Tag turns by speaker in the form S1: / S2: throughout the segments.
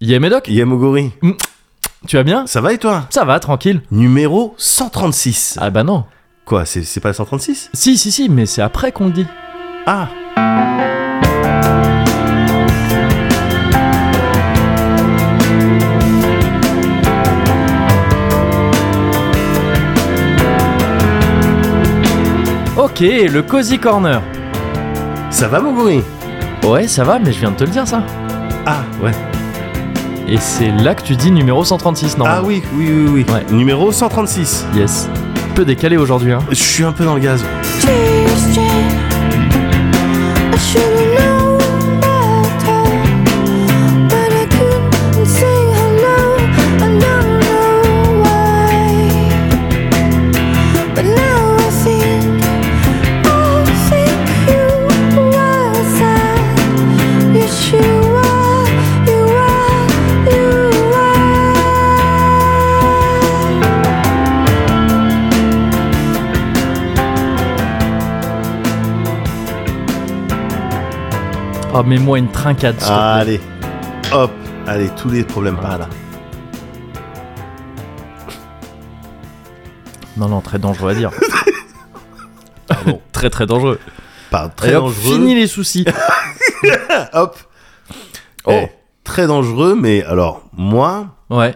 S1: Yé Médoc,
S2: Yamogori,
S1: tu vas bien
S2: ça va et toi
S1: Ça va, tranquille.
S2: Numéro 136.
S1: Ah bah non.
S2: Quoi, c'est c'est pas le 136
S1: Si, si, si, mais c'est après qu'on le dit.
S2: Ah
S1: Ok, le Cozy Corner.
S2: Ça va, Moguri
S1: Ouais, ça va, mais je viens de te le dire ça.
S2: Ah, ouais.
S1: Et c'est là que tu dis numéro 136, non
S2: Ah oui, oui, oui, oui.
S1: Ouais.
S2: Numéro 136.
S1: Yes. Peu décalé aujourd'hui, hein.
S2: Je suis un peu dans le gaz.
S3: You are, you are, you are.
S1: Oh, mets-moi une trincade. s'il te plaît.
S2: allez. Hop. Allez, tous les problèmes par là.
S1: Non, non, très dangereux à dire. Ah
S2: Pardon.
S1: très, très dangereux.
S2: Pardon. Très
S1: Et hop,
S2: dangereux. Ah,
S1: Fini les soucis.
S2: Hop.
S1: Oh.
S2: Eh, très dangereux, mais alors, moi,
S1: Ouais.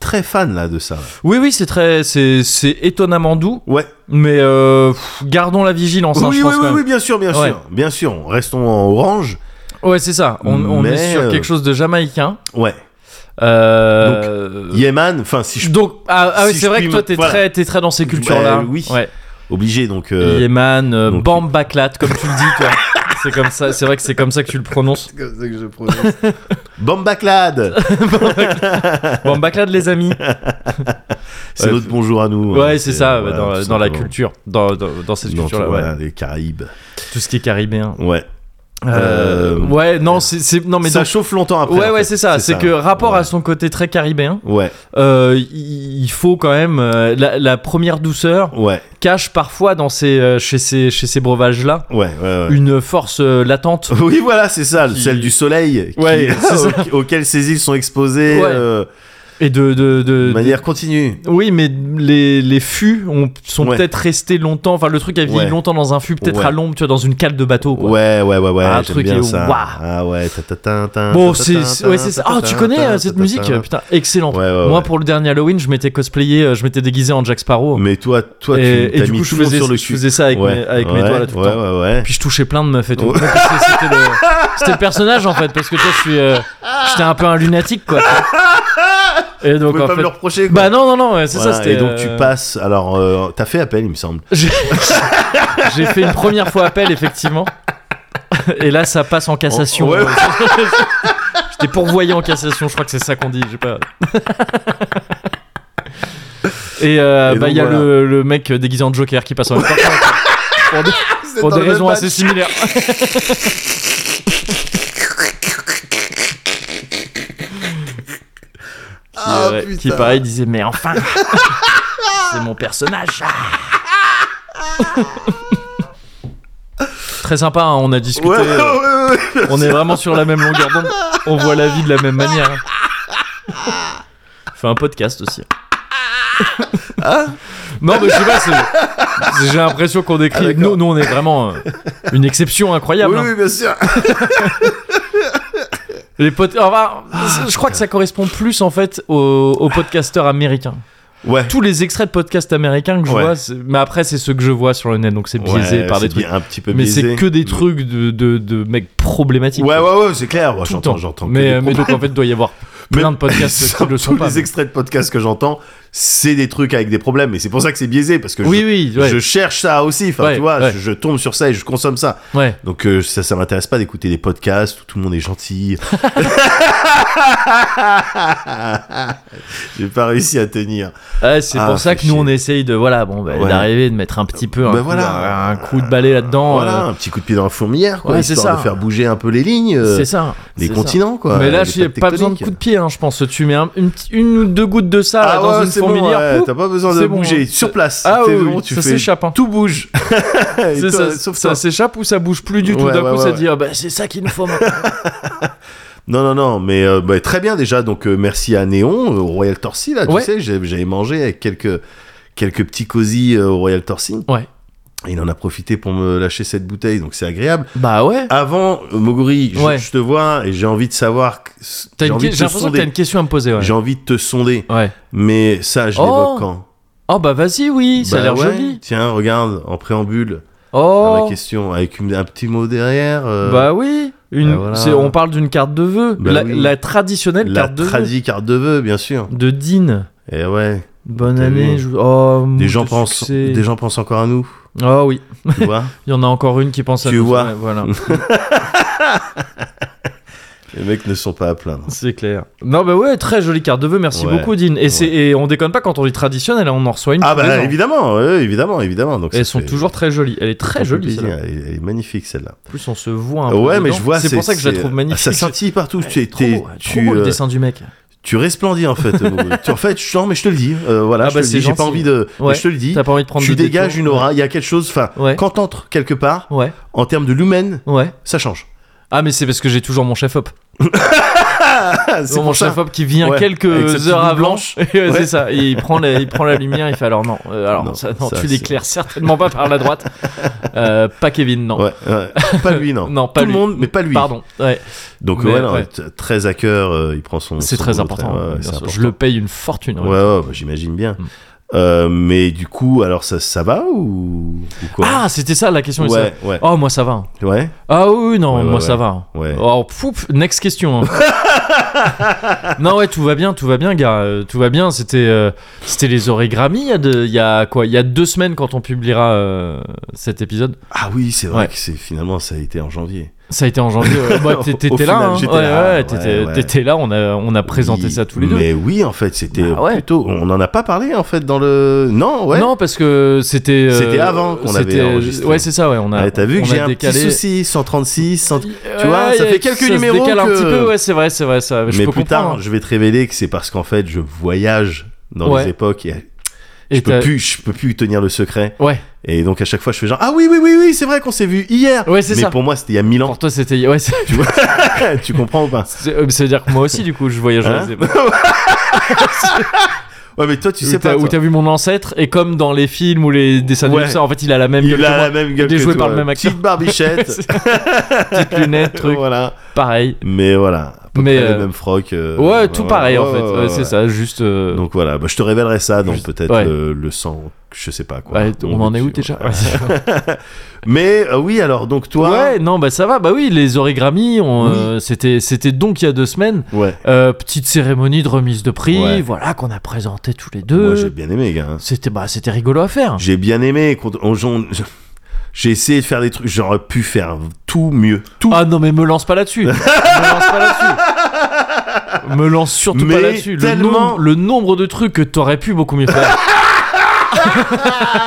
S2: très fan là de ça. là.
S1: Oui, oui, c'est très, c'est, c'est étonnamment doux,
S2: Ouais.
S1: mais euh, pff, gardons la vigilance. hein,
S2: oui,
S1: je pense
S2: oui,
S1: quand
S2: oui,
S1: même.
S2: oui, bien sûr, bien
S1: Ouais.
S2: sûr. Bien sûr, restons en orange.
S1: Ouais, c'est ça. On, on est
S2: Mais,
S1: sur
S2: euh,
S1: quelque chose de jamaïcain.
S2: Ouais.
S1: Euh,
S2: Yeman, enfin, si je suis
S1: donc, ah, ah oui,
S2: si
S1: c'est
S2: je
S1: vrai
S2: puis
S1: que toi,
S2: me-
S1: t'es
S2: voilà.
S1: très, t'es très dans ces cultures-là.
S2: Bah, oui.
S1: Ouais.
S2: obligé, donc. euh,
S1: Yeman, euh,
S2: donc-
S1: Bam Baklat, comme tu le dis, toi. c'est comme ça. C'est vrai que c'est comme ça que tu le prononces.
S2: comme ça que je prononce. Bambaclad
S1: Bam Baklat, les amis.
S2: C'est
S1: Ouais.
S2: notre bonjour à nous.
S1: Ouais,
S2: hein,
S1: c'est ça.
S2: voilà,
S1: dans,
S2: tout
S1: dans la
S2: simplement.
S1: culture, dans, dans, dans cette
S2: Dans tout-
S1: culture-là. ouais.
S2: voilà, les Caraïbes.
S1: Tout ce qui est caribéen.
S2: Ouais.
S1: Euh,
S2: Euh,
S1: ouais, non, c'est, c'est- non, mais
S2: ça
S1: donc-
S2: chauffe longtemps après.
S1: Ouais,
S2: en
S1: ouais,
S2: fait.
S1: c'est ça. C'est que rapport
S2: Ouais.
S1: à son côté très caribéen,
S2: Ouais,
S1: euh, il il faut quand même euh, la, la première douceur
S2: ouais,
S1: cache parfois dans ces, euh, chez ces chez ces breuvages là
S2: ouais, ouais. ouais.
S1: une force euh, latente.
S2: Oui, voilà, c'est ça,
S1: Qui-
S2: celle du soleil, qui-
S1: Ouais, c'est ça.
S2: au- auquel ces îles sont exposées
S1: Ouais.
S2: euh,
S1: Et de de, de-
S2: de manière continue.
S1: oui, mais les, les fûts ont- sont
S2: Ouais.
S1: peut-être restés longtemps. Enfin, le truc a vieilli
S2: Ouais.
S1: longtemps dans un fût, peut-être
S2: Ouais.
S1: à l'ombre, tu vois, dans une cale de bateau. quoi.
S2: Ouais, ouais, ouais, ouais,
S1: Ah, un
S2: j'aime
S1: truc
S2: bien
S1: et-
S2: ça.
S1: Ouah.
S2: Ah ouais, ta ta ta ta.
S1: Bon,
S2: ta ta
S1: c'est
S2: ta
S1: c'est-
S2: ta
S1: ouais, c'est ça.
S2: ta
S1: Ah,
S2: ta
S1: tu
S2: ta
S1: connais
S2: ta
S1: euh,
S2: ta
S1: cette
S2: ta
S1: musique,
S2: ta.
S1: putain, excellente.
S2: Ouais, ouais,
S1: Moi,
S2: ouais.
S1: pour le dernier Halloween, je m'étais cosplayé, euh, je m'étais déguisé en Jack Sparrow.
S2: Mais toi, toi, tu
S1: et, et
S2: t'as
S1: du
S2: mis
S1: coup,
S2: tout
S1: je
S2: le monde
S1: faisais,
S2: sur le
S1: je
S2: cul.
S1: faisais ça avec,
S2: Ouais,
S1: mes, avec mes
S2: ouais,
S1: doigts là tout le
S2: ouais,
S1: temps.
S2: ouais, ouais.
S1: Puis je touchais plein de meufs et tout.
S2: Ouais.
S1: Parce que C'était le, c'était le personnage en fait, parce que toi je suis, euh, j'étais un peu un lunatique quoi. Et
S2: Vous
S1: donc
S2: pouvez
S1: en
S2: pas me
S1: fait,
S2: le reprocher. quoi.
S1: bah non non non, ouais, c'est
S2: Voilà,
S1: ça. c'était,
S2: Et donc
S1: euh,
S2: tu passes. Alors, euh, t'as fait appel, il me semble.
S1: J'ai j'ai fait une première fois appel effectivement. Et là ça passe en cassation.
S2: Oh, Ouais, ouais.
S1: J'étais pourvoyé en cassation, je crois que c'est ça qu'on dit, j'ai pas. Et, euh,
S2: Et
S1: bah
S2: donc,
S1: il y a
S2: voilà.
S1: le, le mec déguisé en Joker qui passe en même temps. Pour des- pour des raisons assez similaires.
S2: Ah,
S1: Ouais, qui
S2: putain.
S1: pareil disait mais enfin c'est mon personnage très sympa hein, on a discuté
S2: Ouais, ouais,
S1: euh,
S2: ouais, ouais.
S1: on est vraiment sur la même longueur d'onde on voit la vie de la même manière hein. on fait un podcast aussi non mais je sais pas c'est- j'ai l'impression qu'on décrit
S2: Ah, d'accord.
S1: nous, nous on est vraiment euh, une exception incroyable
S2: Oui,
S1: hein.
S2: oui, bien sûr.
S1: Les pod- enfin, je crois que ça correspond plus en fait aux, aux podcasteurs américains.
S2: Ouais.
S1: Tous les extraits de podcasts américains que je
S2: Ouais.
S1: vois, c'est- mais après c'est ceux que je vois sur le net, donc c'est biaisé
S2: Ouais,
S1: par des
S2: c'est bi-
S1: trucs.
S2: Un petit peu
S1: Mais c'est
S2: biaisé.
S1: que des trucs de, de, de mecs problématiques.
S2: Ouais,
S1: quoi.
S2: ouais, ouais, c'est clair. Moi,
S1: Tout le
S2: j'entends,
S1: temps.
S2: j'entends. que
S1: Mais,
S2: des
S1: mais donc en fait, il doit y avoir
S2: Mais-
S1: plein de podcasts qui
S2: Sur
S1: le
S2: tous
S1: sont pas.
S2: les extraits de podcasts que j'entends, c'est des trucs avec des problèmes. Et c'est pour ça que c'est biaisé, parce que
S1: Oui,
S2: je,
S1: oui, ouais.
S2: je cherche ça aussi. Enfin,
S1: Ouais,
S2: tu vois,
S1: ouais.
S2: je, je tombe sur ça et je consomme ça.
S1: ouais.
S2: Donc euh, ça, ça m'intéresse pas d'écouter des podcasts où tout le monde est gentil. J'ai pas réussi à tenir.
S1: Ouais, c'est
S2: Ah,
S1: pour ça
S2: fait
S1: que nous
S2: chier.
S1: on essaye de voilà bon bah,
S2: Ouais.
S1: d'arriver de mettre un petit peu un,
S2: Bah
S1: coup,
S2: voilà.
S1: un coup de balai là-dedans.
S2: Voilà, un petit coup de pied dans la fourmilière, quoi,
S1: Oh, ouais, c'est
S2: histoire
S1: ça.
S2: de faire bouger un peu les lignes,
S1: euh,
S2: euh,
S1: c'est ça.
S2: les
S1: c'est ça.
S2: continents, quoi.
S1: Mais là,
S2: les
S1: j'ai
S2: plaques
S1: pas besoin de
S2: tectoniques.
S1: coup de pied, hein, je pense. Tu mets un- une, petite- une ou deux gouttes de ça là,
S2: Ah
S1: dans
S2: ouais,
S1: une
S2: c'est bon,
S1: fourmilière.
S2: ouais,
S1: pouf,
S2: t'as pas besoin de
S1: c'est bon.
S2: bouger sur place.
S1: Ah
S2: T'es
S1: oui,
S2: bon,
S1: oui,
S2: tu
S1: ça
S2: fais
S1: s'échappe. hein.
S2: tout bouge. Et
S1: C'est
S2: toi,
S1: ça,
S2: sauf
S1: ça
S2: toi.
S1: s'échappe ou ça bouge plus du tout.
S2: Ouais,
S1: D'un
S2: ouais,
S1: coup,
S2: ouais,
S1: ça
S2: ouais.
S1: dit ah bah, c'est ça qu'il nous faut maintenant.
S2: Non, non, non, mais euh, bah, très bien déjà. Donc euh, merci à Néon, euh, au Royal Torsi, là, tu
S1: Ouais.
S2: sais, j'ai- j'avais mangé avec quelques, quelques petits cosy euh, au Royal Torsi.
S1: Ouais.
S2: Et il en a profité pour me lâcher cette bouteille, donc c'est agréable.
S1: Bah ouais.
S2: Avant, euh, Moguri, je,
S1: Ouais.
S2: je te vois et j'ai envie de savoir. que-
S1: T'as
S2: J'ai
S1: une que-
S2: envie
S1: J'ai
S2: de te
S1: l'impression que t'as
S2: sonder.
S1: une question à me poser. Ouais.
S2: J'ai envie de te sonder.
S1: Ouais.
S2: Mais ça, je
S1: Oh,
S2: l'évoque quand
S1: Oh bah vas-y, oui, ça a
S2: Bah
S1: l'air
S2: ouais,
S1: joli.
S2: Tiens, regarde, en préambule à
S1: Oh.
S2: ma question, avec une- un petit mot derrière. euh,
S1: Bah oui. Une,
S2: bah voilà.
S1: c'est- on parle d'une carte de vœux,
S2: Bah
S1: la,
S2: oui.
S1: la traditionnelle
S2: la
S1: carte de vœux
S2: tradie carte de vœux, bien sûr.
S1: de Dean.
S2: Et ouais,
S1: Bonne
S2: T'as
S1: année.
S2: vu
S1: je- Oh,
S2: des
S1: mou,
S2: gens,
S1: de
S2: pensent,
S1: succès.
S2: des gens pensent encore à nous,
S1: Oh oui.
S2: tu vois.
S1: Il y en a encore une qui pense à
S2: Tu
S1: nous.
S2: vois.
S1: Ouais, voilà.
S2: Les mecs ne sont pas à plaindre.
S1: C'est clair. Non, bah ouais, très jolie carte de vœux. Merci
S2: Ouais.
S1: beaucoup, Dean. Et, c'est, et on déconne pas quand on dit traditionnel, on en reçoit une.
S2: Ah
S1: tous les
S2: bah
S1: ans.
S2: évidemment, ouais, évidemment, évidemment. Donc
S1: Et Elles
S2: ça
S1: sont
S2: fait-
S1: toujours très jolies. Elle est très
S2: ça fait
S1: jolie.
S2: plaisir.
S1: celle-là.
S2: Elle, elle est magnifique celle-là.
S1: En plus, on se voit un peu.
S2: ouais, mais
S1: dedans.
S2: je vois.
S1: C'est pour ça que je la
S2: c'est- ah, euh,
S1: trouve magnifique.
S2: Ça scintille partout. Tu,
S1: Trop
S2: t'es-
S1: beau, ouais, trop
S2: tu,
S1: beau, le
S2: euh,
S1: dessin du mec.
S2: tu resplendis en fait. Bobo. Tu- en fait, je, non, mais je te le dis. euh, voilà,
S1: Ah
S2: je
S1: bah,
S2: te le
S1: c'est
S2: dis. J'ai pas
S1: gentil.
S2: envie de. mais
S1: Ouais.
S2: je te le dis.
S1: T'as pas envie de prendre de
S2: Tu dégages
S1: détour.
S2: une aura. Il y a quelque chose. Enfin,
S1: Ouais.
S2: quand t'entres quelque part,
S1: Ouais,
S2: en termes de lumen,
S1: ouais.
S2: ça change.
S1: Ah, mais c'est parce que j'ai toujours mon chef-op.
S2: Ah, c'est
S1: Mon
S2: pour ça.
S1: chef-op qui vient
S2: Ouais, avec sa
S1: quelques
S2: petite
S1: heures
S2: boule
S1: avant.
S2: blanche.
S1: Et, euh, C'est ça. Et il prend, la, il prend la lumière, il fait alors non. euh, alors
S2: Non,
S1: ça, non,
S2: ça,
S1: tu
S2: c'est-
S1: l'éclaires certainement pas par la droite. Euh, pas Kevin, non.
S2: Ouais, ouais. Pas lui, non.
S1: Non, pas
S2: Tout
S1: lui.
S2: le monde, mais pas lui.
S1: Pardon. Ouais.
S2: Donc,
S1: Mais,
S2: ouais, non,
S1: ouais.
S2: t- très à cœur, euh, il prend son.
S1: C'est
S2: son
S1: très
S2: boulot
S1: important.
S2: ouais, ouais,
S1: bien
S2: c'est
S1: sûr.
S2: important.
S1: Je le paye une fortune. ouais.
S2: Ouais, ouais, bah, j'imagine bien.
S1: Mm.
S2: Euh, mais du coup, alors ça, ça va ou, ou quoi
S1: Ah, c'était ça la question. et ça-
S2: ouais, ouais,
S1: Oh, moi ça va.
S2: ouais,
S1: Ah oui, oui, non,
S2: Ouais, ouais,
S1: moi
S2: ouais.
S1: ça va.
S2: ouais.
S1: Oh, pouf, next question. hein. non, ouais, tout va bien, tout va bien, gars. euh, Tout va bien. C'était euh, c'était les origrammies il y, a de- il y a quoi Il y a deux semaines quand on publiera euh, cet épisode.
S2: Ah oui, c'est vrai
S1: Ouais.
S2: que c'est finalement ça a été en janvier.
S1: Ça a été en janvier. ouais. Bah, t'é-
S2: Au- au
S1: T'étais là,
S2: final,
S1: hein.
S2: j'étais
S1: ouais,
S2: là,
S1: ouais,
S2: ouais,
S1: t'étais
S2: ouais.
S1: t'étais là. On a on a présenté
S2: Oui,
S1: ça tous les deux.
S2: Mais oui, en fait, c'était
S1: Bah ouais.
S2: plutôt. On en a pas parlé en fait dans le. Non, ouais.
S1: Non, parce que c'était euh,
S2: C'était avant qu'on avait
S1: c'était-
S2: enregistré.
S1: Ouais, c'est ça. Ouais, on a.
S2: Ouais, T'as
S1: Ah,
S2: vu
S1: on
S2: que
S1: a
S2: j'ai un
S1: décalé...
S2: petit souci 136, 100...
S1: Tu
S2: vois, ça fait quelques numéros
S1: Se décale un
S2: que-
S1: petit peu, ouais, c'est vrai, c'est vrai. Ça, Bah, je
S2: Mais
S1: peux
S2: plus
S1: comprendre. hein.
S2: tard, je vais te révéler que c'est parce qu'en fait, je voyage dans
S1: Ouais.
S2: les époques et
S1: hein. Et
S2: je peux
S1: t'as-
S2: plus, je peux plus tenir le secret.
S1: Ouais.
S2: Et donc à chaque fois, je fais genre ah oui oui oui oui, c'est vrai qu'on s'est vu hier.
S1: Ouais, c'est
S2: mais
S1: ça.
S2: pour moi, c'était il y a 1000 ans.
S1: Pour toi, c'était. Ouais, c'est-
S2: tu comprends ou pas
S1: c'est- euh, ça veut dire que moi aussi, du coup, je voyage dans
S2: Hein
S1: les époques.
S2: Ouais, mais toi, tu sais
S1: Où t'as-
S2: pas.
S1: Où
S2: toi.
S1: t'as vu mon ancêtre, et comme dans les films ou les dessins animés,
S2: Ouais.
S1: tout ça, en fait, il a la même gueule
S2: Il
S1: que
S2: a
S1: moi.
S2: la même gueule
S1: Il est
S2: que
S1: joué
S2: toi.
S1: par le même acteur.
S2: Petite barbichette.
S1: Petite lunette, truc,
S2: voilà.
S1: pareil.
S2: Mais voilà. À peu
S1: Mais,
S2: près
S1: euh,
S2: le même froc. euh,
S1: Ouais,
S2: voilà,
S1: tout pareil, en
S2: ouais,
S1: fait.
S2: ouais,
S1: Ouais,
S2: ouais,
S1: c'est
S2: ouais.
S1: ça, juste. euh,
S2: Donc voilà, bah, je te révélerai ça dans
S1: Juste-
S2: peut-être
S1: ouais.
S2: le, le sang, je sais pas quoi.
S1: ouais, on en est où
S2: dessus,
S1: déjà
S2: ouais.
S1: Ouais.
S2: Mais euh, oui, alors donc toi.
S1: Ouais, non, bah ça va, bah oui, les origrammis, on, euh, c'était c'était donc il y a deux semaines.
S2: Ouais.
S1: Euh, petite cérémonie de remise de prix,
S2: Ouais.
S1: voilà, qu'on a présenté tous les
S2: Moi, j'ai
S1: deux.
S2: bien aimé, gars. hein.
S1: C'était bah, c'était rigolo à faire.
S2: J'ai bien aimé. qu'on- on- j'en- J'ai essayé de faire des trucs. J'aurais pu faire tout mieux. Tout.
S1: Ah non, mais me lance pas là-dessus. me lance pas là-dessus. Me lance surtout pas
S2: Mais
S1: là-dessus. Le,
S2: tellement-
S1: nombre, le nombre de trucs que t'aurais pu beaucoup mieux faire.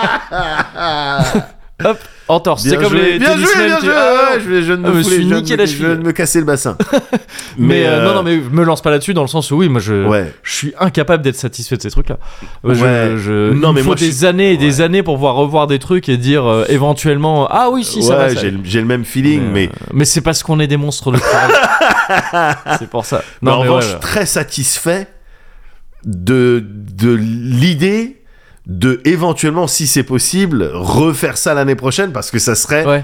S1: Hop, en torse. C'est comme
S2: joué,
S1: les
S2: bien joué,
S1: tennismen
S2: bien
S1: qui-
S2: joué.
S1: Ah,
S2: ouais, je, vais- je ne
S1: Ah,
S2: me
S1: me
S2: fouler,
S1: suis
S2: je ne
S1: niqué
S2: me-
S1: la
S2: je
S1: cheville.
S2: ne me casser le bassin.
S1: Mais euh,
S2: euh,
S1: non, euh, non, mais me lance pas là-dessus dans le sens où oui, moi je,
S2: Ouais.
S1: je suis incapable d'être satisfait de ces trucs-là. Euh, je-
S2: Ouais.
S1: je- il
S2: Non,
S1: me
S2: mais
S1: faut
S2: moi, je
S1: des
S2: suis-
S1: années et des
S2: Ouais.
S1: années pour pouvoir revoir des trucs et dire euh, éventuellement ah oui si ça va.
S2: ouais,
S1: ça-
S2: j'ai le- j'ai le même feeling, mais,
S1: euh, mais c'est parce qu'on est des monstres de travail. c'est pour ça.
S2: mais en
S1: mais
S2: revanche,
S1: ouais, ouais.
S2: très satisfait de, de l'idée de éventuellement, si c'est possible, refaire ça l'année prochaine parce que ça serait.
S1: Ouais.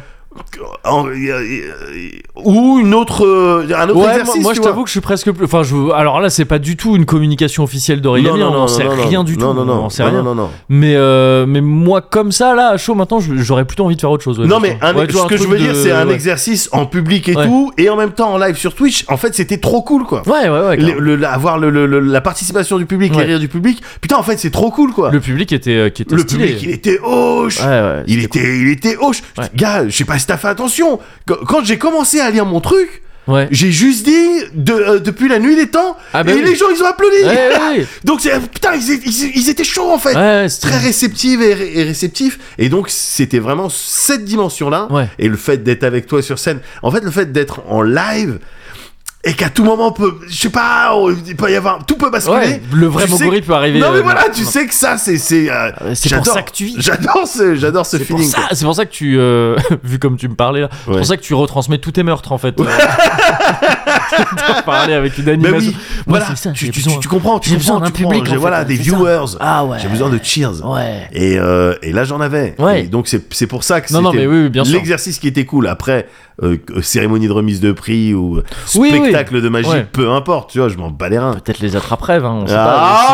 S2: en- y- y- ou une autre, euh, un autre
S1: Ouais,
S2: exercice.
S1: moi, moi,
S2: tu
S1: je
S2: vois.
S1: t'avoue que je suis presque plus. Enfin, je... alors là, c'est pas du tout une communication officielle d'Origami. On n'en sait rien du tout.
S2: Non, non, non.
S1: on en sait
S2: non,
S1: rien.
S2: non, non.
S1: Mais, euh, mais moi, comme ça, là, à chaud maintenant, je- j'aurais plutôt envie de faire autre chose. ouais,
S2: non,
S1: je
S2: mais
S1: pense.
S2: un-
S1: Ouais, tu
S2: ce
S1: vois,
S2: que je
S1: truc
S2: veux
S1: de-
S2: dire, c'est un
S1: ouais.
S2: exercice en public et
S1: Ouais.
S2: tout, et en même temps en live sur Twitch. En fait, c'était trop cool, quoi.
S1: Ouais, ouais, ouais.
S2: Le-
S1: carrément.
S2: le- la- avoir le- le- le- la participation du public,
S1: Ouais.
S2: les rires du public. Putain, en fait, c'est trop cool, quoi.
S1: Le, public était, euh, qui était
S2: Le
S1: stylé.
S2: public, il était hoche.
S1: Ouais, ouais.
S2: Il était, il était hoche.
S1: Ouais.
S2: Gars, je sais pas si t'as fait attention. Qu- Quand j'ai commencé à lire mon truc,
S1: Ouais.
S2: j'ai juste dit de- euh, depuis la nuit des temps.
S1: Ah bah
S2: et
S1: oui.
S2: les gens, ils ont applaudi.
S1: Ouais, ouais,
S2: Donc, c'est- putain, ils, étaient- ils- ils étaient chauds en fait.
S1: ouais. Ouais, c'était-
S2: Très réceptifs et, ré- et réceptifs. Et donc, c'était vraiment cette dimension-là.
S1: Ouais.
S2: Et le fait d'être avec toi sur scène. En fait, le fait d'être en live. Et qu'à tout moment, on peut, je sais pas, on- il peut y avoir, tout peut basculer.
S1: Ouais, le vrai
S2: Tu sais
S1: Moguri
S2: que-
S1: peut arriver,
S2: Non, mais
S1: euh,
S2: voilà,
S1: non,
S2: tu
S1: non.
S2: sais que ça, c'est, c'est, euh,
S1: ouais, c'est pour
S2: j'adore-
S1: ça que tu vis.
S2: J'adore ce, j'adore ce
S1: C'est pour,
S2: feeling.
S1: ça, c'est pour ça que tu, euh, vu comme tu me parlais là, c'est
S2: Ouais.
S1: pour ça que tu retransmets tous tes meurtres en fait. Euh, T'as parlé avec une
S2: Mais
S1: animation.
S2: oui,
S1: Moi,
S2: voilà,
S1: c'est ça,
S2: tu,
S1: j'ai
S2: tu-
S1: besoin-
S2: tu comprends, tu
S1: j'ai
S2: comprends,
S1: besoin d'un
S2: tu comprends.
S1: public,
S2: J'ai-
S1: en fait,
S2: voilà, des
S1: c'est ça.
S2: viewers.
S1: Ah ouais.
S2: J'ai besoin de cheers.
S1: Ouais.
S2: Et, euh, et là, j'en avais.
S1: Ouais.
S2: Et donc, c'est c'est pour ça que
S1: Non, non,
S2: c'était
S1: mais oui, oui, bien sûr.
S2: l'exercice qui était cool. Après, euh, euh, cérémonie de remise de prix ou euh,
S1: Oui,
S2: spectacle de magie,
S1: Ouais.
S2: peu importe, tu vois, je m'en bats les reins.
S1: Peut-être les attraperait, hein, on sait
S2: Ah,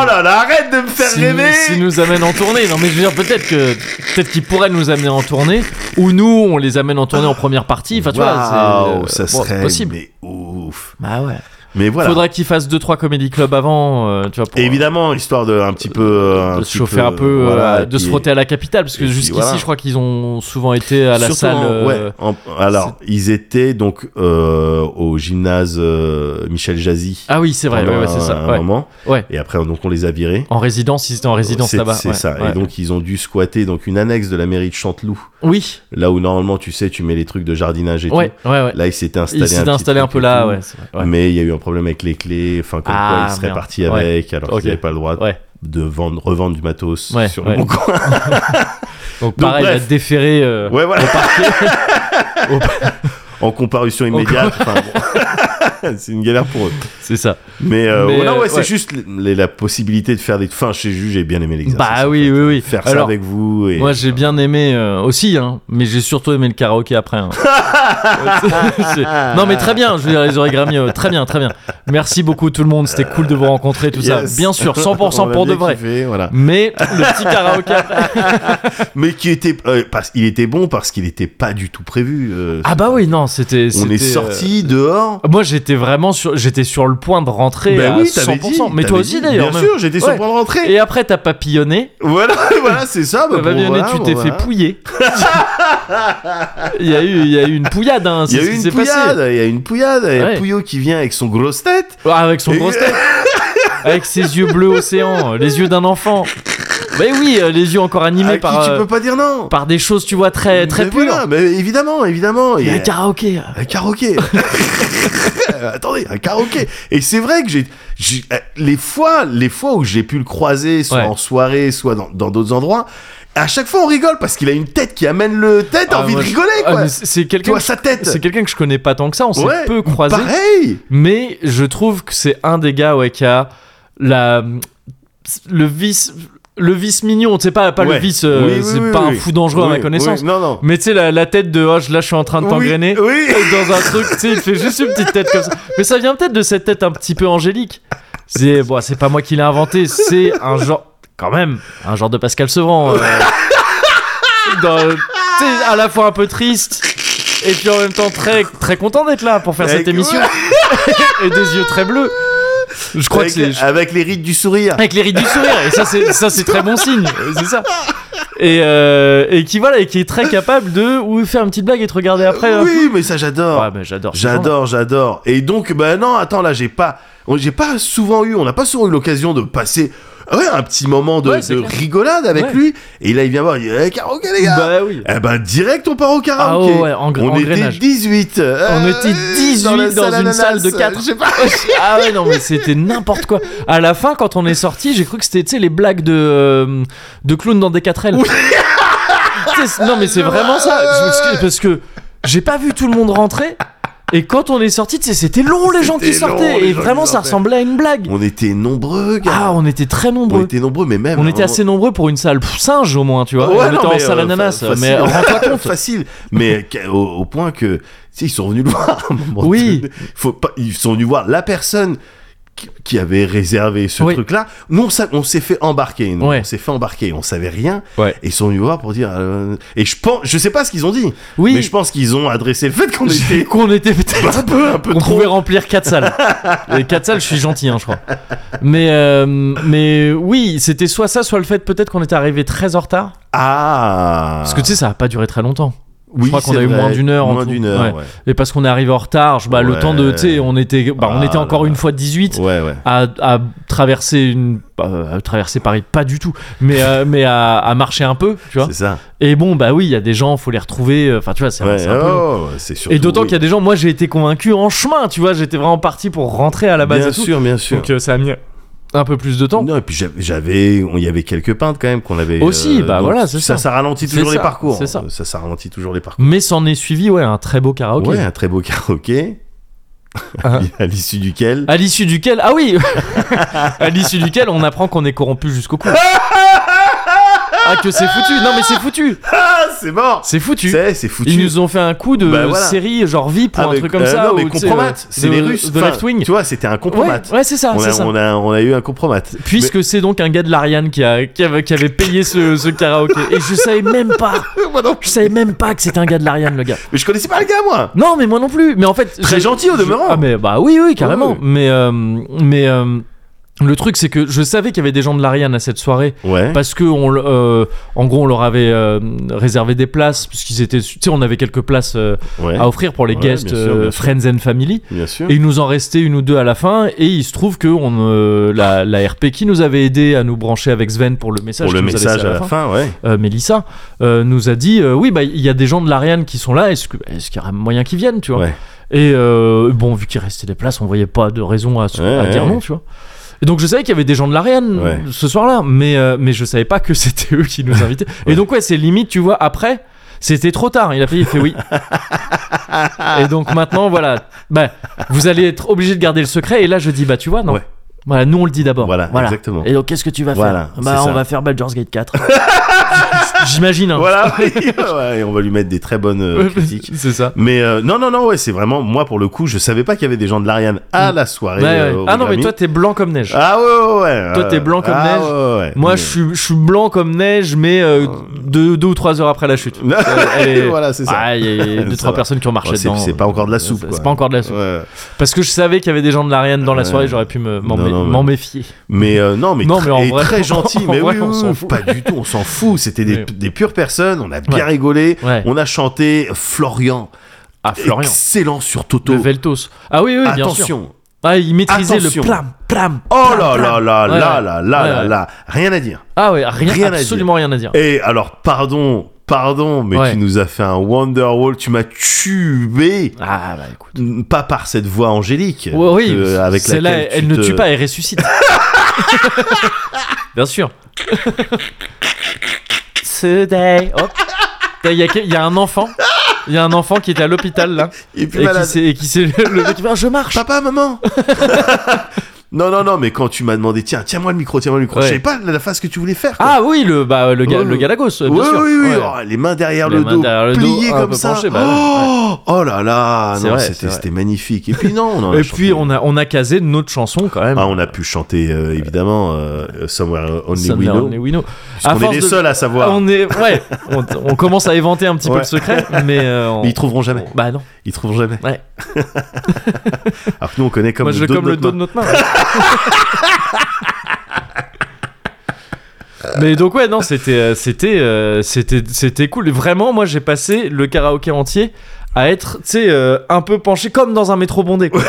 S1: pas.
S2: oh là là, arrête de me faire
S1: Si-
S2: rêver
S1: si nous amène en tournée, non mais je veux dire peut-être que peut-être qu'ils pourraient nous amener en tournée ou nous on les amène en tournée en première partie. Enfin tu
S2: Waouh,
S1: vois, c'est
S2: ça
S1: euh, bon,
S2: serait
S1: possible.
S2: mais ouf.
S1: Bah ouais.
S2: Mais voilà.
S1: Faudrait qu'ils fassent deux trois comédie club avant, euh, tu vois. Pour,
S2: Et Évidemment, histoire de un petit peu euh, un
S1: de se
S2: petit
S1: chauffer un peu, euh,
S2: voilà, et
S1: de se
S2: puis-
S1: frotter à la capitale, parce que
S2: et puis
S1: jusqu'ici,
S2: voilà.
S1: je crois qu'ils ont souvent été à la
S2: Surtout
S1: salle.
S2: en-
S1: euh,
S2: ouais, en- alors, ils étaient donc euh, au gymnase euh, Michel Jazzy.
S1: Ah oui, c'est vrai,
S2: pendant
S1: ouais, ouais, c'est ça.
S2: un
S1: ouais.
S2: moment.
S1: Ouais.
S2: Et après, donc, on les a virés.
S1: En résidence, ils étaient en résidence
S2: C'est-
S1: là-bas.
S2: C'est
S1: ouais,
S2: ça.
S1: ouais.
S2: Et donc, ils ont dû squatter donc une annexe de la mairie de Chanteloup,
S1: Oui,
S2: là où normalement, tu sais, tu mets les trucs de jardinage et
S1: ouais, ouais, ouais.
S2: tout. Là, ils s'étaient installés
S1: Ils s'étaient
S2: petit
S1: installés un
S2: truc
S1: peu
S2: et
S1: là,
S2: tout.
S1: ouais. c'est vrai, ouais.
S2: Mais il y a eu un problème avec les clés, enfin comme
S1: Ah,
S2: quoi ils seraient
S1: merde.
S2: partis
S1: Ouais.
S2: avec, alors
S1: Ok.
S2: qu'ils n'avaient pas le droit
S1: Ouais.
S2: de vendre, revendre du matos
S1: Ouais,
S2: sur
S1: ouais.
S2: le bon coin.
S1: Donc, pareil,
S2: bref.
S1: il a déféré euh,
S2: Ouais, voilà.
S1: au-
S2: en comparution immédiate. enfin, bon. c'est une galère pour eux.
S1: C'est ça.
S2: Mais, euh,
S1: Mais,
S2: ouais, non, ouais,
S1: euh, ouais.
S2: c'est juste les- la possibilité de faire des. Enfin, chez juge, j'ai bien aimé l'exercice.
S1: Bah
S2: en
S1: oui,
S2: fait.
S1: oui, oui.
S2: Faire ça
S1: Alors,
S2: avec vous. Et...
S1: Moi, j'ai bien aimé euh, aussi, hein, mais j'ai surtout aimé le karaoké après. hein. C'est- non, mais très bien, je veux dire, les origami, euh, très bien, très bien. Merci beaucoup tout le monde, c'était cool de vous rencontrer, tout ça.
S2: Yes.
S1: Bien sûr,
S2: On
S1: 100%
S2: a
S1: pour de
S2: bien
S1: vrai.
S2: kiffé, voilà.
S1: Mais le petit karaoké après.
S2: Mais qui était. euh, parce, il était bon parce qu'il n'était pas du tout prévu. euh,
S1: Ah bah oui, non, c'était.
S2: On
S1: c'était,
S2: est sorti dehors.
S1: euh, Moi, j'étais vraiment sur, j'étais sur le point de rentrer
S2: bah
S1: à
S2: oui, t'avais
S1: 100%.
S2: dit.
S1: mais toi
S2: t'avais
S1: aussi
S2: dit.
S1: d'ailleurs.
S2: Bien
S1: même.
S2: sûr, j'étais sur
S1: Ouais.
S2: le point de rentrer.
S1: Et après, t'as papillonné.
S2: Voilà, voilà, c'est ça.
S1: T'as
S2: Bah, bon,
S1: papillonné,
S2: voilà,
S1: tu
S2: bon,
S1: t'es
S2: voilà.
S1: fait pouiller. il y a eu, il y a eu une pouillade. Hein,
S2: Il y
S1: c'est
S2: a
S1: ce
S2: eu
S1: qui
S2: une
S1: s'est passé.
S2: pouillade, il y a eu une pouillade, il y a
S1: Ouais.
S2: Pouillot qui vient avec son grosse tête.
S1: Ah, avec son
S2: Et-
S1: gros steak. Avec ses yeux bleus océan, les yeux d'un enfant. Mais oui, euh, les yeux encore
S2: à
S1: animés
S2: qui
S1: par,
S2: tu
S1: euh,
S2: peux pas dire non.
S1: par des choses, tu vois, très, très
S2: Mais
S1: pures.
S2: voilà, mais évidemment, évidemment.
S1: Il y a
S2: Et-
S1: un karaoké.
S2: Un karaoké. Euh, Attendez, un karaoké. Et c'est vrai que j'ai, j'ai- euh, les fois, les fois où j'ai pu le croiser, soit
S1: Ouais.
S2: en soirée, soit dans, dans d'autres endroits, à chaque fois on rigole parce qu'il a une tête qui amène le tête,
S1: Ah,
S2: envie
S1: moi,
S2: de
S1: je-
S2: rigoler
S1: Ah,
S2: quoi.
S1: mais c'est- c'est
S2: tu
S1: quelqu'un
S2: vois
S1: que,
S2: sa tête.
S1: c'est quelqu'un que je connais pas tant que ça, on s'est
S2: Ouais,
S1: peu croisé.
S2: Pareil.
S1: Mais je trouve que c'est un des gars ouais, qui a la, le vice. Le vice mignon, tu sais pas, pas le
S2: Ouais.
S1: vice, euh,
S2: Oui, oui,
S1: c'est
S2: oui,
S1: pas un
S2: oui.
S1: fou dangereux à ma
S2: Oui,
S1: connaissance.
S2: oui, non, non.
S1: Mais tu sais, la, la tête de oh, je- là je suis en train de t'engrainer.
S2: Oui, oui.
S1: dans un truc, tu sais, il fait juste une petite tête comme ça. Mais ça vient peut-être de cette tête un petit peu angélique. C'est bon, c'est pas moi qui l'ai inventé, c'est un genre quand même, un genre de Pascal Sevran. euh, dans- tu sais, à la fois un peu triste et puis en même temps très très content d'être là pour faire
S2: Avec-
S1: cette émission et des yeux très bleus. Je crois
S2: avec,
S1: que c'est je-
S2: avec les rides du sourire.
S1: avec les rides du sourire et ça c'est ça c'est très bon signe, c'est ça. Et, euh, et qui voilà et qui est très capable de ou faire une petite blague et te regarder après. un
S2: oui, mais ça j'adore.
S1: peu. Ouais, mais j'adore. ce genre-là.
S2: J'adore, j'adore. Et donc, ben non, attends, là, j'ai pas, on- j'ai pas souvent eu, on n'a pas souvent eu l'occasion de passer ouais, un petit moment de,
S1: Ouais, c'est
S2: de
S1: clair.
S2: rigolade avec
S1: Ouais.
S2: lui. Et là, il vient voir, il dit, eh, karaoké, les gars.
S1: Bah oui.
S2: Eh ben, direct, on part au
S1: Ah
S2: karaoké.
S1: oh, ouais, en,
S2: On était 18. euh,
S1: était 18
S2: la
S1: dans une salle de quatre.
S2: Je sais pas.
S1: Ah ouais, non, mais c'était n'importe quoi. À la fin, quand on est sorti, j'ai cru que c'était, tu sais, les blagues de, euh, de clowns dans des 4L. Tu sais, non, mais c'est vraiment ça. Je m'excuse, parce que j'ai pas vu tout le monde rentrer. Et quand on est sorti, tu sais, c'était long les gens qui
S2: C'était long,
S1: sortaient.
S2: les
S1: Et
S2: gens qui
S1: vraiment, ça
S2: sortaient.
S1: ressemblait à une blague.
S2: On était nombreux,
S1: Ah,
S2: gars.
S1: on était très
S2: on
S1: nombreux.
S2: était nombreux, mais même.
S1: On
S2: à un
S1: était assez nombreux pour une salle pff, singe au moins, tu vois.
S2: Ouais,
S1: on
S2: non,
S1: était en
S2: mais,
S1: salle
S2: euh,
S1: ananas,
S2: fa-
S1: mais
S2: facile.
S1: rends-toi compte.
S2: facile, mais qu'à- au, au point que tu sais, ils sont venus le voir. à un moment
S1: Oui.
S2: donné. faut pas, ils sont venus voir la personne qui- qui avait réservé ce
S1: Oui.
S2: truc-là. Nous, on, s'a- on s'est fait embarquer. nous.
S1: Ouais.
S2: On s'est fait embarquer. On savait rien.
S1: Ouais.
S2: Et ils sont venus voir pour dire. euh, et je pense, je sais pas ce qu'ils ont dit,
S1: Oui.
S2: mais je pense qu'ils ont adressé le fait qu'on
S1: J'ai-
S2: était Bah,
S1: qu'on était peut-être
S2: un peu, un peu
S1: on
S2: trop.
S1: pouvait remplir 4 salles. Et 4 salles, je suis gentil, hein, je crois. Mais, euh, mais oui, c'était soit ça, soit le fait peut-être qu'on était arrivé très en retard.
S2: Ah.
S1: Parce que tu sais, ça a pas duré très longtemps.
S2: oui,
S1: crois qu'on
S2: c'est
S1: a eu
S2: vrai.
S1: moins d'une heure en
S2: Moins
S1: tout.
S2: d'une heure. Ouais.
S1: Et parce qu'on est arrivé en retard, je- bah, le
S2: Ouais.
S1: temps de. Tu sais, on était, bah, on
S2: Ah
S1: était encore
S2: là
S1: une
S2: là.
S1: fois 18.
S2: Ouais, ouais.
S1: À, à traverser une bah, euh, à traverser Paris pas du tout mais euh, mais à, à marcher un peu tu vois
S2: C'est ça.
S1: et bon bah oui il y a des gens faut les retrouver euh, enfin tu vois c'est
S2: Ouais,
S1: c'est un peu long.
S2: oh, c'est surtout,
S1: et d'autant
S2: oui.
S1: qu'il y a des gens moi j'ai été convaincu en chemin tu vois j'étais vraiment parti pour rentrer à la base
S2: Bien
S1: et tout.
S2: sûr, bien sûr.
S1: Donc euh, ça a mis un peu plus de temps.
S2: Non, et puis j'avais- j'avais, il y avait quelques peintes quand même qu'on avait. euh,
S1: Aussi, bah
S2: donc
S1: voilà, c'est ça.
S2: Ça, ralentit
S1: C'est
S2: toujours les
S1: ça,
S2: parcours. Euh,
S1: c'est ça.
S2: ça, ralentit toujours les parcours.
S1: Mais s'en est suivi ouais un très beau karaoké.
S2: Ouais, un très beau karaoké. à l'issue duquel.
S1: À l'issue duquel, ah oui, à l'issue duquel, on apprend qu'on est corrompu jusqu'au cou. Ah que c'est foutu, non mais c'est foutu,
S2: Ah, c'est mort
S1: c'est foutu.
S2: C'est c'est foutu.
S1: Ils nous ont fait un coup de
S2: Bah, voilà.
S1: série genre VIP ou un
S2: Avec-
S1: truc comme
S2: euh,
S1: ça.
S2: Non, mais
S1: ou, tu sais,
S2: compromat,
S1: euh,
S2: c'est
S1: de-
S2: les Russes.
S1: De
S2: Enfin,
S1: Left Wing.
S2: Tu vois, c'était un compromat.
S1: Ouais, ouais, c'est ça,
S2: on,
S1: c'est
S2: a,
S1: ça.
S2: on, a, on a eu un compromat.
S1: Puisque c'est donc un gars de l'Ariane qui, a, qui, avait, qui avait payé ce, ce karaoké. Et je savais même pas. Je savais même pas que c'était un gars de l'Ariane, le gars.
S2: Mais je connaissais pas le gars, moi
S1: Non, mais moi non plus. Mais en fait.
S2: Très
S1: j'ai-
S2: gentil, au
S1: je-
S2: demeurant.
S1: Ah, mais bah oui, oui, carrément.
S2: Oui.
S1: Mais. euh, mais euh, le truc, c'est que je savais qu'il y avait des gens de l'Ariane à cette soirée.
S2: Ouais.
S1: Parce que, on, le- euh, en gros, on leur avait euh, réservé des places. Puisqu'ils étaient. Tu sais, on avait quelques places euh,
S2: Ouais.
S1: à offrir pour les
S2: Ouais,
S1: guests
S2: bien sûr,
S1: euh,
S2: bien sûr.
S1: Friends and Family.
S2: Bien sûr.
S1: Et il nous en restait une ou deux à la fin, et il se trouve que on, euh, la, la RP qui nous avait aidé à nous brancher avec Sven pour le message,
S2: Pour le
S1: qu'il nous a laissé
S2: message à la fin, ouais.
S1: euh, Mélissa, euh, nous a dit euh, Oui, bah, il y a des gens de l'Ariane qui sont là, est-ce que- est-ce qu'il y aurait moyen qu'ils viennent tu vois
S2: Ouais.
S1: Et euh, bon, vu qu'il restait des places, on voyait pas de raison à, se-
S2: Ouais,
S1: à
S2: ouais,
S1: dire
S2: ouais.
S1: non, tu vois. Et donc je savais qu'il y avait des gens de l'Ariane
S2: Ouais.
S1: ce soir-là, mais, euh, mais je savais pas que c'était eux qui nous invitaient. Et
S2: Ouais.
S1: donc, ouais, c'est limite, tu vois, après. C'était trop tard, il a fait, il fait oui. et donc maintenant, voilà, bah, vous allez être obligé de garder le secret. Et là, je dis, bah tu vois, non.
S2: Ouais.
S1: Voilà, nous on le dit d'abord.
S2: Voilà, exactement.
S1: Et donc, qu'est-ce que tu vas
S2: Voilà,
S1: faire Bah,
S2: c'est
S1: on
S2: ça.
S1: va faire Baldur's Gate 4. J'imagine. hein.
S2: Voilà, ouais, et on va lui mettre des très bonnes euh, critiques.
S1: C'est ça.
S2: Mais euh, non, non, non, ouais, c'est vraiment, moi pour le coup, je savais pas qu'il y avait des gens de l'Ariane à la soirée.
S1: Mm. Ouais,
S2: euh,
S1: ouais.
S2: au
S1: Ah non, mais
S2: Grammy.
S1: toi, t'es blanc comme neige.
S2: Ah ouais, ouais, ouais.
S1: Toi, t'es blanc comme
S2: Ah,
S1: neige.
S2: ouais, ouais, ouais.
S1: Moi,
S2: Mais-
S1: je suis- je suis blanc comme neige, mais euh, deux, deux ou trois heures après la chute. Euh, elle est-
S2: voilà, c'est ça.
S1: Ah, il y a deux,
S2: Ça
S1: trois
S2: va.
S1: personnes qui ont marché
S2: Oh, c'est-
S1: dedans.
S2: c'est pas encore de la soupe,
S1: C'est-
S2: quoi.
S1: C'est pas encore de la soupe.
S2: Ouais.
S1: Parce que je savais qu'il y avait des gens de l'Ariane dans la
S2: Ouais.
S1: soirée, j'aurais pu me- m'en
S2: Non,
S1: mé-
S2: non, mais-
S1: m'en méfier.
S2: Mais euh, non, mais,
S1: Non,
S2: tr-
S1: mais en
S2: et
S1: vrai-
S2: très gentil.
S1: en
S2: Mais
S1: vrai,
S2: oui,
S1: on
S2: oui,
S1: s'en
S2: oui,
S1: fout.
S2: pas du tout, on s'en fout. C'était des,
S1: Oui.
S2: des pures personnes, on a bien
S1: Ouais.
S2: rigolé,
S1: Ouais.
S2: on a chanté Florian.
S1: Ah, Florian.
S2: Excellent sur Toto.
S1: Le Veltos. Ah oui, oui, bien sûr.
S2: Attention.
S1: Ah, il maîtrisait
S2: Attention.
S1: le plam, plam.
S2: Oh
S1: plam,
S2: là
S1: plam.
S2: là là
S1: Ouais,
S2: là
S1: ouais.
S2: là là
S1: Ouais,
S2: là
S1: ouais.
S2: là. Rien à dire.
S1: Ah ouais, rien,
S2: Rien à dire.
S1: absolument rien à dire.
S2: Et alors, pardon, pardon, mais
S1: Ouais.
S2: tu nous as fait un Wonderwall, tu m'as tué.
S1: Ah bah écoute.
S2: Pas par cette voix angélique.
S1: Ouais, oui,
S2: que- euh, avec
S1: celle-là,
S2: laquelle tu
S1: elle ne
S2: te-
S1: tue pas, elle ressuscite. Bien sûr. Today. Hop. Il y, a quel- il y a un enfant. Il y a un enfant qui était à l'hôpital là
S2: Il est plus
S1: et qui
S2: malade.
S1: s'est et qui s'est levé qui fait, Ah, je marche.
S2: Papa, maman Non, non, non, mais quand tu m'as demandé, tiens, tiens-moi le micro, tiens-moi le micro,
S1: Ouais.
S2: je savais pas la la face que tu voulais faire. quoi.
S1: Ah oui le bah le, ga-
S2: Ouais,
S1: le
S2: ouais.
S1: Galagos bien
S2: oui,
S1: sûr.
S2: oui, oui,
S1: Ouais.
S2: oh, les mains derrière
S1: Les
S2: le
S1: mains
S2: dos,
S1: derrière le dos,
S2: pliées
S1: un
S2: comme
S1: peu
S2: ça.
S1: penchées, bah,
S2: oh, oh là là,
S1: C'est
S2: non,
S1: vrai, c'est
S2: c'était
S1: vrai.
S2: c'était magnifique. Et puis non, on en a
S1: Et
S2: chanté-
S1: puis on a on a casé notre chanson quand même.
S2: Ah, on a pu chanter euh, évidemment euh, Somewhere Only
S1: Somewhere
S2: We Know.
S1: Only We Know. À
S2: On est
S1: force
S2: les
S1: de-
S2: seuls à savoir.
S1: On est ouais, on, on commence à éventer un petit peu
S2: Ouais.
S1: le secret, mais, euh, on-
S2: Mais ils trouveront jamais.
S1: bah non.
S2: Ils trouveront jamais.
S1: Ouais.
S2: Alors que nous, on connaît comme
S1: Moi
S2: le
S1: je
S2: dos
S1: comme
S2: de
S1: le
S2: notre
S1: dos de
S2: main.
S1: notre main. Mais donc ouais non c'était euh, c'était euh, c'était c'était cool vraiment moi j'ai passé le karaoké entier à être tu sais euh, un peu penché comme dans un métro bondé quoi.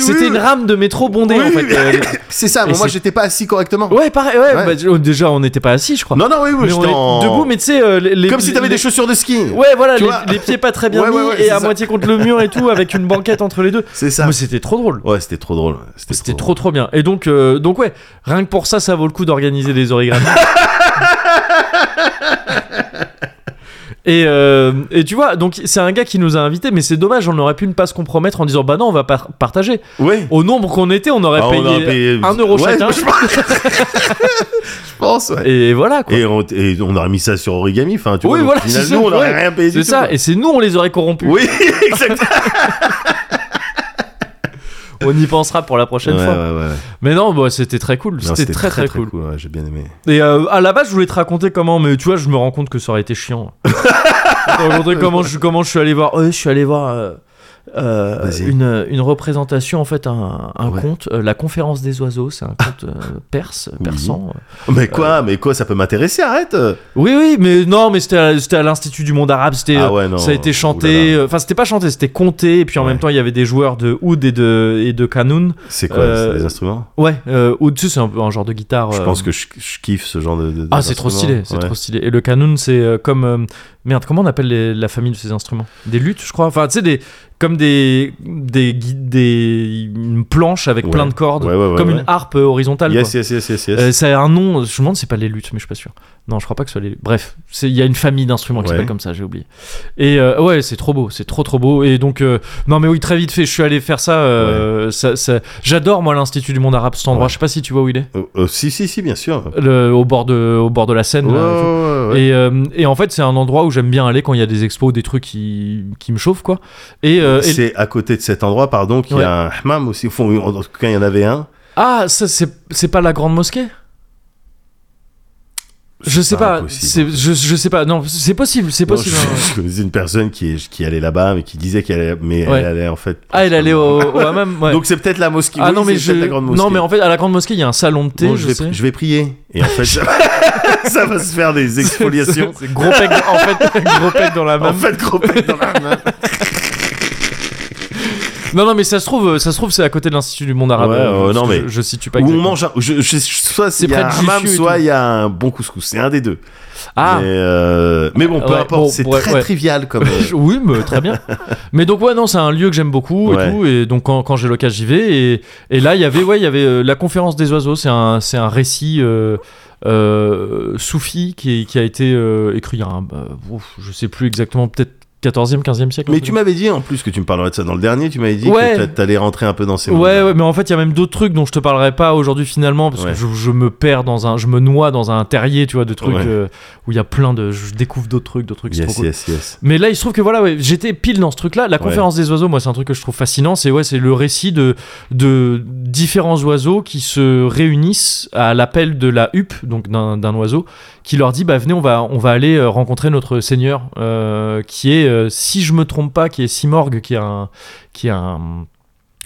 S1: c'était
S2: Oui,
S1: une rame de métro bondé
S2: Oui,
S1: en
S2: oui.
S1: fait euh,
S2: C'est ça, mais
S1: Et
S2: moi,
S1: c'est-
S2: j'étais pas assis correctement.
S1: ouais pareil ouais,
S2: Ouais.
S1: bah, j- déjà on n'était pas assis je crois
S2: Non, non, oui, oui,
S1: mais on
S2: j'étais
S1: est
S2: en-
S1: debout mais tu sais euh, les, les-
S2: Comme si t'avais
S1: les-
S2: des chaussures de ski.
S1: ouais voilà
S2: Tu
S1: les,
S2: vois
S1: les pieds pas très bien
S2: Ouais,
S1: mis
S2: ouais, ouais,
S1: et
S2: c'est
S1: à
S2: ça.
S1: moitié contre le mur et tout avec une banquette entre les deux
S2: C'est ça.
S1: mais c'était trop drôle
S2: Ouais, c'était trop drôle.
S1: C'était trop trop bien. Et donc, euh, donc ouais, rien que pour ça, ça vaut le coup d'organiser des origami. Et, euh, et tu vois, donc c'est un gars qui nous a invités, mais c'est dommage, on aurait pu ne pas se compromettre en disant bah non, on va par- partager.
S2: Oui.
S1: Au nombre qu'on était, on aurait
S2: Ah, on
S1: payé
S2: aurait payé-
S1: 1 euro
S2: Ouais,
S1: chacun.
S2: Je pense, ouais.
S1: Et voilà quoi.
S2: Et on, et on aurait mis ça sur origami, enfin, tu
S1: Oui,
S2: vois. donc,
S1: voilà,
S2: au final,
S1: c'est
S2: nous,
S1: ça,
S2: on aurait
S1: ouais.
S2: rien payé du
S1: C'est
S2: tout.
S1: ça,
S2: quoi.
S1: et c'est nous, on les aurait corrompus.
S2: Oui, exactement.
S1: On y pensera pour la prochaine
S2: ouais,
S1: fois.
S2: ouais, ouais.
S1: Mais non, bah, c'était très cool.
S2: Non,
S1: C'était très très, cool.
S2: ouais, J'ai bien aimé.
S1: Et euh, à la base, je voulais te raconter comment, mais tu vois, je me rends compte que ça aurait été chiant. je te raconter comment je, comment je suis allé voir. Ouais, je suis allé voir euh, euh,
S2: Vas-y.
S1: une, une représentation, en fait, un, un
S2: Ouais.
S1: conte, euh, La conférence des oiseaux, c'est un conte euh, perse,
S2: Oui.
S1: persan. euh.
S2: Mais quoi, mais quoi, ça peut m'intéresser, arrête.
S1: Oui, oui, mais non, mais c'était à, c'était à l'Institut du monde arabe, c'était.
S2: Ah ouais, non.
S1: euh, Ça a été chanté, euh, enfin c'était pas chanté, c'était compté, et puis en
S2: Ouais.
S1: même temps il y avait des joueurs de oud et de, et de kanoun.
S2: C'est quoi,
S1: Euh,
S2: c'est des instruments
S1: Ouais, euh, oud tu sais, c'est un, peu un genre de guitare.
S2: Je
S1: euh,
S2: pense que je, je kiffe ce genre de. de-
S1: Ah, c'est trop
S2: d'instruments.
S1: stylé, c'est
S2: Ouais.
S1: trop stylé. Et le canoun, c'est euh, comme. euh, merde, comment on appelle les- la famille de ces instruments Des luttes, je crois. Enfin, tu sais, des. comme des, des, gui- des une planche avec
S2: Ouais.
S1: plein de cordes,
S2: Ouais, ouais, ouais,
S1: comme
S2: ouais.
S1: une harpe euh, horizontale.
S2: Yes,
S1: quoi.
S2: yes, yes, yes, yes.
S1: Euh, ça a un nom, je me demande si c'est pas les luttes, mais je suis pas sûr. Non, je crois pas que ce soit les luttes. Bref, c'est- il y a une famille d'instruments qui
S2: Ouais.
S1: s'appelle comme ça, j'ai oublié. Et euh, ouais, c'est trop beau, c'est trop trop beau. Et donc, euh, non mais oui, très vite fait, je suis allé faire ça. euh, ça- ça- J'adore moi l'Institut du monde arabe, cet endroit,
S2: Ouais.
S1: je sais pas si tu vois où il est.
S2: Euh, euh, si, si, si, bien sûr.
S1: Le- au, bord de, au bord de la Seine.
S2: Ouais,
S1: là, tout.
S2: ouais, ouais.
S1: Et, euh, et en fait, c'est un endroit où j'aime bien aller quand il y a des expos, des trucs qui, qui me chauffent, quoi. Et, euh, et-
S2: C'est à côté de cet endroit, pardon, qu'il y
S1: Ouais.
S2: a un hammam aussi. Enfin, en tout cas, il y en avait un.
S1: Ah, ça, c'est c'est pas la grande mosquée Je sais
S2: pas
S1: pas,
S2: impossible.
S1: c'est- je, je sais pas, non, c'est possible, c'est
S2: Non,
S1: possible.
S2: je-
S1: hein.
S2: je connaissais une personne qui, est- qui allait là-bas, mais qui disait qu'elle allait, mais
S1: Ouais.
S2: elle allait en fait.
S1: Ah, elle allait au, au hammam, ouais.
S2: Donc c'est peut-être la mosquée.
S1: ah
S2: Oui,
S1: non, mais
S2: c'est peut-être la grande mosquée.
S1: non, mais en fait, à la grande mosquée, il y a un salon de thé,
S2: Bon,
S1: je,
S2: je, vais,
S1: sais.
S2: je vais prier. Et en fait, ça ça va se faire des exfoliations.
S1: C'est gros pec, en fait, gros pec dans la
S2: En
S1: main.
S2: fait, gros pec dans la main.
S1: Non, non, mais ça se trouve, ça se trouve, c'est à côté de l'Institut du monde arabe.
S2: Ouais,
S1: euh,
S2: ouais,
S1: parce
S2: non,
S1: que
S2: mais-
S1: je, je situe pas
S2: Où on
S1: exactement.
S2: mange. un- je- je- soit
S1: C'est
S2: il y a
S1: près
S2: un
S1: de
S2: hammam,
S1: Jussieu et
S2: soit
S1: tout.
S2: il y a un bon couscous. C'est un des deux.
S1: Ah,
S2: Mais, euh, mais bon, peu
S1: Ouais,
S2: importe.
S1: bon,
S2: c'est
S1: ouais,
S2: très
S1: ouais.
S2: trivial comme. euh,
S1: oui, mais très bien. Mais donc ouais, non, c'est un lieu que j'aime beaucoup et
S2: Ouais.
S1: tout. Et donc quand, quand j'ai l'occasion, j'y vais. Et, et là, il y avait ouais, il y avait euh, la conférence des oiseaux. C'est un c'est un récit. Euh, euh, soufi qui, qui a été euh, écrit il y a un, bah, ouf, je sais plus exactement peut-être 14e 15e siècle un
S2: Mais
S1: truc
S2: tu m'avais dit en plus que tu me parlerais de ça dans le dernier, tu m'avais dit
S1: Ouais.
S2: que t'a- t'allais rentrer un peu dans ces
S1: Ouais,
S2: mondes-là.
S1: ouais, mais en fait, il y a même d'autres trucs dont je te parlerai pas aujourd'hui finalement, parce
S2: Ouais.
S1: que je, je me perds dans un, je me noie dans un terrier, tu vois, de trucs
S2: Ouais.
S1: euh, où il y a plein de, je découvre d'autres trucs, d'autres trucs, c'est
S2: Yes,
S1: trop cool.
S2: yes, yes.
S1: Mais là, il se trouve que voilà, ouais, j'étais pile dans ce truc-là. La
S2: Ouais.
S1: conférence des oiseaux, moi, c'est un truc que je trouve fascinant. C'est ouais, c'est le récit de, de différents oiseaux qui se réunissent à l'appel de la huppe, donc d'un d'un oiseau, qui leur dit bah venez, on va on va aller euh, rencontrer notre seigneur, euh, qui est, euh, si je me trompe pas, qui est Simorgue, qui est un qui est un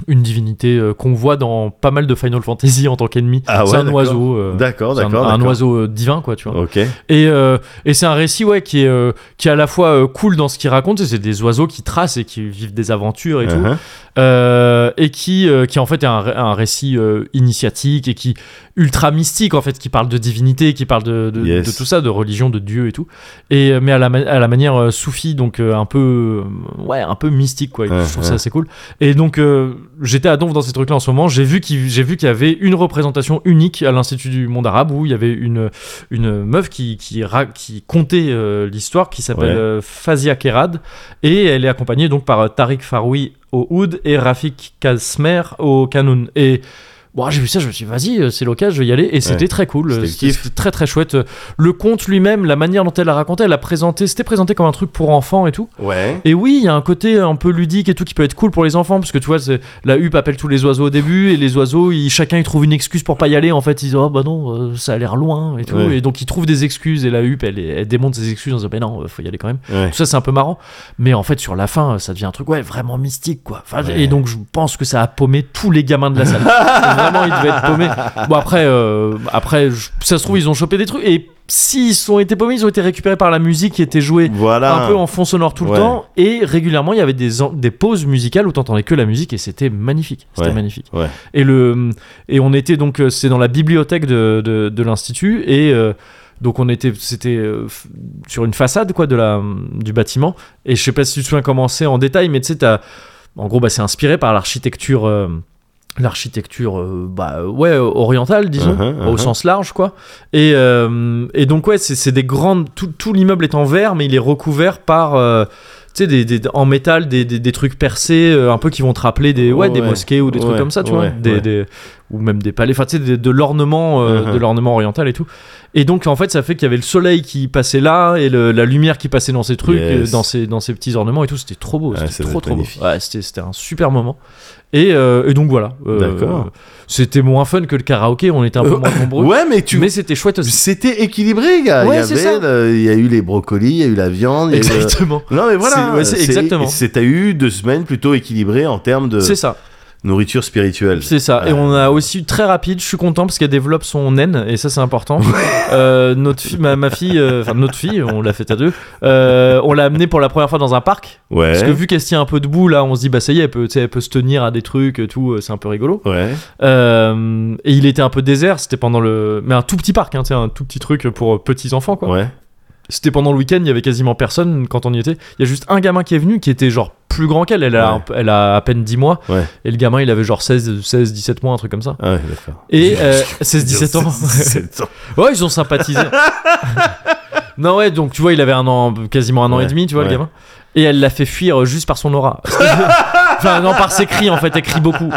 S1: une divinité euh, qu'on voit dans pas mal de Final Fantasy en tant qu'ennemi.
S2: Ah ouais,
S1: c'est un
S2: d'accord.
S1: oiseau. euh,
S2: D'accord,
S1: c'est un-
S2: d'accord.
S1: un
S2: d'accord.
S1: oiseau euh, divin, quoi, tu vois.
S2: Ok.
S1: Et, euh, et c'est un récit ouais, qui, est, euh, qui est à la fois euh, cool dans ce qu'il raconte, et c'est des oiseaux qui tracent et qui vivent des aventures et tout,
S2: Uh-huh.
S1: Euh, et qui, euh, qui en fait est un, ré- un récit euh, initiatique et qui ultra mystique en fait, qui parle de divinité, qui parle de, de,
S2: Yes.
S1: de tout ça, de religion, de Dieu et tout, et, euh, mais à la, ma- à la manière euh, soufie, donc euh, un peu euh, ouais, un peu mystique quoi. Et
S2: Ouais,
S1: je trouve
S2: ouais.
S1: ça assez cool. Et donc euh, j'étais à Donf dans ces trucs là en ce moment. J'ai vu qu'il j'ai vu qu'il y avait une représentation unique à l'Institut du Monde Arabe où il y avait une une meuf qui, qui, ra- qui contait euh, l'histoire qui s'appelle
S2: Ouais.
S1: euh, Fazia Kerad et elle est accompagnée donc par euh, Tariq Faroui au oud et Rafik Kasmer au Kanoun et bon, j'ai vu ça je me suis dit vas-y euh, c'est l'occasion je vais y aller et c'était très cool euh,
S2: C'était le
S1: C'était-
S2: kiff.
S1: c'était très très chouette le conte lui-même la manière dont elle l'a raconté elle a présenté c'était présenté comme un truc pour enfants et tout
S2: Ouais.
S1: et oui, il y a un côté un peu ludique et tout qui peut être cool pour les enfants, parce que tu vois, c'est- la huppe appelle tous les oiseaux au début, et les oiseaux, ils, chacun, ils trouvent une excuse pour pas y aller. En fait, ils disent, oh bah non, euh, ça a l'air loin, et tout.
S2: Ouais.
S1: Et donc, ils trouvent des excuses, et la huppe, elle, elle démonte ses excuses en disant, mais non, euh, faut y aller quand même.
S2: ouais.
S1: Tout ça, c'est un peu marrant. Mais en fait, sur la fin, euh, ça devient un truc, ouais, vraiment mystique, quoi. Enfin,
S2: Ouais.
S1: Et donc, je pense que ça a paumé tous les gamins de la salle. vraiment, ils devaient être paumés. Bon, après, euh, après je- ça se trouve, ils ont chopé des trucs, et s'ils ont été paumés, ils ont été récupérés par la musique qui était jouée
S2: Voilà.
S1: un peu en fond sonore tout le
S2: Ah. Ouais.
S1: temps et régulièrement il y avait des, en- des pauses musicales où t'entendais que la musique et c'était magnifique c'était
S2: Ouais,
S1: magnifique
S2: ouais.
S1: et le et on était donc euh, c'est dans la bibliothèque de, de, de l'institut et euh, donc on était c'était euh, f- sur une façade quoi de la du bâtiment et je sais pas si tu te souviens comment c'est en détail mais tu sais t'as en gros bah c'est inspiré par l'architecture euh, l'architecture euh, bah ouais orientale disons
S2: Uh-huh,
S1: au
S2: uh-huh.
S1: sens large quoi et, euh, et donc ouais c'est c'est des grandes tout, tout l'immeuble est en verre mais il est recouvert par euh, tu sais des, des- en métal des, des, des trucs percés euh, un peu qui vont te rappeler des ouais, des
S2: Ouais,
S1: mosquées ou des trucs
S2: ouais,
S1: comme ça tu vois
S2: ouais,
S1: des,
S2: ouais.
S1: des- ou même des palais enfin tu sais des- de l'ornement euh,
S2: Uh-huh.
S1: de l'ornement oriental et tout et donc en fait ça fait qu'il y avait le soleil qui passait là et le- la lumière qui passait dans ces trucs
S2: Yes.
S1: euh, dans ces dans ces petits ornements et tout c'était trop beau
S2: Ouais, ça
S1: c'était
S2: doit
S1: trop
S2: être
S1: trop beau
S2: magnifique.
S1: Ouais, c'était c'était un super moment et, euh, et donc voilà. Euh,
S2: D'accord.
S1: C'était moins fun que le karaoké, on était un peu
S2: Euh,
S1: moins nombreux.
S2: Ouais, mais tu.
S1: mais c'était chouette aussi.
S2: C'était équilibré, gars.
S1: Ouais,
S2: il, y
S1: c'est
S2: avait,
S1: ça.
S2: le- il y a eu les brocolis, il y a eu la viande. il y a eu le-
S1: Exactement.
S2: Non, mais voilà.
S1: C'est- ouais, c'est exactement.
S2: C'est t'as eu deux semaines plutôt équilibrées en termes de
S1: C'est ça,
S2: euh, nourriture spirituelle.
S1: c'est ça. Et
S2: Euh,
S1: on a aussi eu très rapide, je suis content parce qu'elle développe son naine, et ça c'est important. Euh, notre fille, ma, ma fille, euh, enfin notre fille, on l'a fait à deux, euh, on l'a amenée pour la première fois dans un parc. Parce que
S2: Ouais.
S1: vu qu'elle se tient un peu debout, là on se dit, bah ça y est, elle peut, tu sais, elle peut se tenir à des trucs, et tout, euh, c'est un peu rigolo.
S2: Ouais.
S1: Euh, et il était un peu désert, c'était pendant le. Mais un tout petit parc, hein, tu sais, un tout petit truc pour euh, petits enfants quoi.
S2: Ouais.
S1: C'était pendant le week-end, il y avait quasiment personne quand on y était. Il y a juste un gamin qui est venu qui était genre plus grand qu'elle. Elle, a
S2: Ouais.
S1: un- elle a à peine 10 mois.
S2: Ouais.
S1: Et le gamin, il avait genre 16, 16 17 mois, un truc comme ça.
S2: Ah ouais, d'accord.
S1: Et euh, 16, 17 ans.
S2: 17 ans.
S1: ouais, ils ont sympathisé. non, ouais, donc tu vois, il avait un an, quasiment un an
S2: Ouais,
S1: et demi, tu vois,
S2: ouais.
S1: le gamin. Et elle l'a fait fuir euh, juste par son aura. enfin, non, par ses cris, en fait, elle crie beaucoup.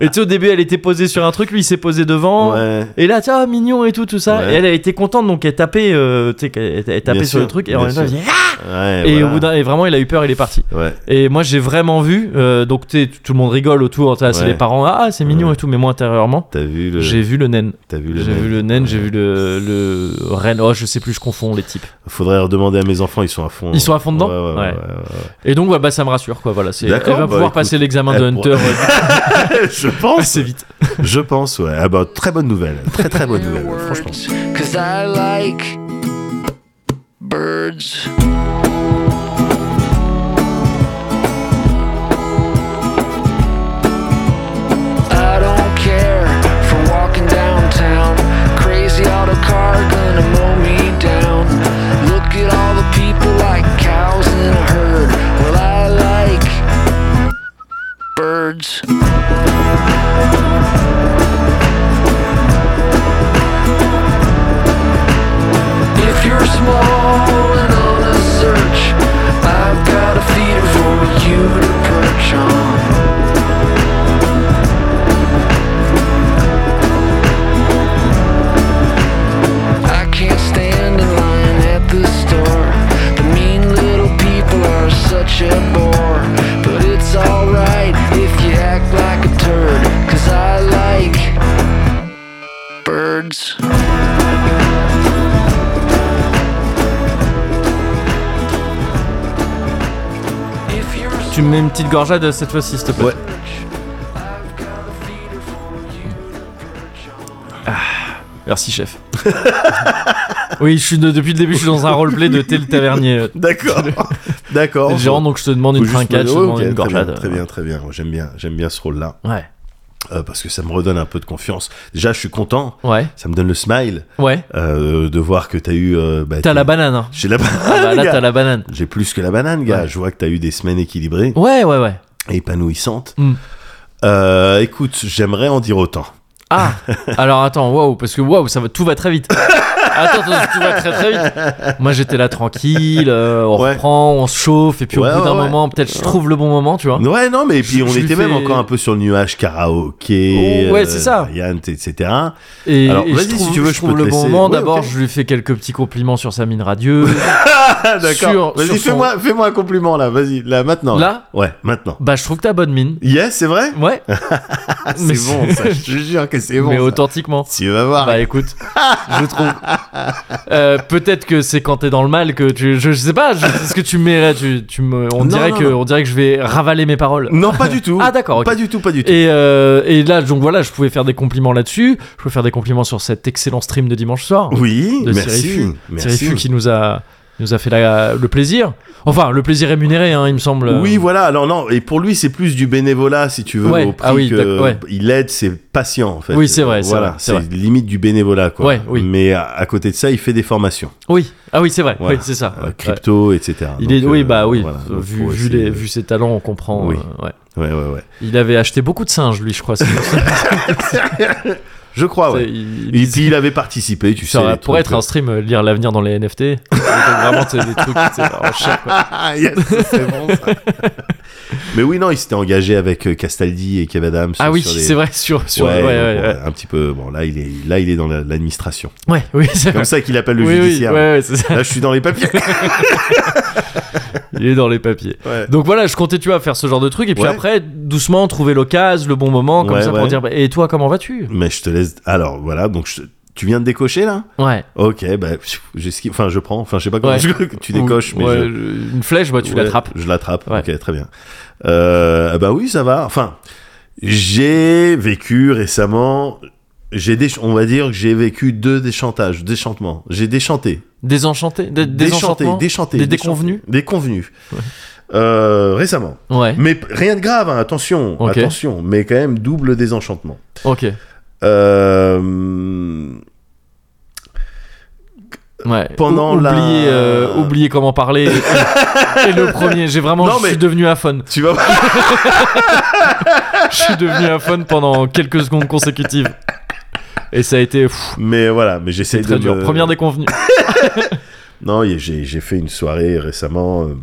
S1: Et tu sais, au début, elle était posée sur un truc, lui, il s'est posé devant.
S2: Ouais.
S1: Et là, tiens, mignon et tout, tout ça.
S2: Ouais.
S1: Et elle, elle était contente, donc elle tapait, euh, tu sais, elle, elle tapait
S2: Bien
S1: sur le
S2: sûr,
S1: truc. Et
S2: bien
S1: en même temps, elle
S2: sûr.
S1: faisait,
S2: Ouais,
S1: et
S2: voilà.
S1: au bout d'un, et vraiment, il a eu peur, il est parti.
S2: Ouais.
S1: Et moi, j'ai vraiment vu. euh, donc, tu sais, tout le monde rigole autour. tu sais, C'est
S2: Ouais.
S1: les parents. Ah, c'est mignon
S2: Ouais.
S1: et tout. Mais moi, intérieurement,
S2: T'as vu le.
S1: j'ai vu le naine.
S2: T'as vu le.
S1: J'ai
S2: mec
S1: vu le naine. J'ai vu le le renne. Oh, je sais plus. Je confonds les types.
S2: Faudrait leur demander à mes enfants, ils sont à fond. hein.
S1: Ils sont à fond dedans.
S2: Ouais, ouais, ouais,
S1: Ouais.
S2: ouais, ouais.
S1: Et donc, ouais, bah, ça me rassure, quoi. Voilà. c'est- Elle va
S2: D'accord, bah,
S1: pouvoir
S2: écoute,
S1: passer l'examen
S2: elle
S1: de Hunter
S2: pourra-
S1: ouais, Ah,
S2: je pense.
S1: assez vite.
S2: Je pense, ouais. Ah bah, très bonne nouvelle. Très très bonne nouvelle, franchement.
S4: Words, Cause I like birds. I don't care for walking downtown. Crazy auto car gonna mow me down. Look at all the people like cows in a herd. Well, I like birds. If you're small and on a search, I've got a feeder for you to perch on. I can't stand in line at the store. The mean little people are such a bore. But it's alright if you act like a turd, cause I like birds. If you're
S1: Tu me mets une petite gorgeade cette fois-ci, s'il te plaît.
S2: Ouais.
S4: I've got a feeder for you to perch on.
S1: Merci, chef. oui, je suis de- depuis le début, je suis dans un roleplay de tel tavernier.
S2: D'accord. D'accord.
S1: T'es le gérant, donc je te demande une
S2: Oh, Faut juste
S1: trincade,
S2: me-
S1: je te
S2: ouais,
S1: demande
S2: ok,
S1: une
S2: très bien,
S1: gorgeade.
S2: Très bien, très bien. J'aime bien, j'aime bien ce rôle-là
S1: Ouais.
S2: euh, parce que ça me redonne un peu de confiance. Déjà, je suis content.
S1: Ouais.
S2: Ça me donne le smile
S1: Ouais.
S2: euh, de voir que t'as eu. euh, bah,
S1: T'as
S2: t'es-
S1: la banane. hein.
S2: J'ai la
S1: Ah bah,
S2: banane.
S1: là,
S2: gars.
S1: t'as la banane.
S2: J'ai plus que la banane, gars.
S1: Ouais.
S2: Je vois que t'as eu des semaines équilibrées
S1: Ouais, ouais, ouais.
S2: et épanouissantes.
S1: Mm.
S2: Euh, écoute, j'aimerais en dire autant.
S1: Ah Alors attends, waouh, parce que waouh, ça va, tout va très vite. Attends, attends, tout va très très vite. Moi j'étais là tranquille, euh, on
S2: Ouais.
S1: reprend, on se chauffe, et puis
S2: Ouais,
S1: au bout d'un
S2: ouais, ouais.
S1: moment, peut-être je trouve le bon moment, tu vois.
S2: Ouais, non, mais puis
S1: Hein Je-
S2: on
S1: je lui
S2: était même
S1: fais-
S2: encore un peu sur le nuage karaoké. euh,
S1: Oh, ouais, c'est ça.
S2: Yann, t- etc.
S1: Et,
S2: Alors,
S1: et je
S2: vas-y, si
S1: trouve,
S2: tu veux, je
S1: trouve
S2: peux te
S1: le bon
S2: laisser.
S1: moment.
S2: Ouais,
S1: D'abord,
S2: ok.
S1: je lui fais quelques petits compliments sur sa mine radieuse.
S2: Ah, d'accord.
S1: Sur-
S2: Vas-y,
S1: sur son-
S2: fais-moi fais-moi un compliment là, vas-y, là, maintenant.
S1: Là
S2: Ouais, maintenant.
S1: bah, je trouve que t'as bonne mine.
S2: Yes, c'est vrai
S1: Ouais,
S2: Ah,
S1: mais
S2: c'est bon,
S1: c'est-
S2: ça, je te jure que c'est bon.
S1: mais
S2: ça. Ah.
S1: authentiquement.
S2: Tu vas voir.
S1: Bah écoute, je trouve. Euh, Peut-être que c'est quand t'es dans le mal que tu. Je, je sais pas, je- c'est ce que tu mets là. Tu, tu me, on,
S2: Non,
S1: dirait
S2: non,
S1: que,
S2: non.
S1: on dirait que je vais ravaler mes paroles.
S2: Non, pas du tout.
S1: Ah, d'accord, ok.
S2: Pas du tout, pas du tout.
S1: Et, euh, et là, donc voilà, je pouvais faire des compliments là-dessus. Je pouvais faire des compliments sur cet excellent stream de dimanche soir.
S2: Oui,
S1: de
S2: merci.
S1: Sirifu. Thierry
S2: merci.
S1: Fu qui nous a, nous a fait la- le plaisir. Enfin, le plaisir rémunéré, hein, il me semble.
S2: Oui, voilà. Alors non, et pour lui, c'est plus du bénévolat, si tu veux.
S1: Ouais,
S2: Au prix
S1: ah oui,
S2: que
S1: d'accord, ouais.
S2: Il aide ses patients, en fait.
S1: Oui, c'est vrai, c'est
S2: Voilà,
S1: vrai, c'est
S2: c'est limite du bénévolat, quoi.
S1: Ouais, oui.
S2: Mais à, à côté de ça, il fait des formations,
S1: Oui, ah oui, c'est vrai.
S2: Voilà.
S1: Oui, c'est ça.
S2: euh,
S1: Ouais.
S2: crypto, etc.
S1: Il
S2: Donc,
S1: est, oui,
S2: euh,
S1: bah oui.
S2: voilà. Donc,
S1: vu,
S2: faut
S1: vu
S2: essayer
S1: les-
S2: de-
S1: vu ses talents, on comprend.
S2: euh, Oui.
S1: euh, ouais.
S2: Ouais, ouais, ouais.
S1: Il avait acheté beaucoup de singes, lui, je crois. c'est-
S2: Je crois, Ah ouais.
S1: il-
S2: Et puis il avait participé, tu
S1: ça
S2: sais. les
S1: pour
S2: trucs,
S1: être un stream, euh, lire l'avenir dans les NFT. Donc, vraiment, c'est des trucs. c'est en chair, quoi.
S2: Ah, yes, c'est bon, ça. Mais oui, non, il s'était engagé avec euh, Castaldi et Kev Adams.
S1: Ah
S2: sur-
S1: oui,
S2: sur les-
S1: c'est vrai. Sur, sur,
S2: Ouais,
S1: ouais, ouais,
S2: bon,
S1: ouais.
S2: un petit peu. Bon, là, il est, là, il est dans la- l'administration.
S1: Ouais, oui, c'est
S2: C'est comme ça qu'il appelle le
S1: oui, oui,
S2: judiciaire.
S1: ouais, ouais, c'est ça.
S2: Là, je suis dans les papiers.
S1: Il est dans les papiers.
S2: Ouais.
S1: Donc voilà, je comptais, tu vois, faire ce genre de truc. Et puis
S2: Ouais.
S1: après, doucement, trouver l'occasion, le bon moment, comme
S2: Ouais,
S1: ça,
S2: ouais.
S1: pour dire bah, Et toi, comment vas-tu
S2: Mais je te laisse. Alors, voilà. Donc, je- tu viens de décocher là
S1: Ouais.
S2: Ok, bah, pff, j'esquive. Enfin, je prends. Enfin, je sais pas comment
S1: Ouais.
S2: je- tu décoches, mais
S1: Ouais,
S2: je-
S1: je- Une flèche, bah, tu
S2: Ouais,
S1: l'attrapes.
S2: Je l'attrape.
S1: Ouais.
S2: Ok, très bien. Euh, bah oui, ça va. Enfin, j'ai vécu récemment. J'ai des, on va dire que j'ai vécu deux déchantages, déchantements. J'ai déchanté,
S1: Désenchanté. Dé-
S2: déchanté,
S1: désenchantement
S2: déchanté,
S1: Des
S2: déchanté.
S1: déconvenus
S2: déconvenus. Euh, récemment,
S1: Ouais,
S2: mais p- rien de grave. hein, attention,
S1: Ok.
S2: attention, mais quand même double désenchantement.
S1: ok.
S2: Euh,
S1: Ouais.
S2: Pendant
S1: Ou-
S2: la-
S1: oublier, euh, oublier comment parler. et, et le premier, j'ai vraiment,
S2: Non,
S1: je
S2: mais-
S1: suis devenu aphone.
S2: Tu vas
S1: Je suis devenu aphone pendant quelques secondes consécutives. Et ça a été pff,
S2: Mais voilà, mais j'essaie de.
S1: très dur.
S2: me-
S1: Première déconvenue.
S2: Non, y- j'ai j'ai fait une soirée récemment. euh,